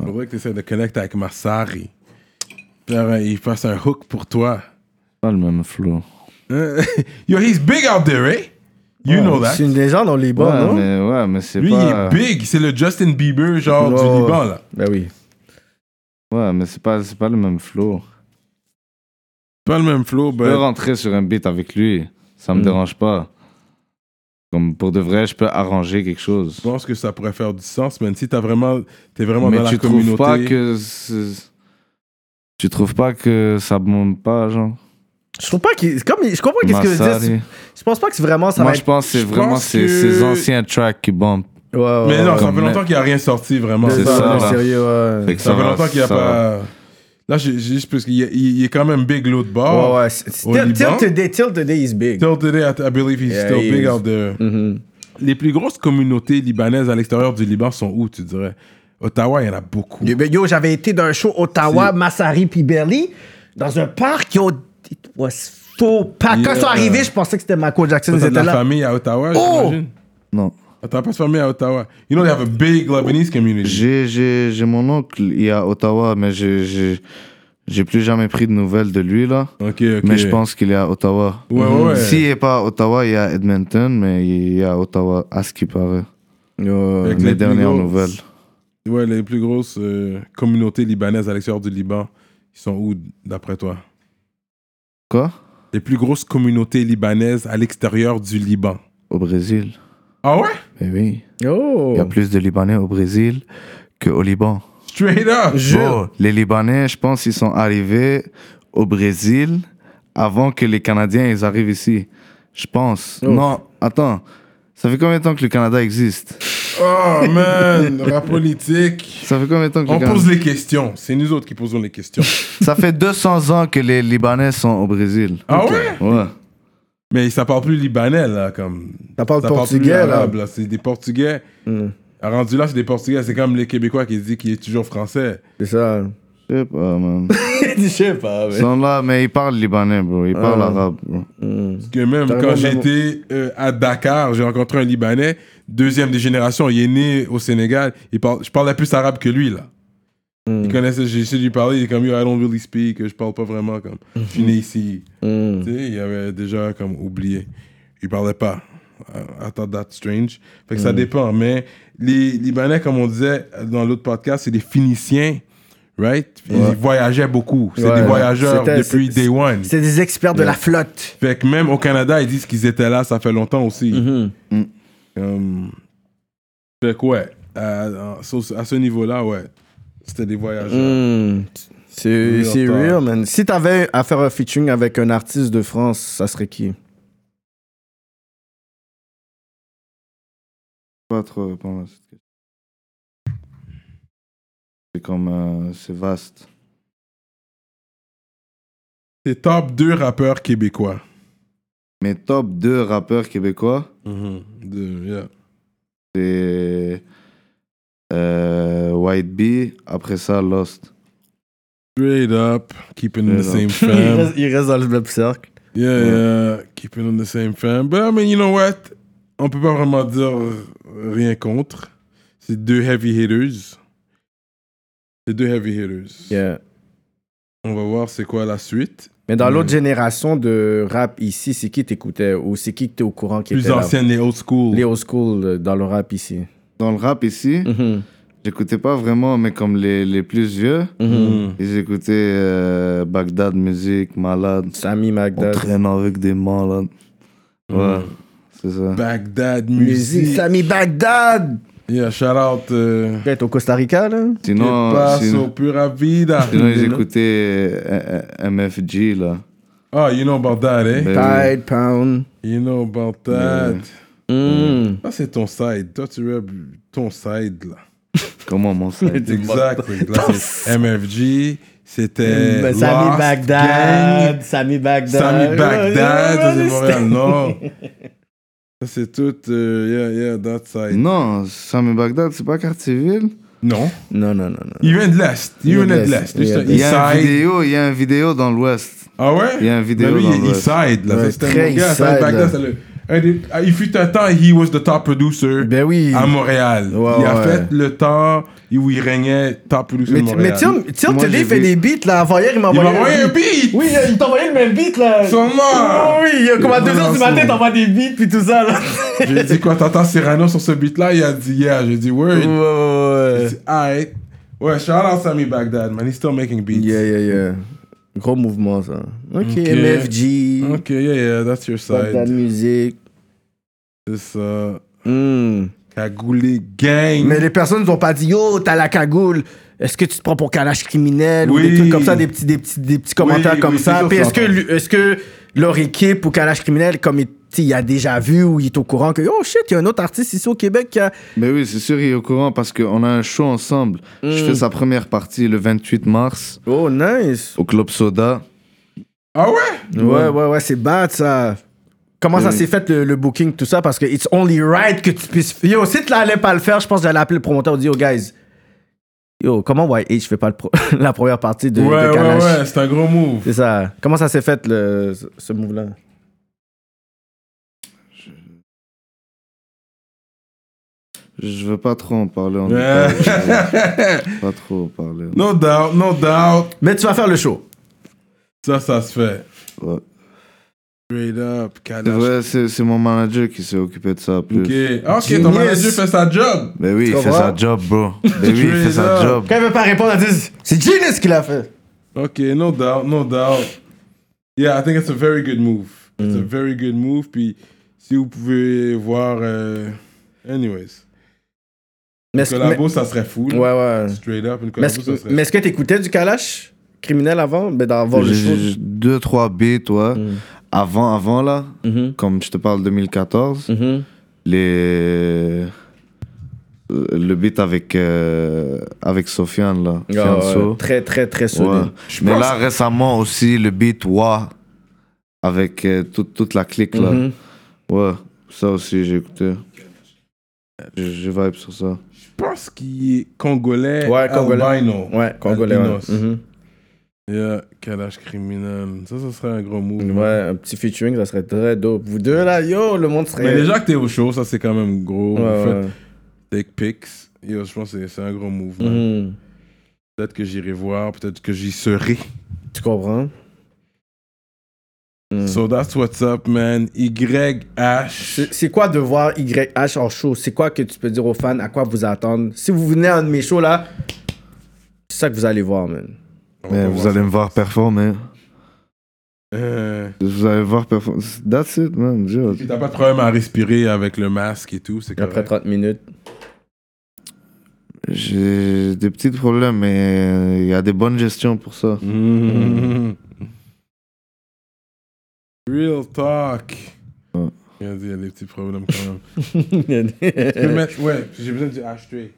[SPEAKER 3] C'est vrai que t'essaies de connecter avec Massari. Faire un- Il fasse un hook pour toi.
[SPEAKER 5] Pas le même flow.
[SPEAKER 3] Hein? Yo, he's big out there, eh? You know that.
[SPEAKER 4] C'est une légende, on les
[SPEAKER 5] Ouais,
[SPEAKER 4] bat, non?
[SPEAKER 5] mais, ouais, mais c'est
[SPEAKER 3] Lui,
[SPEAKER 5] pas.
[SPEAKER 3] il est big. C'est le Justin Bieber, genre,
[SPEAKER 4] Oh.
[SPEAKER 3] du Liban, là.
[SPEAKER 4] Ben oui.
[SPEAKER 5] Ouais, mais c'est pas, c'est pas le même flow.
[SPEAKER 3] Pas le même flow,
[SPEAKER 5] Je peux
[SPEAKER 3] but...
[SPEAKER 5] rentrer sur un beat avec lui, ça me
[SPEAKER 4] Mm.
[SPEAKER 5] dérange pas. Comme pour de vrai, je peux arranger quelque chose.
[SPEAKER 3] Je pense que ça pourrait faire du sens, man. Si t'as vraiment, t'es vraiment
[SPEAKER 5] mais
[SPEAKER 3] dans
[SPEAKER 5] tu
[SPEAKER 3] la
[SPEAKER 5] trouves
[SPEAKER 3] communauté.
[SPEAKER 5] pas que c'est- tu trouves pas que ça monte pas, genre.
[SPEAKER 4] Je trouve pas qu'il. Comme, il- je comprends qu'est-ce que je
[SPEAKER 5] Massari.
[SPEAKER 4] veux dire. Je pense pas que c'est vraiment ça
[SPEAKER 5] Moi,
[SPEAKER 4] va
[SPEAKER 5] je pense que c'est
[SPEAKER 3] Je
[SPEAKER 5] vraiment
[SPEAKER 3] pense
[SPEAKER 5] ces,
[SPEAKER 3] que-
[SPEAKER 5] ces anciens tracks qui bombent.
[SPEAKER 4] être. Ouais, ouais,
[SPEAKER 3] Mais non, ça
[SPEAKER 4] ouais.
[SPEAKER 3] fait
[SPEAKER 5] Comme
[SPEAKER 3] longtemps qu'il n'y a rien sorti, vraiment.
[SPEAKER 5] euh, C'est
[SPEAKER 4] C'est ça,
[SPEAKER 5] ça,
[SPEAKER 4] non,
[SPEAKER 5] là.
[SPEAKER 4] sérieux, ouais.
[SPEAKER 5] Fait que
[SPEAKER 3] Ça fait
[SPEAKER 5] va-
[SPEAKER 3] longtemps qu'il n'y a
[SPEAKER 5] ça va.
[SPEAKER 3] pas. Là, j'ai j'ai juste parce qu'il est- il il est quand même big l'autre bord.
[SPEAKER 4] Ouais, ouais. c'est-
[SPEAKER 3] Oh. Au
[SPEAKER 4] Till
[SPEAKER 3] Liban?
[SPEAKER 4] till today, till today is big.
[SPEAKER 3] Till today, I, I believe he's
[SPEAKER 4] Yeah,
[SPEAKER 3] still
[SPEAKER 4] he
[SPEAKER 3] big
[SPEAKER 4] is.
[SPEAKER 3] out there.
[SPEAKER 5] Mm-hmm.
[SPEAKER 4] Mhm.
[SPEAKER 3] Les plus grosses communautés libanaises à l'extérieur du Liban sont où, tu dirais Ottawa, il y en a beaucoup.
[SPEAKER 4] Yo, ben, Yo, j'avais été d'un show Ottawa,
[SPEAKER 3] C'est-
[SPEAKER 4] Massari puis Berly, dans un parc. Yo, it was faux. Pas. Quand
[SPEAKER 3] Yeah.
[SPEAKER 4] ils sont arrivés, je pensais que c'était Michael Jackson.
[SPEAKER 3] Toi,
[SPEAKER 4] Ils
[SPEAKER 3] T'as de
[SPEAKER 4] étaient
[SPEAKER 3] la
[SPEAKER 4] là.
[SPEAKER 3] famille à Ottawa,
[SPEAKER 4] Oh!
[SPEAKER 3] j'imagine.
[SPEAKER 5] Non.
[SPEAKER 3] Ah, T'as pas de famille à Ottawa. You know, they have a big Lebanese community.
[SPEAKER 5] J'ai, j'ai, j'ai mon oncle, il est à Ottawa, mais j'ai, j'ai, j'ai plus jamais pris de nouvelles de lui, là.
[SPEAKER 3] Ok, ok.
[SPEAKER 5] Mais je pense qu'il est à Ottawa. Mhm.
[SPEAKER 3] Ouais, ouais, ouais.
[SPEAKER 5] S'il n'est pas à Ottawa, il est à Edmonton, mais il est à Ottawa, à ce qui paraît.
[SPEAKER 4] Yo.
[SPEAKER 3] Avec
[SPEAKER 5] les,
[SPEAKER 3] plus
[SPEAKER 5] dernières
[SPEAKER 3] grosses-
[SPEAKER 5] nouvelles.
[SPEAKER 3] Ouais, les plus grosses euh, communautés libanaises à l'extérieur du Liban, ils sont où, d'après toi
[SPEAKER 5] Quoi
[SPEAKER 3] Les plus grosses communautés libanaises à l'extérieur du Liban.
[SPEAKER 5] Au Brésil.
[SPEAKER 3] Ah ouais
[SPEAKER 5] Mais oui.
[SPEAKER 4] Yo.
[SPEAKER 5] Il y
[SPEAKER 3] Oh.
[SPEAKER 5] a plus de Libanais au Brésil qu'au Liban.
[SPEAKER 3] Straight up
[SPEAKER 5] Bro, Oh, les Libanais, je pense, ils sont arrivés au Brésil avant que les Canadiens ils arrivent ici. Je pense. Non, attends. Ça fait combien de temps que le Canada existe
[SPEAKER 3] Oh man, rap politique.
[SPEAKER 5] Ça fait combien de temps que
[SPEAKER 3] On
[SPEAKER 5] le Canada...
[SPEAKER 3] pose les questions. C'est nous autres qui posons les questions.
[SPEAKER 5] Ça fait 200 ans que les Libanais sont au Brésil.
[SPEAKER 3] Ah ouais
[SPEAKER 5] Ouais.
[SPEAKER 3] Mais ça parle plus libanais là, comme.
[SPEAKER 4] Ça parle
[SPEAKER 3] plus
[SPEAKER 4] portugais, là. Mm.
[SPEAKER 3] arabe, C'est des Portugais. Ah, Rendu là, c'est des Portugais. C'est comme les Québécois qui disent qu'il est toujours français.
[SPEAKER 4] C'est ça.
[SPEAKER 5] Je sais pas, man.
[SPEAKER 4] Je sais pas,
[SPEAKER 5] Ils sont là, mais ils parlent libanais, bro. Ils parlent
[SPEAKER 3] Ah.
[SPEAKER 5] arabe, bro.
[SPEAKER 3] Parce que même
[SPEAKER 4] T'as
[SPEAKER 3] quand
[SPEAKER 4] raison, maman.
[SPEAKER 3] j'étais euh, à Dakar, j'ai rencontré un Libanais, deuxième des générations. Il est né au Sénégal. Il parle, je parlais plus arabe que lui là.
[SPEAKER 4] Hmm.
[SPEAKER 3] Il connaissait, j'ai essayé de lui parler. Il est comme yo, I don't really speak. Je parle pas vraiment comme.
[SPEAKER 4] Hmm.
[SPEAKER 3] Je suis né ici. Tu sais, il avait déjà comme oublié. Il parlait pas. I I thought that strange. Fait que
[SPEAKER 4] Hmm.
[SPEAKER 3] ça dépend. Mais les Libanais, comme on disait dans l'autre podcast, c'est des Phéniciens, right? Ils voyageaient beaucoup. C'est
[SPEAKER 4] Ouais.
[SPEAKER 3] des voyageurs
[SPEAKER 4] C'était-
[SPEAKER 3] depuis
[SPEAKER 4] c'est-
[SPEAKER 3] day one.
[SPEAKER 4] C'est des experts de la flotte.
[SPEAKER 3] Fait que même au Canada, ils disent qu'ils étaient là, ça fait longtemps aussi.
[SPEAKER 4] Mhm.
[SPEAKER 3] Comme- Fait que ouais, à, à ce- à ce niveau-là, ouais, c'était des voyageurs.
[SPEAKER 4] Mm. C'est
[SPEAKER 3] Real
[SPEAKER 4] c'est
[SPEAKER 3] talk.
[SPEAKER 4] real, man. Si t'avais à faire un featuring avec un artiste de France, ça serait qui
[SPEAKER 5] Pas trop répondre à cette question. C'est comme. euh, c'est vaste.
[SPEAKER 3] C'est top 2 rappeurs québécois.
[SPEAKER 5] Mes top 2 rappeurs québécois,
[SPEAKER 4] Mhm.
[SPEAKER 3] De- yeah.
[SPEAKER 5] c'est. euh, White Bee, après ça, Lost.
[SPEAKER 3] Straight up, keeping in the
[SPEAKER 5] Straight
[SPEAKER 3] same
[SPEAKER 5] up.
[SPEAKER 3] fam.
[SPEAKER 4] dans le même cercle.
[SPEAKER 3] Yeah, yeah, keeping in the same fam. But I mean, you know what? On peut pas vraiment dire rien contre. C'est deux heavy hitters. C'est deux heavy hitters.
[SPEAKER 4] Yeah.
[SPEAKER 3] On va voir c'est quoi la suite.
[SPEAKER 4] Mais dans
[SPEAKER 3] Mm.
[SPEAKER 4] l'autre génération de rap ici, c'est qui t'écoutais ou c'est qui que t'es au courant qui
[SPEAKER 3] Plus
[SPEAKER 4] était là?
[SPEAKER 3] ancienne, les old school.
[SPEAKER 4] Les old school euh, dans le rap ici.
[SPEAKER 5] Dans le rap ici,
[SPEAKER 3] Mm.
[SPEAKER 4] Mhm.
[SPEAKER 5] j'écoutais pas vraiment, mais comme les, les plus vieux,
[SPEAKER 4] Mhm.
[SPEAKER 3] Mm.
[SPEAKER 5] ils écoutaient euh, Bagdad Music, Malade.
[SPEAKER 4] Sami
[SPEAKER 5] On
[SPEAKER 4] Magdad.
[SPEAKER 5] traîne avec des malades.
[SPEAKER 3] Mm.
[SPEAKER 5] Ouais, c'est ça.
[SPEAKER 3] Bah, Bagdad Music.
[SPEAKER 4] Sami Bagdad!
[SPEAKER 3] Yeah, shout out. euh,
[SPEAKER 4] Tu au Costa Rica, là?
[SPEAKER 3] que
[SPEAKER 5] Sinon,
[SPEAKER 3] paso
[SPEAKER 5] sinon,
[SPEAKER 3] pura vida.
[SPEAKER 5] sinon, ils écoutaient euh, euh, MFG, là.
[SPEAKER 3] Oh, you know about that, eh?
[SPEAKER 5] Ben oui.
[SPEAKER 4] Tide, Pound.
[SPEAKER 3] You know about that.
[SPEAKER 4] Mm.
[SPEAKER 3] Ah, c'est ton side. Toi, tu rap ton side, là.
[SPEAKER 5] Comment mon sang
[SPEAKER 3] Exact. Fait que Là, c'est MFG. C'était.
[SPEAKER 4] Ben,
[SPEAKER 3] Lost
[SPEAKER 4] Sami Bagdad.
[SPEAKER 3] Gang,
[SPEAKER 4] Sami Bagdad.
[SPEAKER 3] Sami Bagdad. ça, c'est
[SPEAKER 4] Ouais,
[SPEAKER 3] Montréal Nord. Ça, c'est tout. euh, yeah, yeah, that side.
[SPEAKER 5] Non, Sami Bagdad, c'est pas Cartierville.
[SPEAKER 3] Non.
[SPEAKER 4] Non, non, non. non.
[SPEAKER 3] Il vient de l'Est. Il vient de l'Est. Lui, c'est un
[SPEAKER 5] Il y a une
[SPEAKER 3] East Side.
[SPEAKER 5] vidéo, il y a une vidéo dans l'Ouest.
[SPEAKER 3] Ah ouais?
[SPEAKER 5] Il y a une vidéo
[SPEAKER 3] Ben lui,
[SPEAKER 5] dans
[SPEAKER 3] il est
[SPEAKER 5] l'Ouest.
[SPEAKER 3] Eastside, là.
[SPEAKER 4] Ouais,
[SPEAKER 3] Ça, c'était
[SPEAKER 4] très
[SPEAKER 3] un bon gars, ça,
[SPEAKER 4] Eastside,
[SPEAKER 3] back
[SPEAKER 4] là.
[SPEAKER 3] then, c'est le- un des- ah, Il fut un temps, he was the top producer
[SPEAKER 4] Ben oui.
[SPEAKER 3] à Montréal.
[SPEAKER 4] Ouais,
[SPEAKER 3] il a
[SPEAKER 4] ouais.
[SPEAKER 3] fait le temps où il régnait top producer
[SPEAKER 4] Mais
[SPEAKER 3] de
[SPEAKER 4] tu-
[SPEAKER 3] Montréal.
[SPEAKER 4] mais Tiam, Tiam
[SPEAKER 5] Moi,
[SPEAKER 4] Telly
[SPEAKER 5] j'ai
[SPEAKER 4] fait
[SPEAKER 5] vu-
[SPEAKER 4] des beats là. Avant hier, il m'a
[SPEAKER 3] il
[SPEAKER 4] envoyé.
[SPEAKER 3] m'a envoyé un beat!
[SPEAKER 4] Oui, il t'a envoyé le même beat là.
[SPEAKER 3] Sûrement!
[SPEAKER 4] Oh oui, il y a comme à 2 heures du matin, il t'envoie des beats puis tout ça là.
[SPEAKER 3] J'ai dit, quand t'entends Cyrano sur ce beat-là, il a dit, yeah, j'ai dit, word.
[SPEAKER 4] Ouais, ouais,
[SPEAKER 3] J'ai
[SPEAKER 4] ouais.
[SPEAKER 3] dit, alright. Ouais, shout out Sammy Baghdad, man, he's still making beats.
[SPEAKER 4] Yeah, yeah, yeah. Gros mouvement ça. Ok,
[SPEAKER 3] Ok.
[SPEAKER 4] MFG.
[SPEAKER 3] Ok, yeah, yeah, that's your
[SPEAKER 4] Pas de la
[SPEAKER 3] side.
[SPEAKER 4] musique.
[SPEAKER 3] C'est ça.
[SPEAKER 4] Hmm.
[SPEAKER 3] Cagoulé gang.
[SPEAKER 4] Mais les personnes nous ont pas dit Yo, t'as la cagoule. Est-ce que tu te prends pour Kalash criminel ou des
[SPEAKER 3] Oui.
[SPEAKER 4] trucs comme ça, des petits, des petits, des petits commentaires
[SPEAKER 3] Oui,
[SPEAKER 4] comme
[SPEAKER 3] oui, c'est
[SPEAKER 4] ça.
[SPEAKER 3] sûr
[SPEAKER 4] Puis
[SPEAKER 3] que
[SPEAKER 4] est-ce que,
[SPEAKER 3] j'entends.
[SPEAKER 4] lui- est-ce que leur équipe ou Kalash criminel, comme il, t'sais, il a déjà vu ou il est au courant que Oh shit, il y a un autre artiste ici au Québec qui a.
[SPEAKER 5] Mais oui, c'est sûr, il est au courant parce qu'on a un show ensemble. Je fais sa première partie le 28 mars
[SPEAKER 4] Oh nice.
[SPEAKER 5] au Club Soda.
[SPEAKER 3] Ah ouais?
[SPEAKER 4] Ouais, ouais, ouais, c'est bad ça. Comment ça
[SPEAKER 5] Oui.
[SPEAKER 4] s'est fait le, le booking, tout ça? Parce que it's only right que tu puisses. Yo, si tu l'allais pas le faire, je pense que j'allais appeler le promoteur et dire Yo, guys, yo, comment YH fait pas le pro- la première partie de, de
[SPEAKER 3] ouais, ouais,
[SPEAKER 4] Kalash?
[SPEAKER 3] ouais, c'est un gros move.
[SPEAKER 4] C'est ça. Comment ça s'est fait, le, ce- ce move-là?
[SPEAKER 5] Je veux pas trop en parler en
[SPEAKER 3] Ouais.
[SPEAKER 5] détail. Je veux pas trop en parler.
[SPEAKER 3] No doubt, no doubt.
[SPEAKER 4] Mais tu vas faire le show.
[SPEAKER 3] Ça, ça se fait.
[SPEAKER 5] Ouais.
[SPEAKER 3] Straight up, Kalash.
[SPEAKER 5] C'est vrai, c'est c'est mon manager qui s'est occupé de ça plus.
[SPEAKER 3] Ok, Ah, ok, ton
[SPEAKER 4] Genius.
[SPEAKER 3] manager fait sa job.
[SPEAKER 5] Mais oui, il fait
[SPEAKER 4] comprends?
[SPEAKER 5] sa job, bro. Mais oui, il fait sa
[SPEAKER 3] Straight
[SPEAKER 5] job.
[SPEAKER 4] Quand il veut pas répondre, elle dit C'est Genius qui l'a fait.
[SPEAKER 3] Ok, no doubt, no doubt. Yeah, I think it's a very good move. It's a
[SPEAKER 4] Mm.
[SPEAKER 3] very good move. Puis si vous pouvez voir, euh, anyways,
[SPEAKER 4] Mais
[SPEAKER 3] une
[SPEAKER 4] est-ce que.
[SPEAKER 3] collabo, ça serait fou.
[SPEAKER 4] mais-
[SPEAKER 3] là.
[SPEAKER 4] Ouais, ouais.
[SPEAKER 3] Straight up, une
[SPEAKER 4] Mais
[SPEAKER 3] collabo, ça
[SPEAKER 4] est-ce
[SPEAKER 3] serait.
[SPEAKER 4] mais est-ce que t'écoutais du Kalash criminel avant? Ben, d'avant le
[SPEAKER 5] J'ai-
[SPEAKER 4] show. Mm.
[SPEAKER 5] j'ai Deux, trois beats, ouais. Avant, avant là, comme je te parle 2014, les... le beat avec, euh, avec Sofiane, là.
[SPEAKER 4] Ah, ouais.
[SPEAKER 5] Fianso.
[SPEAKER 4] Très, très, très
[SPEAKER 5] Ouais.
[SPEAKER 4] solide.
[SPEAKER 5] Mais là, récemment aussi, le beat Wa avec euh, toute- toute la clique là.
[SPEAKER 4] Mhm.
[SPEAKER 5] Ouais, ça aussi, j'ai écouté. J'ai j'ai vibe sur ça.
[SPEAKER 3] Je pense qu'il est congolais.
[SPEAKER 4] Ouais, congolais.
[SPEAKER 3] albino.
[SPEAKER 4] Ouais, congolais. Ouais.
[SPEAKER 3] Albinos.
[SPEAKER 4] Mhm.
[SPEAKER 3] Yeah, Kalash criminel. Ça, ça serait un gros move.
[SPEAKER 4] Ouais, un petit featuring, ça serait très dope. Vous deux là, yo, le monde serait.
[SPEAKER 3] Mais déjà que t'es au show, ça c'est quand même gros.
[SPEAKER 4] Ouais,
[SPEAKER 3] Vous faites
[SPEAKER 4] ouais.
[SPEAKER 3] Take pics. Yo, je pense que c'est- c'est un gros move. man.
[SPEAKER 5] Mm-hmm.
[SPEAKER 4] Mhm.
[SPEAKER 3] Peut-être que j'irai voir, peut-être que j'y serai.
[SPEAKER 4] Tu comprends?
[SPEAKER 5] Mm.
[SPEAKER 4] Mhm.
[SPEAKER 3] So that's what's up, man. YH.
[SPEAKER 4] C'est- C'est quoi de voir YH en show? C'est quoi que tu peux dire aux fans? À quoi vous attendre? Si vous venez à un de mes shows là, c'est ça que vous allez voir, man.
[SPEAKER 5] Mais vous allez me voir performer.
[SPEAKER 3] Euh,
[SPEAKER 5] Vous allez me voir performer. That's it, man. Yo.
[SPEAKER 3] puis t'as pas de problème à respirer avec le masque et tout, c'est
[SPEAKER 4] Après
[SPEAKER 3] correct.
[SPEAKER 4] 30 minutes.
[SPEAKER 5] J'ai des petits problèmes, mais euh, il y a des bonnes gestions pour ça.
[SPEAKER 3] Mhm. Real talk.
[SPEAKER 5] Ouais.
[SPEAKER 3] Il y a des petits problèmes quand même. Je
[SPEAKER 5] Eh,
[SPEAKER 3] peux
[SPEAKER 4] Yo,
[SPEAKER 3] mettre- ouais, j'ai besoin du H3.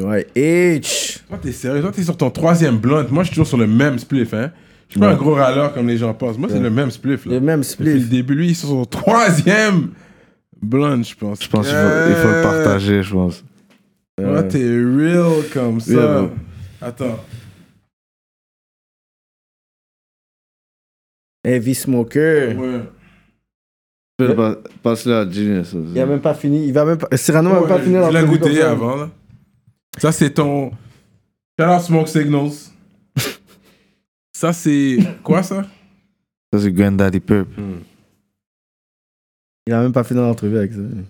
[SPEAKER 4] Ouais, H.
[SPEAKER 3] Toi, t'es sérieux? Toi, t'es sur ton troisième blunt. Moi, je suis toujours sur le même spliff, hein. Je suis pas
[SPEAKER 4] Ouais.
[SPEAKER 3] un gros râleur comme les gens pensent. Moi, c'est le même spliff, là.
[SPEAKER 4] Le même
[SPEAKER 3] Depuis le
[SPEAKER 4] split.
[SPEAKER 3] début, lui, il est sur son troisième blunt, je pense.
[SPEAKER 5] Je pense qu'il faut, il faut le partager, je pense.
[SPEAKER 3] Toi,
[SPEAKER 4] Ouais.
[SPEAKER 3] t'es real comme ça.
[SPEAKER 5] Yeah, bro.
[SPEAKER 3] Attends.
[SPEAKER 4] Heavy Smoker.
[SPEAKER 3] Ouais.
[SPEAKER 5] Pa- Passe-le à Genius. aussi.
[SPEAKER 4] Il a même pas fini. Il va même pas. Cyrano va même pas
[SPEAKER 3] Ouais,
[SPEAKER 4] finir
[SPEAKER 3] je l'ai
[SPEAKER 4] l'entrevue comme
[SPEAKER 3] goûté
[SPEAKER 4] ça.
[SPEAKER 3] avant, là. Ça, c'est ton. Shout out Smoke Signals. ça, c'est. Quoi, ça
[SPEAKER 5] Ça, c'est Granddaddy Purp.
[SPEAKER 4] Il a même pas fini l'entrevue avec ça.
[SPEAKER 3] Il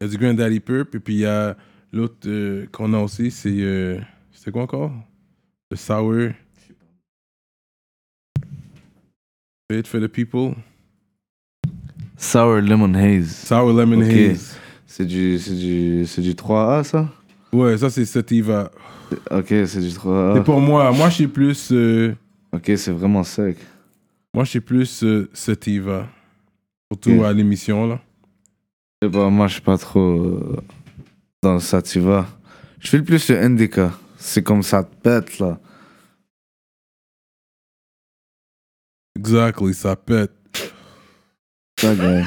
[SPEAKER 3] y a du Granddaddy Purp, et puis il y a l'autre euh, qu'on a aussi, c'est. euh, C'était quoi encore Le Sour. Fit for the people.
[SPEAKER 5] Sour Lemon Haze.
[SPEAKER 3] Sour Lemon
[SPEAKER 5] Ok.
[SPEAKER 3] Haze.
[SPEAKER 5] C'est du, c'est du, c'est du 3A, ça
[SPEAKER 3] Ouais, ça, c'est Sativa.
[SPEAKER 5] Ok, c'est du 3A.
[SPEAKER 3] C'est pour moi. Moi, je suis plus. euh,
[SPEAKER 5] Ok, c'est vraiment sec.
[SPEAKER 3] moi, je suis plus euh, Sativa. Surtout
[SPEAKER 5] Ok.
[SPEAKER 3] à l'émission, là.
[SPEAKER 5] Je sais pas, moi, je suis pas trop euh, dans le sativa. Je fais le plus le NDK. C'est comme ça te pète, là.
[SPEAKER 3] Exactly, ça pète.
[SPEAKER 5] Ça, gars.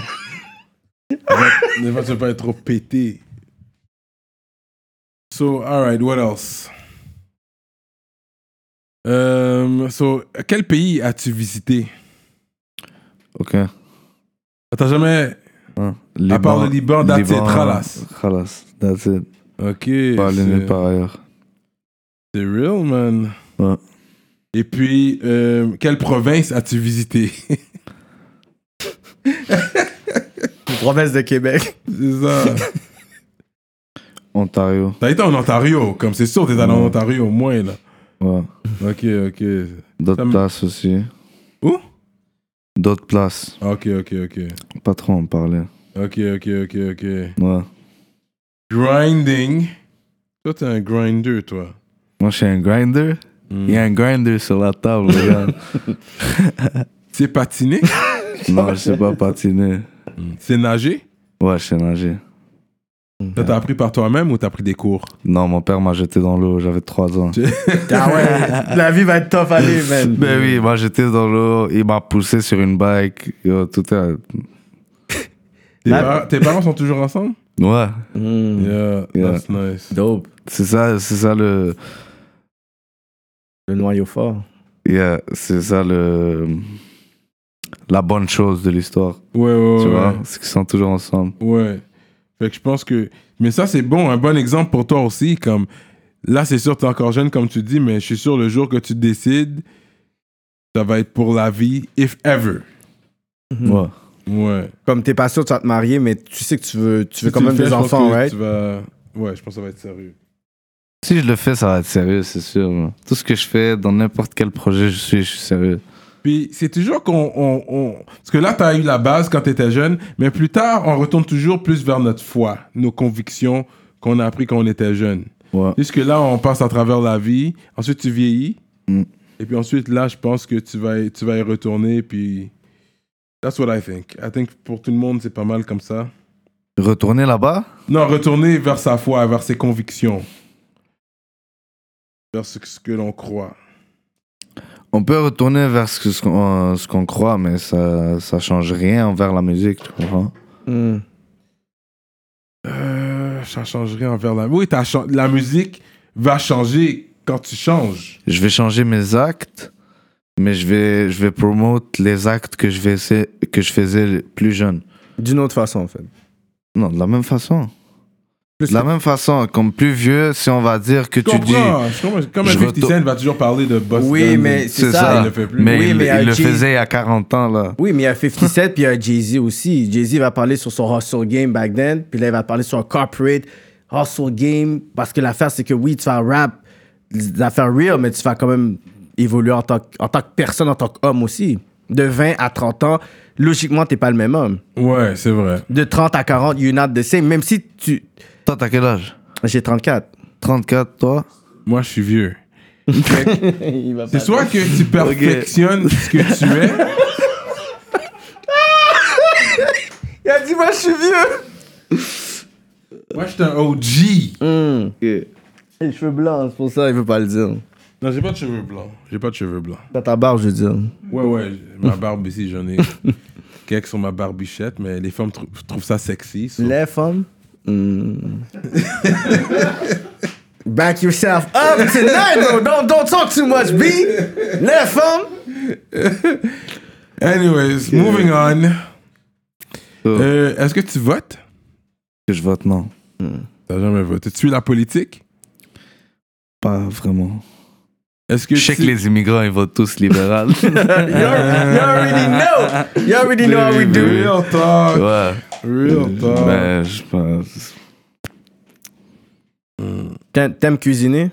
[SPEAKER 3] Ne va pas être trop pété. So, alright, what else? Um, so, quel pays as-tu visité?
[SPEAKER 5] Ok.
[SPEAKER 3] Ah, T'as jamais
[SPEAKER 5] Hein. Liban,
[SPEAKER 3] À part le Liban, that's it, khalas.
[SPEAKER 5] Khalas, that's it.
[SPEAKER 3] Ok.
[SPEAKER 5] Pas aller nulle
[SPEAKER 3] C'est
[SPEAKER 5] part ailleurs.
[SPEAKER 3] c'est real, man.
[SPEAKER 5] Ouais.
[SPEAKER 3] Et puis, euh, quelle province as-tu visité
[SPEAKER 4] Province de Québec.
[SPEAKER 3] C'est ça.
[SPEAKER 5] Ontario,
[SPEAKER 3] T'as été en Ontario, comme c'est sûr, t'es allé en
[SPEAKER 4] Mm.
[SPEAKER 5] Ouais.
[SPEAKER 3] Ontario au moins, là.
[SPEAKER 5] ouais.
[SPEAKER 3] Ok, ok. Ça
[SPEAKER 5] D'autres
[SPEAKER 3] me-
[SPEAKER 5] places aussi.
[SPEAKER 3] Où
[SPEAKER 5] D'autres places.
[SPEAKER 3] Ok, ok, ok.
[SPEAKER 5] Pas trop en parler.
[SPEAKER 3] Ok, ok, ok, ok.
[SPEAKER 5] Ouais.
[SPEAKER 3] Grinding. Toi, t'es un grinder, toi.
[SPEAKER 5] Moi, je suis un grinder.
[SPEAKER 4] Mm.
[SPEAKER 5] Il y a un grinder sur la table, regarde.
[SPEAKER 3] C'est patiner
[SPEAKER 5] non, je sais pas patiner.
[SPEAKER 4] Mm.
[SPEAKER 3] C'est nager
[SPEAKER 5] Ouais, je sais nager.
[SPEAKER 3] Ça t'as appris par toi-même ou t'as pris des cours
[SPEAKER 5] Non, mon père m'a jeté dans l'eau, j'avais 3 ans.
[SPEAKER 4] Ah ouais, la vie va être tough à lui, man.
[SPEAKER 5] Ben oui, moi j'étais dans l'eau, il m'a poussé sur une bike. Yo, tout est...
[SPEAKER 3] Tes,
[SPEAKER 4] Là-
[SPEAKER 3] par- tes parents sont toujours ensemble
[SPEAKER 5] Ouais,
[SPEAKER 4] Mm.
[SPEAKER 3] Yeah,
[SPEAKER 5] Yeah.
[SPEAKER 3] that's nice.
[SPEAKER 4] Dope.
[SPEAKER 5] c'est ça, c'est ça le...
[SPEAKER 4] Le noyau fort.
[SPEAKER 5] yeah, c'est ça le... La bonne chose de l'histoire,
[SPEAKER 3] Ouais, ouais,
[SPEAKER 5] tu
[SPEAKER 3] ouais.
[SPEAKER 5] vois. C'est qu'ils sont toujours ensemble.
[SPEAKER 3] Ouais. Fait que je pense que. Mais ça, c'est bon, un bon exemple pour toi aussi. Comme là, c'est sûr, t'es encore jeune, comme tu dis, mais je suis sûr, le jour que tu décides, ça va être pour la vie, if ever.
[SPEAKER 4] Mhm.
[SPEAKER 5] Ouais.
[SPEAKER 3] Ouais.
[SPEAKER 4] Comme t'es pas sûr que tu vas te marier, mais tu sais que tu veux, tu veux
[SPEAKER 3] Si
[SPEAKER 4] quand
[SPEAKER 3] tu le
[SPEAKER 4] même
[SPEAKER 3] fais, je
[SPEAKER 4] des
[SPEAKER 3] pense
[SPEAKER 4] enfants,
[SPEAKER 3] que
[SPEAKER 4] right?
[SPEAKER 3] tu vas- Ouais, je pense que ça va être sérieux.
[SPEAKER 5] Si je le fais, ça va être sérieux, c'est sûr. là. Tout ce que je fais, dans n'importe quel projet, je suis, je suis sérieux.
[SPEAKER 3] Puis c'est toujours qu'on. on- on- Parce que là, tu as eu la base quand tu étais jeune, mais plus tard, on retourne toujours plus vers notre foi, nos convictions qu'on a appris quand on était jeune.
[SPEAKER 5] Ouais.
[SPEAKER 3] Jusque là, on passe à travers la vie, ensuite tu vieillis,
[SPEAKER 5] Mm.
[SPEAKER 3] et puis ensuite là, je pense que tu vas, y- tu vas y retourner, puis. That's what I think. I think pour tout le monde, c'est pas mal comme ça.
[SPEAKER 5] Retourner là-bas
[SPEAKER 3] Non, retourner vers sa foi, vers ses convictions, vers ce, ce que l'on croit.
[SPEAKER 5] On peut retourner vers ce que- ce qu'on euh, ce qu'on croit, mais ça, ça change rien envers la musique, tu comprends
[SPEAKER 4] Mm.
[SPEAKER 3] Euh, ça changerait envers la Oui, t'as chan- la musique va changer quand tu changes.
[SPEAKER 5] Je vais changer mes actes, mais je vais, je vais promote les actes que je, vais essayer- que je faisais plus jeune.
[SPEAKER 4] D'une autre façon, en fait.
[SPEAKER 5] Non, de la même façon.
[SPEAKER 4] Plus
[SPEAKER 5] De la même façon, comme plus vieux, si on va dire que
[SPEAKER 3] Je
[SPEAKER 5] tu dis...
[SPEAKER 3] comprends. je comprends. Comme un
[SPEAKER 5] je
[SPEAKER 3] 50
[SPEAKER 5] retourne-
[SPEAKER 3] Cent va toujours parler de Boston.
[SPEAKER 4] Oui, mais c'est
[SPEAKER 5] C'est
[SPEAKER 4] ça.
[SPEAKER 5] ça.
[SPEAKER 3] Il le fait plus.
[SPEAKER 5] Mais
[SPEAKER 4] Oui,
[SPEAKER 5] il,
[SPEAKER 4] mais
[SPEAKER 5] il
[SPEAKER 4] à
[SPEAKER 5] le
[SPEAKER 4] Jay-
[SPEAKER 5] faisait il y a 40 ans, là.
[SPEAKER 4] Oui, mais il y a 57, puis il y a Jay-Z aussi. Jay-Z va parler sur son hustle game back then, puis là, il va parler sur un corporate hustle game, parce que l'affaire, c'est que oui, tu vas rap, l'affaire real, mais tu vas quand même évoluer en tant, que- en tant que personne, en tant qu'homme aussi. De 20 à 30 ans, logiquement, t'es pas le même homme.
[SPEAKER 3] Ouais, c'est vrai.
[SPEAKER 4] De 30 à 40, you're not the same, même si tu...
[SPEAKER 5] Toi, t'as quel âge
[SPEAKER 4] J'ai 34.
[SPEAKER 5] 34, toi
[SPEAKER 3] Moi, je suis vieux. Fait que c'est soit que tu perfectionnes ce que tu es.
[SPEAKER 4] Il a dit, moi, je suis vieux!
[SPEAKER 3] Moi, je suis un OG.
[SPEAKER 4] Hmm. Les cheveux blancs, c'est pour ça, il veut pas le dire.
[SPEAKER 3] Non, j'ai pas de cheveux blancs. J'ai pas de cheveux blancs.
[SPEAKER 4] Dans ta barbe, je veux dire.
[SPEAKER 3] Ouais, ouais. j'ai- Ma barbe ici, j'en ai quelques sur ma barbichette, mais les femmes trou- trouvent ça sexy. so-
[SPEAKER 4] Les femmes. Mm. Back yourself up tonight, though. Don't, don't talk too much, B. Les femmes.
[SPEAKER 3] Anyways, moving on.
[SPEAKER 5] Euh,
[SPEAKER 3] Euh, Est-ce que tu votes?
[SPEAKER 5] Que je vote non.
[SPEAKER 3] T'as jamais voté. Tu suis la politique?
[SPEAKER 5] Pas vraiment.
[SPEAKER 3] Est-ce que
[SPEAKER 5] Je sais que
[SPEAKER 3] tu-
[SPEAKER 5] les immigrants, ils votent tous libéral.
[SPEAKER 4] You, al- you already know. You already know how we do.
[SPEAKER 3] Real talk.
[SPEAKER 5] ouais.
[SPEAKER 3] Real talk.
[SPEAKER 5] Ben, je pense...
[SPEAKER 4] T'aimes- T'aimes cuisiner?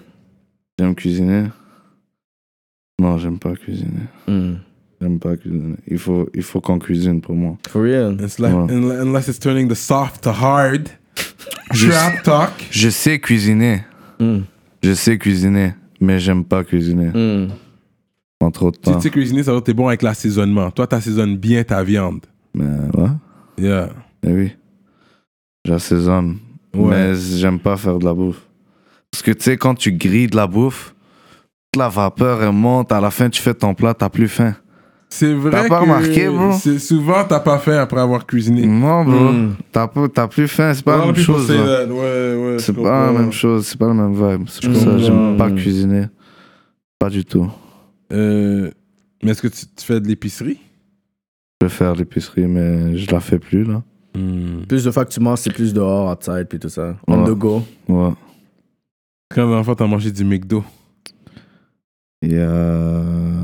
[SPEAKER 5] J'aime cuisiner. Non, j'aime pas cuisiner.
[SPEAKER 4] Hmm.
[SPEAKER 5] J'aime pas cuisiner. Il faut, il faut qu'on cuisine pour moi.
[SPEAKER 4] For real.
[SPEAKER 3] It's like-
[SPEAKER 5] Ouais.
[SPEAKER 3] unle- Unless it's turning the soft to hard.
[SPEAKER 5] Je-
[SPEAKER 3] Trap talk.
[SPEAKER 5] Je sais cuisiner.
[SPEAKER 4] Mm.
[SPEAKER 5] Je sais cuisiner, mais j'aime pas cuisiner.
[SPEAKER 4] Mm.
[SPEAKER 5] En trop de
[SPEAKER 3] Si
[SPEAKER 5] temps.
[SPEAKER 3] tu sais cuisiner, ça veut dire que t'es bon avec l'assaisonnement. Toi, t'assaisonnes bien ta viande.
[SPEAKER 5] Mais ouais,
[SPEAKER 3] Yeah.
[SPEAKER 5] eh oui. J'assaisonne.
[SPEAKER 3] Ouais.
[SPEAKER 5] Mais j'aime pas faire de la bouffe. Parce que tu sais, quand tu grilles de la bouffe, toute la vapeur elle monte. À la fin, tu fais ton plat, t'as plus faim.
[SPEAKER 3] C'est vrai
[SPEAKER 5] T'as pas
[SPEAKER 3] que
[SPEAKER 5] remarqué, bro?
[SPEAKER 3] c'est- souvent, t'as pas faim après avoir cuisiné.
[SPEAKER 5] Non, bro.
[SPEAKER 4] Mm.
[SPEAKER 5] T'as pas- T'as plus faim, c'est pas
[SPEAKER 3] A
[SPEAKER 5] la
[SPEAKER 3] lot of
[SPEAKER 5] même
[SPEAKER 3] people
[SPEAKER 5] chose.
[SPEAKER 3] say
[SPEAKER 5] là.
[SPEAKER 3] that. Ouais, ouais,
[SPEAKER 5] C'est
[SPEAKER 3] je
[SPEAKER 5] pas la
[SPEAKER 3] comprends.
[SPEAKER 5] même chose, c'est pas le même vibe. C'est pour
[SPEAKER 3] Mm.
[SPEAKER 5] ça que j'aime pas
[SPEAKER 4] Mm.
[SPEAKER 5] cuisiner. Pas du tout.
[SPEAKER 3] Euh, mais est-ce que tu, tu fais de l'épicerie?
[SPEAKER 5] Je vais faire l'épicerie, mais je la fais plus là.
[SPEAKER 4] Plus de fois que tu manges, c'est plus dehors, outside, puis tout ça. On
[SPEAKER 5] Ouais.
[SPEAKER 4] the go.
[SPEAKER 5] Ouais.
[SPEAKER 3] Quand la fois, t'as mangé du McDo.
[SPEAKER 5] Il y a euh,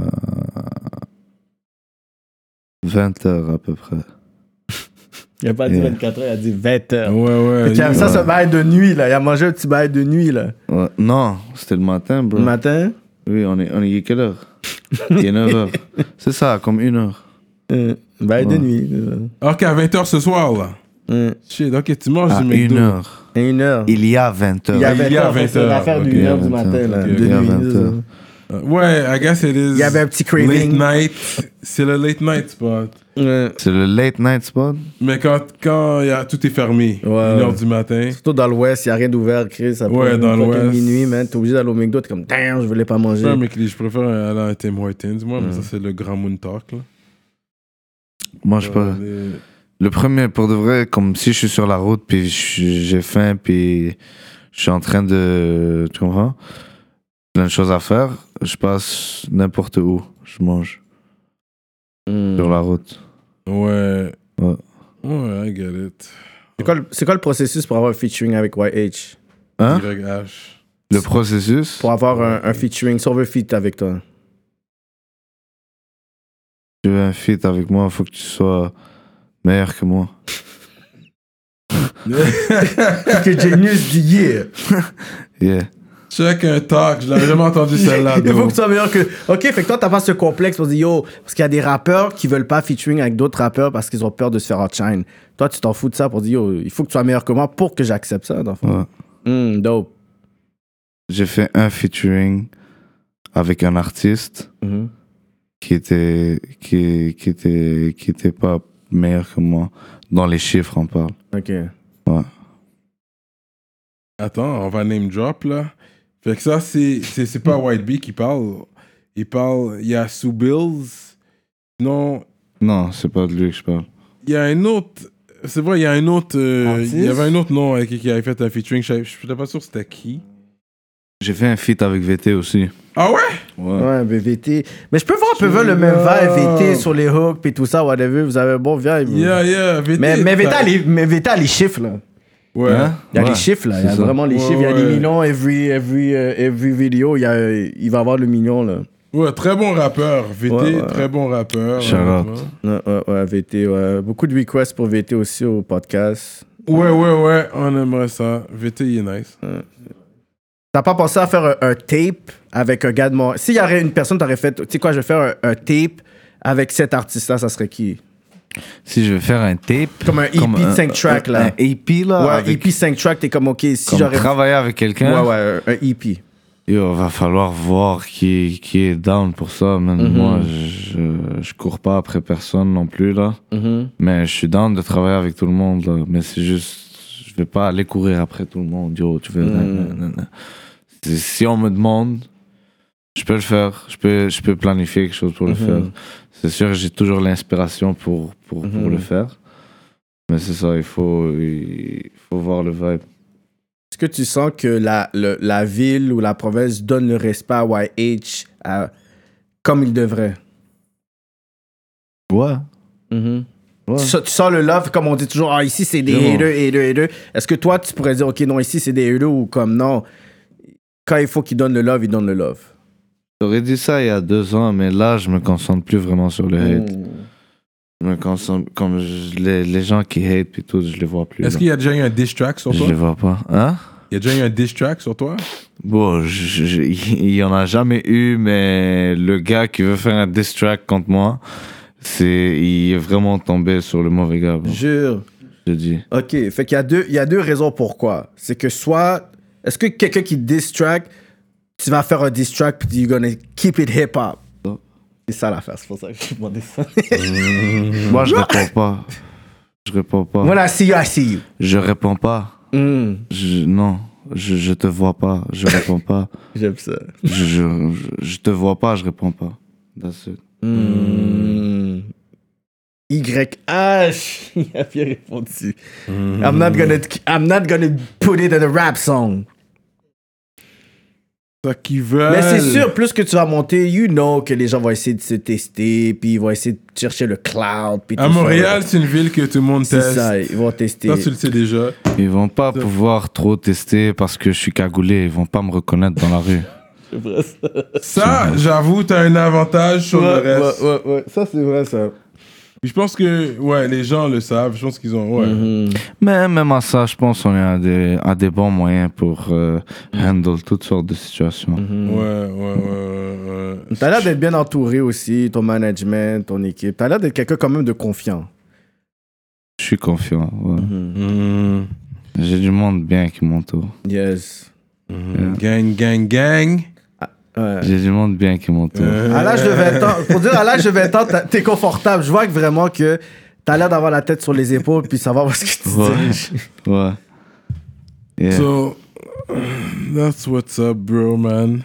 [SPEAKER 5] 20 heures à peu près.
[SPEAKER 4] Il a pas
[SPEAKER 5] dit Yeah.
[SPEAKER 4] 24 heures, il a dit 20 heures.
[SPEAKER 3] Ouais, ouais.
[SPEAKER 4] Tu as ça,
[SPEAKER 5] Euh, Ouais.
[SPEAKER 4] ce bail de nuit, là. Il a mangé un petit bail de nuit, là.
[SPEAKER 5] Ouais. Non, c'était le matin, bro.
[SPEAKER 4] Le matin.
[SPEAKER 5] Oui, on est, on est quelle heure Il est 9 heures. C'est ça, comme une heure.
[SPEAKER 4] euh, bail de
[SPEAKER 5] Ouais.
[SPEAKER 4] nuit.
[SPEAKER 3] Ok, à 20h ce soir, là.
[SPEAKER 4] euh,
[SPEAKER 3] Shit, ok, tu manges
[SPEAKER 5] À
[SPEAKER 3] du
[SPEAKER 5] une
[SPEAKER 3] McDo.
[SPEAKER 5] heure.
[SPEAKER 4] euh, Une heure.
[SPEAKER 5] Il y a 20 heures.
[SPEAKER 3] a- Ah, il y
[SPEAKER 4] heures,
[SPEAKER 3] 20
[SPEAKER 4] c'est
[SPEAKER 3] heures,
[SPEAKER 4] l'affaire
[SPEAKER 3] ok.
[SPEAKER 4] d'une heure du
[SPEAKER 5] Il y a 20
[SPEAKER 4] matin, là.
[SPEAKER 5] heures,
[SPEAKER 4] De
[SPEAKER 5] ok. Il y a 20
[SPEAKER 4] nuit.
[SPEAKER 5] heures.
[SPEAKER 3] Euh, Ouais, I guess it is.
[SPEAKER 4] Il y avait un petit
[SPEAKER 3] Late
[SPEAKER 4] craving.
[SPEAKER 3] night, c'est le late night spot.
[SPEAKER 4] Ouais.
[SPEAKER 5] C'est le late night spot
[SPEAKER 3] Mais quand, quand y a, tout est fermé,
[SPEAKER 4] Ouais.
[SPEAKER 3] 1h du matin.
[SPEAKER 4] Surtout dans l'ouest, il n'y a rien d'ouvert, Chris. Après
[SPEAKER 3] Ouais, dans
[SPEAKER 4] fucking
[SPEAKER 3] l'Ouest.
[SPEAKER 4] minuit, man. T'es obligé d'aller au McDo, t'es comme, damn, je voulais pas manger.
[SPEAKER 3] Ouais, mais que je préfère aller à Tim Hortons, moi,
[SPEAKER 4] Mm.
[SPEAKER 3] mais ça, c'est le grand moon talk. Là.
[SPEAKER 5] Mange pas.
[SPEAKER 3] Euh,
[SPEAKER 5] Le premier, pour de vrai, comme si je suis sur la route, puis je- j'ai faim, puis je suis en train de. Tu comprends Plein de choses à faire. Je passe n'importe où. Je mange
[SPEAKER 4] Hmm.
[SPEAKER 5] sur la route.
[SPEAKER 3] Ouais.
[SPEAKER 5] Ouais.
[SPEAKER 3] Ouais, I get it.
[SPEAKER 4] C'est quoi, le- c'est quoi le processus pour avoir un featuring avec YH
[SPEAKER 5] Hein
[SPEAKER 3] YH.
[SPEAKER 5] Le processus
[SPEAKER 4] Pour avoir un, un featuring, si on veut feat avec toi.
[SPEAKER 5] Tu veux un feat avec moi, faut que tu sois meilleur que moi.
[SPEAKER 4] que Genius du year.
[SPEAKER 5] Yeah.
[SPEAKER 3] Check un talk, je l'avais jamais entendu celle-là.
[SPEAKER 4] Il faut
[SPEAKER 3] though.
[SPEAKER 4] que tu sois meilleur que. Ok, fait que toi, t'as pas ce complexe pour dire yo, parce qu'il y a des rappeurs qui veulent pas featuring avec d'autres rappeurs parce qu'ils ont peur de se faire outshine. Toi, tu t'en fous de ça pour dire yo, il faut que tu sois meilleur que moi pour que j'accepte ça, d'enfant.
[SPEAKER 5] Ouais. Mm,
[SPEAKER 4] Hmm, dope.
[SPEAKER 5] J'ai fait un featuring avec un artiste
[SPEAKER 4] Mhm.
[SPEAKER 5] qui était, qui, qui était, qui était pas meilleur que moi. Dans les chiffres, on parle.
[SPEAKER 4] Ok.
[SPEAKER 5] Ouais.
[SPEAKER 3] Attends, on va name drop là. Fait que ça, c'est, c'est, c'est pas White Bee qui parle. Il parle, il y a Sue Bills. Non,
[SPEAKER 5] Non, c'est pas de lui que je parle.
[SPEAKER 3] il y a un autre. C'est vrai, il y a un autre. euh,
[SPEAKER 4] Artiste?
[SPEAKER 3] il y avait un autre nom avec qui qui avait fait un featuring. Je suis pas sûr c'était qui.
[SPEAKER 5] J'ai fait un feat avec VT aussi.
[SPEAKER 3] Ah ouais?
[SPEAKER 5] Ouais.
[SPEAKER 4] Ouais, BVT. Mais je peux voir un peu le même vibe, VT sur les hooks et tout ça, whatever. Vous avez un bon vibe.
[SPEAKER 3] Yeah, yeah. VT,
[SPEAKER 4] Mais, mais VT,
[SPEAKER 3] t'as-
[SPEAKER 4] a les- mais VT a les chiffres, là.
[SPEAKER 3] Ouais.
[SPEAKER 5] Hein
[SPEAKER 4] Il y a
[SPEAKER 5] Ouais,
[SPEAKER 4] les chiffres, là. Il y a
[SPEAKER 5] c'est ça.
[SPEAKER 4] vraiment les
[SPEAKER 3] Ouais,
[SPEAKER 4] chiffres. Il y a des
[SPEAKER 3] ouais.
[SPEAKER 4] millions. Every, every, euh, every vidéo, il, y a, euh, il va avoir le million, là.
[SPEAKER 3] Ouais, très bon rappeur. VT,
[SPEAKER 4] Ouais, ouais.
[SPEAKER 3] très bon rappeur.
[SPEAKER 5] Shout
[SPEAKER 3] honnêtement.
[SPEAKER 5] out.
[SPEAKER 4] Ouais, ouais, ouais, VT, ouais. Beaucoup de requests pour VT aussi au podcast.
[SPEAKER 3] Ouais, ouais, ouais. On aimerait ça. VT, il est nice.
[SPEAKER 4] T'as pas pensé à faire un, un tape avec un gars de Montréal? S'il y aurait une personne, t'aurais fait, tu sais quoi, je vais faire un, un tape avec cet artiste-là, ça serait qui?
[SPEAKER 5] Si je veux faire un tape.
[SPEAKER 4] Comme un EP de cinq tracks, là.
[SPEAKER 5] Un EP là.
[SPEAKER 4] Ouais,
[SPEAKER 5] Ah, avec-
[SPEAKER 4] EP 5 track, t'es comme, OK, si
[SPEAKER 5] Comme Hein?
[SPEAKER 4] j'aurais...
[SPEAKER 5] travailler avec
[SPEAKER 4] Ouais,
[SPEAKER 5] quelqu'un.
[SPEAKER 4] ouais, un E EP.
[SPEAKER 5] Yo, va falloir voir qui, qui est down pour ça. Man,
[SPEAKER 4] Mhm.
[SPEAKER 5] Moi, je, je cours pas après personne non plus, là.
[SPEAKER 4] Mm-hmm.
[SPEAKER 5] Mais je suis down de travailler avec tout le monde, là. Mais c'est juste, je vais pas aller courir après tout le monde. Yo, tu veux.
[SPEAKER 4] Mhm.
[SPEAKER 5] nanana. Si- Si on me demande, je peux le faire. Je peux, je peux planifier quelque chose pour le
[SPEAKER 4] Mhm.
[SPEAKER 5] faire. C'est sûr que j'ai toujours l'inspiration pour, pour, pour
[SPEAKER 4] Mhm.
[SPEAKER 5] le faire. Mais c'est ça, il faut, il faut voir le vibe.
[SPEAKER 4] Est-ce que tu sens que la, le- la ville ou la province donne le respect à YH à- comme il devrait?
[SPEAKER 5] Ouais. Mm-hmm.
[SPEAKER 4] Tu, sens- tu sens le love, comme on dit toujours, ah, ici c'est des
[SPEAKER 5] Vraiment.
[SPEAKER 4] haters, haters, haters. Est-ce que toi, tu pourrais dire, OK, non, ici c'est des haters ou comme non? Quand il faut qu'ils donnent le love, ils donnent le love.
[SPEAKER 5] J'aurais dit ça il y a deux ans, mais là, je me concentre plus vraiment sur le
[SPEAKER 4] Mm.
[SPEAKER 5] hate.
[SPEAKER 4] Hmm.
[SPEAKER 5] Je me concentre, comme je- les, les gens qui hate puis tout, je les vois plus.
[SPEAKER 3] Est-ce
[SPEAKER 5] là.
[SPEAKER 3] qu'il y a déjà eu un diss track sur
[SPEAKER 5] Je
[SPEAKER 3] toi?
[SPEAKER 5] les vois pas. Hein?
[SPEAKER 3] Il y a déjà eu un diss track sur toi?
[SPEAKER 5] Bon, je- je- il y en a jamais eu, mais le gars qui veut faire un diss track contre moi, c'est, il est vraiment tombé sur le mauvais gars, bon,
[SPEAKER 4] Jure.
[SPEAKER 5] je te dis.
[SPEAKER 4] OK, fait qu'il y a deux, il y a deux raisons pourquoi. C'est que soit, est-ce que quelqu'un qui diss track, tu vas faire un diss track puis you're gonna keep it hip hop.
[SPEAKER 5] Oh.
[SPEAKER 4] C'est ça l'affaire, c'est pour ça que je demandais ça.
[SPEAKER 5] Moi, je réponds pas. Je réponds pas.
[SPEAKER 4] When I see you, I see you. Hmm.
[SPEAKER 5] Je réponds pas. Je- non, je, je te vois pas. Je réponds pas.
[SPEAKER 4] J'aime ça.
[SPEAKER 5] Je, je, je- je te vois pas, je réponds pas. That's it.
[SPEAKER 4] YH, Hmm. il a bien répondu.
[SPEAKER 3] Hmm.
[SPEAKER 4] I'm not gonna, I'm not gonna put it in a rap song.
[SPEAKER 3] Ça qu'ils veulent.
[SPEAKER 4] Mais c'est sûr, plus que tu vas monter, you know que les gens vont essayer de se tester, puis ils vont essayer de chercher le cloud. Puis
[SPEAKER 3] À
[SPEAKER 4] tout ça.
[SPEAKER 3] Montréal, c'est une ville que tout le monde
[SPEAKER 4] c'est
[SPEAKER 3] teste. Ça,
[SPEAKER 4] ça, ils vont tester.
[SPEAKER 3] tu le sais déjà.
[SPEAKER 5] Ils vont pas pouvoir trop tester parce que je suis cagoulé. Ils vont pas me reconnaître dans la rue.
[SPEAKER 3] Ça, j'avoue, t'as un avantage sur le reste.
[SPEAKER 4] Ça, c'est vrai, ça.
[SPEAKER 3] Puis Je pense que, ouais, les gens le savent. Je pense qu'ils ont, ouais.
[SPEAKER 4] Mm-hmm.
[SPEAKER 5] Mais même à ça, je pense qu'on est à des, à des bons moyens pour euh, handle toutes sortes de situations.
[SPEAKER 3] ouais, ouais, ouais, ouais, ouais.
[SPEAKER 4] T'as l'air d'être bien entouré aussi, ton management, ton équipe. T'as l'air d'être quelqu'un quand même de confiant.
[SPEAKER 5] Je suis confiant. ouais.
[SPEAKER 4] Mm-hmm.
[SPEAKER 3] Mhm.
[SPEAKER 5] J'ai du monde bien qui m'entoure.
[SPEAKER 4] Yes.
[SPEAKER 3] Mhm. Gang, gang, gang.
[SPEAKER 4] Ouais.
[SPEAKER 5] J'ai du monde bien qui m'entoure.
[SPEAKER 3] Euh,
[SPEAKER 4] Mm-hmm. À l'âge de 20 ans, pour dire à l'âge de 20 ans, t'as- t'es confortable. Je vois que vraiment que t'as l'air d'avoir la tête sur les épaules puis savoir où est-ce que tu
[SPEAKER 5] Ouais.
[SPEAKER 4] diriges.
[SPEAKER 5] Ouais. Yeah.
[SPEAKER 3] So, that's what's up, bro, man.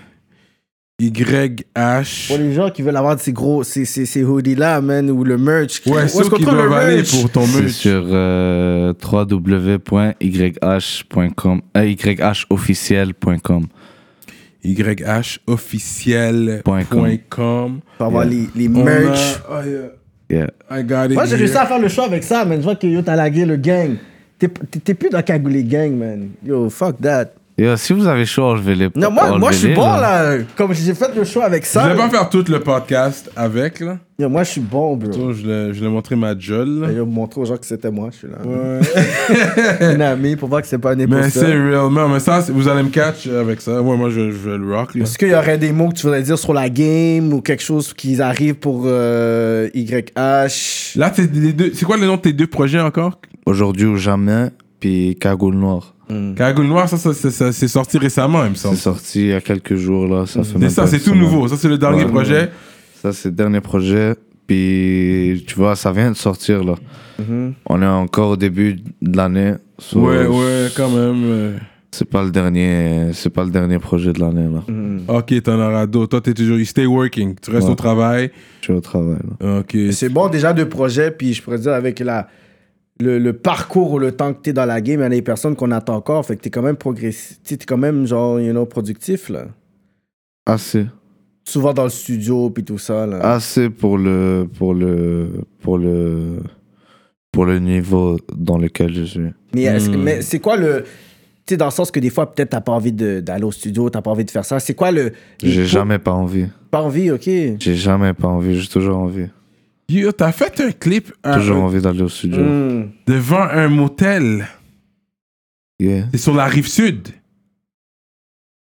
[SPEAKER 3] YH.
[SPEAKER 4] Pour les gens qui veulent avoir ces gros, ces, ces, ces hoodies-là, man, ou le merch.
[SPEAKER 3] Ouais,
[SPEAKER 4] c'est
[SPEAKER 3] ceux qui doivent aller pour ton
[SPEAKER 5] C'est
[SPEAKER 3] merch.
[SPEAKER 5] sur euh, www.yh.com, euh, yhofficiel.com.
[SPEAKER 3] YHofficiel.com.
[SPEAKER 4] Pour avoir les, les
[SPEAKER 3] On a-
[SPEAKER 4] merch.
[SPEAKER 3] oh, yeah.
[SPEAKER 5] Yeah.
[SPEAKER 3] I got it.
[SPEAKER 4] Moi, j'ai
[SPEAKER 3] here.
[SPEAKER 4] réussi à faire le choix avec ça, man. Je vois que yo, t'as lagué le gang. T'es- T'es t'es plus dans Cagoulé Gang, man. Yo, fuck that.
[SPEAKER 5] Yo, si vous avez chaud, je vais les
[SPEAKER 4] Non, moi, moi je suis
[SPEAKER 5] enlever,
[SPEAKER 4] bon, là. Comme j'ai fait le choix avec
[SPEAKER 3] Je
[SPEAKER 4] ça.
[SPEAKER 3] vais pas faire tout le podcast avec, là.
[SPEAKER 4] Yo, moi, je suis bon, bro.
[SPEAKER 3] So, je l'ai je l'ai montré ma jolle. là.
[SPEAKER 4] Je montrer aux gens que c'était moi, je suis là.
[SPEAKER 3] Ouais.
[SPEAKER 4] Une amie pour voir que c'est pas un épouse.
[SPEAKER 3] Mais c'est real, man. Mais ça, c'est- vous allez me catch avec ça. Ouais, moi, je, je vais le rock, là.
[SPEAKER 4] Est-ce qu'il y aurait des mots que tu voudrais dire sur la game ou quelque chose qui arrive pour euh, YH
[SPEAKER 3] Là, c'est les deux- c'est quoi le nom de tes deux projets encore
[SPEAKER 5] Aujourd'hui ou jamais, puis Cagoule Noire.
[SPEAKER 3] Cagoule Noire, ça, ça, ça, ça, c'est sorti récemment, il me
[SPEAKER 5] C'est
[SPEAKER 3] semble.
[SPEAKER 5] sorti il y a quelques jours, là. Ça fait
[SPEAKER 3] C'est
[SPEAKER 5] même
[SPEAKER 3] ça,
[SPEAKER 5] pas
[SPEAKER 3] c'est
[SPEAKER 5] une
[SPEAKER 3] tout
[SPEAKER 5] semaine.
[SPEAKER 3] nouveau. Ça, c'est le dernier
[SPEAKER 5] Ouais.
[SPEAKER 3] projet.
[SPEAKER 5] Ça, c'est le dernier projet. Puis, tu vois, ça vient de sortir, là. On est encore au début de l'année. so-
[SPEAKER 3] Mhm. Ouais, ouais, quand même. euh.
[SPEAKER 5] C'est pas le dernier, c'est pas le dernier projet de l'année, là.
[SPEAKER 4] Hmm.
[SPEAKER 3] Ok, t'en auras d'autres. Toi, t'es toujours. You stay working. Tu restes
[SPEAKER 5] Ouais.
[SPEAKER 3] au travail.
[SPEAKER 5] Je suis au travail, là.
[SPEAKER 3] Ok.
[SPEAKER 4] C'est bon déjà de projet, puis je pourrais dire avec la, le, le parcours ou le temps que t'es dans la game, il y en a des personnes qu'on attend encore, fait que t'es quand même progressif, t'es quand même genre, you know, productif là.
[SPEAKER 5] Assez.
[SPEAKER 4] Souvent dans le studio puis tout ça là.
[SPEAKER 5] Assez pour le, pour le, pour le, pour le niveau dans lequel je suis.
[SPEAKER 4] Mais est-ce que-
[SPEAKER 3] Hmm.
[SPEAKER 4] mais c'est quoi le, tu sais dans le sens que des fois peut-être t'as pas envie de- d'aller au studio, t'as pas envie de faire ça. C'est quoi le,
[SPEAKER 5] J'ai
[SPEAKER 4] le-
[SPEAKER 5] jamais pas envie.
[SPEAKER 4] pas envie, ok.
[SPEAKER 5] J'ai jamais pas envie. J'ai toujours envie.
[SPEAKER 3] Yo, t'as fait un clip à-
[SPEAKER 5] Toujours envie d'aller au studio.
[SPEAKER 3] Mm.
[SPEAKER 4] Hmm.
[SPEAKER 3] devant un motel.
[SPEAKER 5] Yeah.
[SPEAKER 3] C'est sur la rive sud.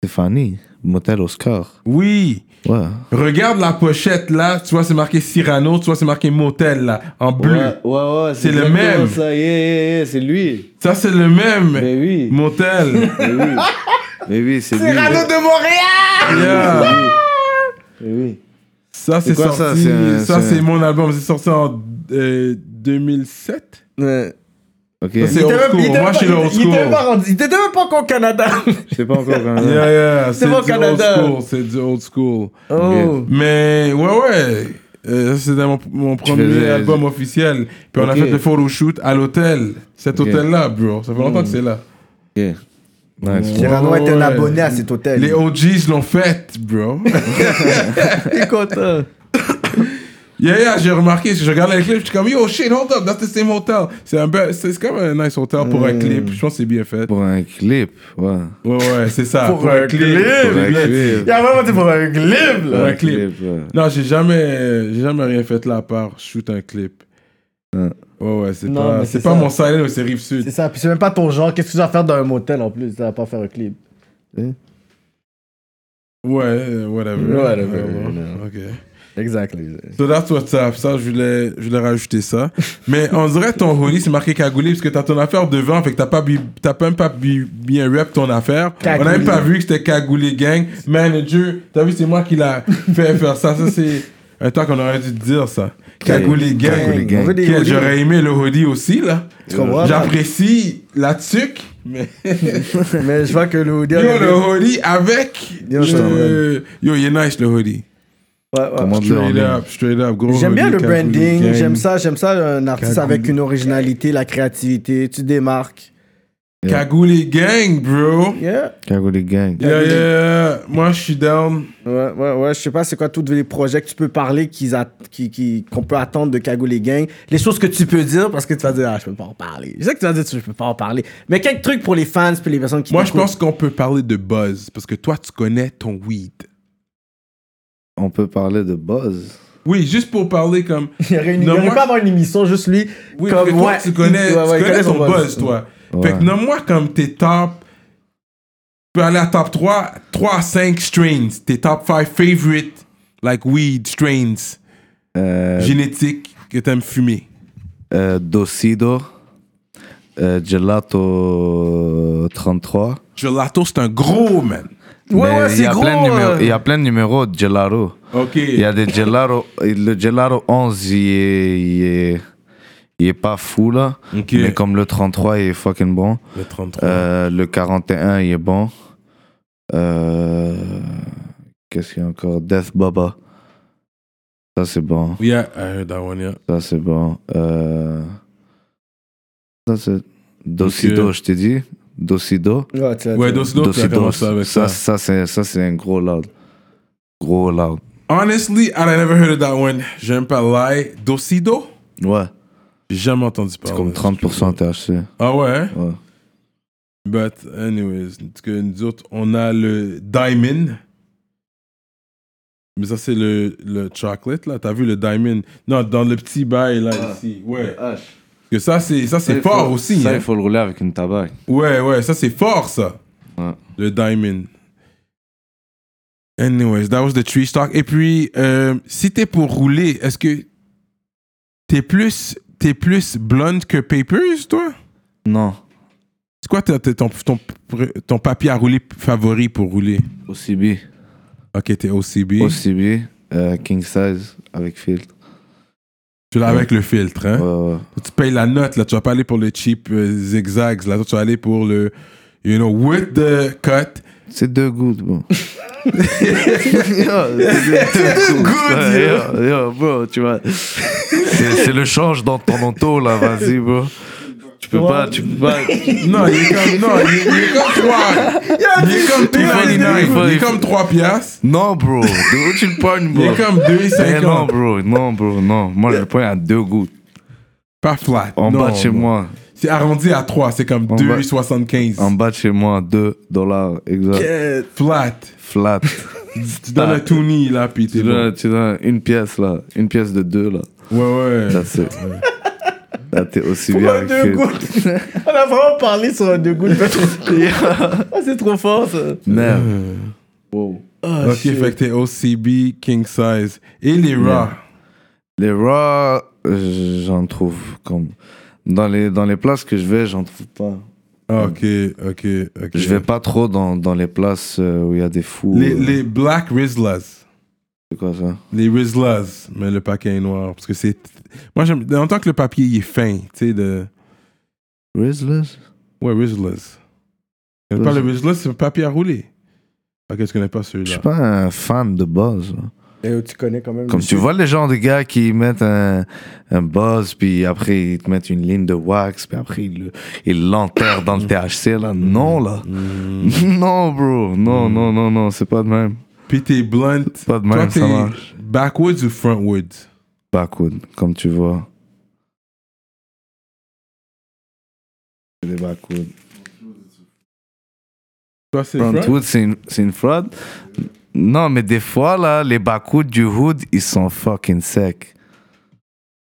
[SPEAKER 5] Stéphanie, motel Oscar.
[SPEAKER 3] Oui.
[SPEAKER 5] Ouais.
[SPEAKER 3] Regarde la pochette là. Tu vois, c'est marqué Cyrano. Tu vois, c'est marqué motel là. En bleu.
[SPEAKER 5] ouais, ouais.
[SPEAKER 3] C'est le exactement même.
[SPEAKER 5] Ça, yeah, yeah, yeah, c'est lui.
[SPEAKER 3] Ça, c'est le même
[SPEAKER 4] Ben
[SPEAKER 5] oui.
[SPEAKER 3] motel.
[SPEAKER 5] Mais oui. Mais oui, c'est lui. Ah.
[SPEAKER 4] de Montréal.
[SPEAKER 3] Yeah.
[SPEAKER 5] Mais oui.
[SPEAKER 3] Ça, c'est
[SPEAKER 5] C'est quoi,
[SPEAKER 3] sorti.
[SPEAKER 5] ça?
[SPEAKER 3] Ça,
[SPEAKER 5] C'est un- c'est un-
[SPEAKER 3] c'est mon album. C'est sorti en euh, 2007.
[SPEAKER 4] Ouais.
[SPEAKER 5] Ok.
[SPEAKER 3] Ça, c'est
[SPEAKER 4] Il était
[SPEAKER 3] old
[SPEAKER 4] même- il
[SPEAKER 3] school.
[SPEAKER 4] était
[SPEAKER 3] Moi, je suis
[SPEAKER 4] même-
[SPEAKER 3] le old
[SPEAKER 4] il était même
[SPEAKER 3] school.
[SPEAKER 4] pas rendu- il était même pas encore au Canada.
[SPEAKER 5] C'est pas encore quand même.
[SPEAKER 3] Yeah, yeah. C'est
[SPEAKER 4] C'est bon,
[SPEAKER 3] du old
[SPEAKER 4] Canada.
[SPEAKER 3] school. C'est du old school.
[SPEAKER 4] Oh.
[SPEAKER 3] Mais ouais, ouais. Euh, ça, c'était mon, mon premier
[SPEAKER 5] faisais-
[SPEAKER 3] album officiel. Puis on a
[SPEAKER 5] Ok.
[SPEAKER 3] fait le photoshoot à l'hôtel. Cet
[SPEAKER 5] Ok.
[SPEAKER 3] hôtel-là, bro. Ça fait longtemps que c'est là.
[SPEAKER 5] Yeah. Nice.
[SPEAKER 4] Cyrano
[SPEAKER 3] Ouais,
[SPEAKER 4] est un
[SPEAKER 3] ouais.
[SPEAKER 4] abonné à cet hôtel.
[SPEAKER 3] Les OGs l'ont fait, bro.
[SPEAKER 4] T'es content.
[SPEAKER 3] yeah, yeah, j'ai remarqué. Je regardais le clip, je suis comme, yo, shit, hold up, that's the same hotel. C'est un bel- c'est c'est quand même un nice hotel pour un clip. Je pense que c'est bien fait.
[SPEAKER 5] Pour un clip, ouais.
[SPEAKER 3] Ouais, ouais, c'est ça.
[SPEAKER 4] Pour un clip.
[SPEAKER 3] c'est
[SPEAKER 5] Pour un
[SPEAKER 3] bien.
[SPEAKER 5] clip.
[SPEAKER 4] Il y a vraiment dit pour un glib,
[SPEAKER 3] Pour
[SPEAKER 4] là.
[SPEAKER 3] un clip.
[SPEAKER 5] ouais.
[SPEAKER 3] Non, j'ai jamais, j'ai jamais rien fait là à part shoot un clip.
[SPEAKER 5] Ouais.
[SPEAKER 3] Ouais, ouais, c'est
[SPEAKER 4] Non,
[SPEAKER 3] pas,
[SPEAKER 4] mais
[SPEAKER 3] c'est
[SPEAKER 4] c'est
[SPEAKER 3] pas
[SPEAKER 4] ça.
[SPEAKER 3] mon silent, c'est Rive Sud.
[SPEAKER 4] C'est ça, puis c'est même pas ton genre. Qu'est-ce que tu vas faire dans un motel en plus? Tu vas pas faire un clip.
[SPEAKER 3] Ouais, euh, whatever.
[SPEAKER 4] Whatever,
[SPEAKER 3] Ah, bon,
[SPEAKER 4] non.
[SPEAKER 3] Ok.
[SPEAKER 4] Exact.
[SPEAKER 3] So that's what's up. Ça, je voulais, je voulais rajouter ça. Mais on dirait ton hoodie, c'est marqué cagoulé parce que t'as ton affaire devant, fait que t'as pas, bi- t'as pas même pas bi- bien rep ton affaire.
[SPEAKER 4] Cagoulé.
[SPEAKER 3] On a même pas vu que c'était cagoulé gang. Manager, t'as vu, c'est moi qui l'a fait faire ça. Ça, c'est un temps qu'on aurait dû te dire ça. Cagoulé gang.
[SPEAKER 5] Cagoulé gang.
[SPEAKER 4] On veut des
[SPEAKER 3] Quel-
[SPEAKER 4] hoodies.
[SPEAKER 3] J'aurais aimé le hoodie aussi, là.
[SPEAKER 4] Tu comprends?
[SPEAKER 3] J'apprécie la tuque, mais
[SPEAKER 4] Mais je vois que le hoodie.
[SPEAKER 3] yo,
[SPEAKER 4] Ouais,
[SPEAKER 3] le hoodie avec.
[SPEAKER 4] Yo, je
[SPEAKER 3] le- Yo, il est nice le hoodie.
[SPEAKER 4] ouais.
[SPEAKER 5] Commande-le en
[SPEAKER 3] Straight
[SPEAKER 5] ligne.
[SPEAKER 3] up, straight up. gros
[SPEAKER 4] J'aime bien
[SPEAKER 3] hoodie,
[SPEAKER 4] le
[SPEAKER 3] cagoulé
[SPEAKER 4] branding.
[SPEAKER 3] gang.
[SPEAKER 4] J'aime ça. J'aime ça, un artiste
[SPEAKER 3] Cagoule.
[SPEAKER 4] avec une originalité, la créativité. Tu te démarques.
[SPEAKER 3] Cagoule et gang, bro.
[SPEAKER 4] Yeah.
[SPEAKER 5] Cago les gangs.
[SPEAKER 3] Yeah, yeah, yeah. Moi, je suis down.
[SPEAKER 4] Ouais, ouais, ouais. Je sais pas c'est quoi tous les projets que tu peux parler qu'ils at- qui, qui, qu'on peut attendre de Cagoule et Gang. Les choses que tu peux dire parce que tu vas dire, ah, je peux pas en parler. Je sais que tu vas dire, je peux pas en parler. Mais quelques trucs pour les fans puis les personnes qui.
[SPEAKER 3] Moi, je
[SPEAKER 4] t'écoutent.
[SPEAKER 3] pense qu'on peut parler de buzz parce que toi, tu connais ton weed.
[SPEAKER 5] On peut parler de buzz.
[SPEAKER 3] Oui, juste pour parler comme.
[SPEAKER 4] Il y aurait, une,
[SPEAKER 3] Non,
[SPEAKER 4] il y aurait
[SPEAKER 3] moi-
[SPEAKER 4] pas avoir une émission juste lui.
[SPEAKER 3] Oui,
[SPEAKER 4] comme
[SPEAKER 3] parce que toi,
[SPEAKER 4] ouais,
[SPEAKER 3] tu connais,
[SPEAKER 4] il- ouais, ouais, il
[SPEAKER 3] tu connais
[SPEAKER 4] connaît
[SPEAKER 3] ton
[SPEAKER 4] son
[SPEAKER 3] buzz, toi.
[SPEAKER 5] Ouais.
[SPEAKER 3] Fait que nomme-moi comme tes top. Tu peux aller à top 3, 3 à 5 strains. Tes top 5 favorite, like weed strains
[SPEAKER 5] Euh,
[SPEAKER 3] génétiques que t'aimes fumer.
[SPEAKER 5] euh, Docido. Euh, Gelato 33.
[SPEAKER 3] Gelato, c'est un gros, man.
[SPEAKER 4] Ouais,
[SPEAKER 5] Mais
[SPEAKER 4] ouais,
[SPEAKER 5] il y
[SPEAKER 4] c'est
[SPEAKER 5] a
[SPEAKER 4] gros.
[SPEAKER 5] plein de numéros-
[SPEAKER 4] euh,
[SPEAKER 5] Il y a plein de numéros de Gelato.
[SPEAKER 3] Ok.
[SPEAKER 5] Il y a des Gelaro. Le Gelaro 11, il est, il est, il est pas fou là.
[SPEAKER 3] Ok.
[SPEAKER 5] Mais comme le 33, il est fucking bon.
[SPEAKER 3] Le 33.
[SPEAKER 5] Euh, le 41, il est bon. Euh, Qu'est-ce qu'il y a encore Death Baba. Ça, c'est bon.
[SPEAKER 3] Yeah, I heard that one, yeah.
[SPEAKER 5] Ça, c'est bon. Euh, ça, c'est. Docido,
[SPEAKER 3] Ok.
[SPEAKER 5] je t'ai dit. Docido.
[SPEAKER 4] Ouais, tu l'as
[SPEAKER 3] Ouais,
[SPEAKER 4] dit.
[SPEAKER 3] Dos Dos, tu as commencé
[SPEAKER 5] ça,
[SPEAKER 3] avec
[SPEAKER 5] ça, ça,
[SPEAKER 3] ça.
[SPEAKER 5] c'est- ça, c'est un gros loud. Gros loud.
[SPEAKER 3] Honestly, I never heard of that one. J'aime pas lie. Docido?
[SPEAKER 5] Ouais.
[SPEAKER 3] J'ai jamais entendu parler.
[SPEAKER 5] C'est comme 30% THC.
[SPEAKER 3] Ah ouais?
[SPEAKER 5] Ouais.
[SPEAKER 3] But anyways, parce que nous autres, on a le Diamond. Mais ça, c'est le, le chocolate, là. T'as vu le Diamond? Non, dans le petit bail, là, ici. Ouais. Que ça, c'est, ça, Ah. c'est fort aussi.
[SPEAKER 5] Ça,
[SPEAKER 3] hein.
[SPEAKER 5] il faut le rouler avec une tabac.
[SPEAKER 3] Ouais, ouais, ça, c'est fort, ça.
[SPEAKER 5] Ouais.
[SPEAKER 3] Le Diamond. Anyways, that was the tree stock. Et puis, euh, si t'es pour rouler, est-ce que t'es plus, t'es plus blonde que Papers, toi?
[SPEAKER 5] Non.
[SPEAKER 3] C'est quoi ta- ta- ton, ton, ton papier à rouler favori pour rouler?
[SPEAKER 5] OCB.
[SPEAKER 3] Ok, t'es OCB.
[SPEAKER 5] OCB, euh, King Size avec filtre.
[SPEAKER 3] Tu l'as avec le filtre, hein?
[SPEAKER 5] Ouais, ouais.
[SPEAKER 3] Tu payes la note, là. Tu vas pas aller pour le cheap euh, zigzags, là. Toi, tu vas aller pour le, you know, with the cut.
[SPEAKER 5] C'est deux gouttes, bro. Yo, c'est deux gouttes, yo. yo, bro, tu vois. C'est c'est le change dans ton auto, là, vas-y, bro. Tu peux pas, tu peux pas.
[SPEAKER 3] Non, il est comme, non, il est, il est comme 3. Il est comme 3,99. Il est comme 3 piastres.
[SPEAKER 5] Non, bro, de où tu le pognes,
[SPEAKER 3] Il
[SPEAKER 5] bro?
[SPEAKER 3] est comme
[SPEAKER 5] Mais non,
[SPEAKER 3] 2,50.
[SPEAKER 5] bro, non, bro, non. Moi, je le pogne à deux gouttes.
[SPEAKER 3] Pas flat.
[SPEAKER 5] En
[SPEAKER 3] non,
[SPEAKER 5] bas de chez
[SPEAKER 3] non.
[SPEAKER 5] moi,
[SPEAKER 3] C'est arrondi à 3. C'est comme
[SPEAKER 5] En bas- en
[SPEAKER 3] 2,75.
[SPEAKER 5] bas de chez moi, 2 dollars, exact.
[SPEAKER 4] Euh,
[SPEAKER 3] Flat.
[SPEAKER 5] Flat.
[SPEAKER 3] Tu donnes un toonie, là, pis t'es
[SPEAKER 5] Tu
[SPEAKER 3] bon.
[SPEAKER 5] donnes, tu donnes une pièce, là. Une pièce de deux, là.
[SPEAKER 3] Ouais, ouais.
[SPEAKER 5] That's it. Là, t'es aussi bien
[SPEAKER 4] Pourquoi
[SPEAKER 5] avec
[SPEAKER 4] deux
[SPEAKER 5] Phil.
[SPEAKER 4] gouttes On a vraiment parlé sur un deux gouttes. Ah, c'est trop fort ça. Ah,
[SPEAKER 5] Merde.
[SPEAKER 3] Ok, fait que t'es OCB, king size. Et les raw.
[SPEAKER 5] Les raw, euh, j'en trouve comme. Dans les, dans les places que je vais, j'en trouve pas.
[SPEAKER 3] Ok, ok, ok.
[SPEAKER 5] Je vais pas trop dans, dans les places euh, où il y a des fous.
[SPEAKER 3] Les,
[SPEAKER 5] euh,
[SPEAKER 3] les Black Rizzlas.
[SPEAKER 5] C'est quoi ça
[SPEAKER 3] Les Rizzlas. Mais le paquet est noir. Parce que c'est. Moi, j'aime. En tant que le papier, il est fin. Tu sais, de.
[SPEAKER 5] Rizzlers
[SPEAKER 3] Ouais, Rizzlas. Tu connais pas le Rizzlas, c'est un papier à rouler. Ok, tu connais pas
[SPEAKER 5] Je
[SPEAKER 3] celui-là.
[SPEAKER 5] suis pas un fan de buzz. là.
[SPEAKER 4] Et Eh, oh, tu connais quand même.
[SPEAKER 5] Comme tu vois les gens de gars qui mettent un, un buzz, puis après ils te mettent une ligne de wax, puis après ils le- ils l'enterrent dans le THC, là.
[SPEAKER 3] Mm.
[SPEAKER 5] Non, là.
[SPEAKER 3] Hmm.
[SPEAKER 5] Non, bro. Non, non, non, non. C'est pas de même.
[SPEAKER 3] Puis t'es blunt.
[SPEAKER 5] Pas de
[SPEAKER 3] Toi,
[SPEAKER 5] même, ça
[SPEAKER 3] t'es
[SPEAKER 5] marche.
[SPEAKER 3] backwoods ou frontwoods?
[SPEAKER 5] Backwood, comme tu vois. C'est des backwood.
[SPEAKER 3] Toi, c'est front?
[SPEAKER 5] Frontwood, c'est une, c'est une fraude. Non, mais des fois, là, les backwoods du hood, ils sont fucking secs.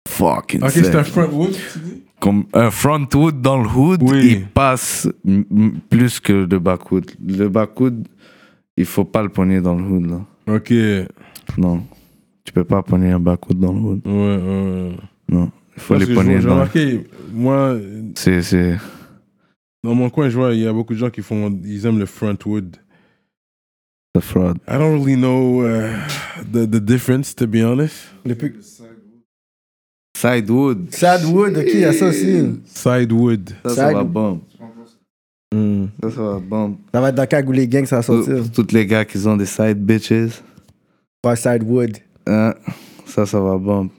[SPEAKER 5] Fucking
[SPEAKER 3] Ok,
[SPEAKER 5] secs.
[SPEAKER 3] c'est un frontwood, tu dis?
[SPEAKER 5] Comme un frontwood dans le hood,
[SPEAKER 3] Oui.
[SPEAKER 5] il passe m- m- plus que le backwood. Le backwood, il faut pas le pogner dans le hood, là.
[SPEAKER 3] Ok. Ouais,
[SPEAKER 5] Non. Tu peux pas pogner un backwood dans le hood.
[SPEAKER 3] ouais.
[SPEAKER 5] Non. Il faut
[SPEAKER 3] Parce
[SPEAKER 5] les
[SPEAKER 3] que je vois-
[SPEAKER 5] pogner
[SPEAKER 3] J'ai
[SPEAKER 5] dans le
[SPEAKER 3] remarqué, moi,
[SPEAKER 5] C'est, c'est...
[SPEAKER 3] dans mon coin, je vois, il y a beaucoup de gens qui font. Ils aiment le frontwood.
[SPEAKER 5] The fraud.
[SPEAKER 3] I don't really know uh, the the difference, to be honest.
[SPEAKER 4] Depuis...
[SPEAKER 5] Sidewood.
[SPEAKER 4] Sadwood, ok, il y a ça
[SPEAKER 5] Hmm.
[SPEAKER 4] aussi.
[SPEAKER 3] Sidewood.
[SPEAKER 5] Ça,
[SPEAKER 4] Side-
[SPEAKER 5] ça va bombe. Ça, ça va bombe.
[SPEAKER 4] Ça va être Hmm. dans Cagoulé Gang, ça va
[SPEAKER 5] Pour,
[SPEAKER 4] sortir.
[SPEAKER 5] pour toutes les gars qui ont des side bitches,
[SPEAKER 4] Ouais, Sidewood.
[SPEAKER 5] hein, ça, ça va bombe.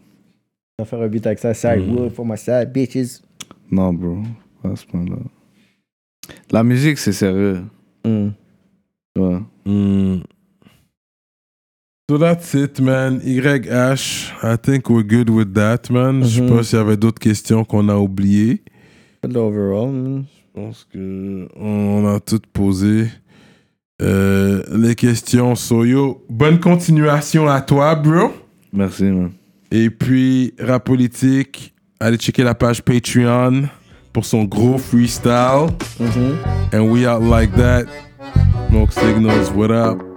[SPEAKER 4] On va faire un
[SPEAKER 5] Hmm.
[SPEAKER 4] beat avec ça. Sidewood for my side bitches.
[SPEAKER 5] Non, bro. À ce point-là. La musique, c'est sérieux. Hmm. Ouais.
[SPEAKER 3] Mm. So that's it, man. YH, I think we're good with that, man. Je sais
[SPEAKER 4] Mhm.
[SPEAKER 3] pas s'il y avait d'autres questions qu'on a oubliées.
[SPEAKER 4] L'overall. mm.
[SPEAKER 3] Je pense que on a toutes posé euh, les questions. Soyo, bonne continuation à toi, bro.
[SPEAKER 5] Merci, man.
[SPEAKER 3] Et puis, Rap Politique, allez checker la page Patreon pour son gros Mhm. freestyle. And we out like that. Smoke signals, what up?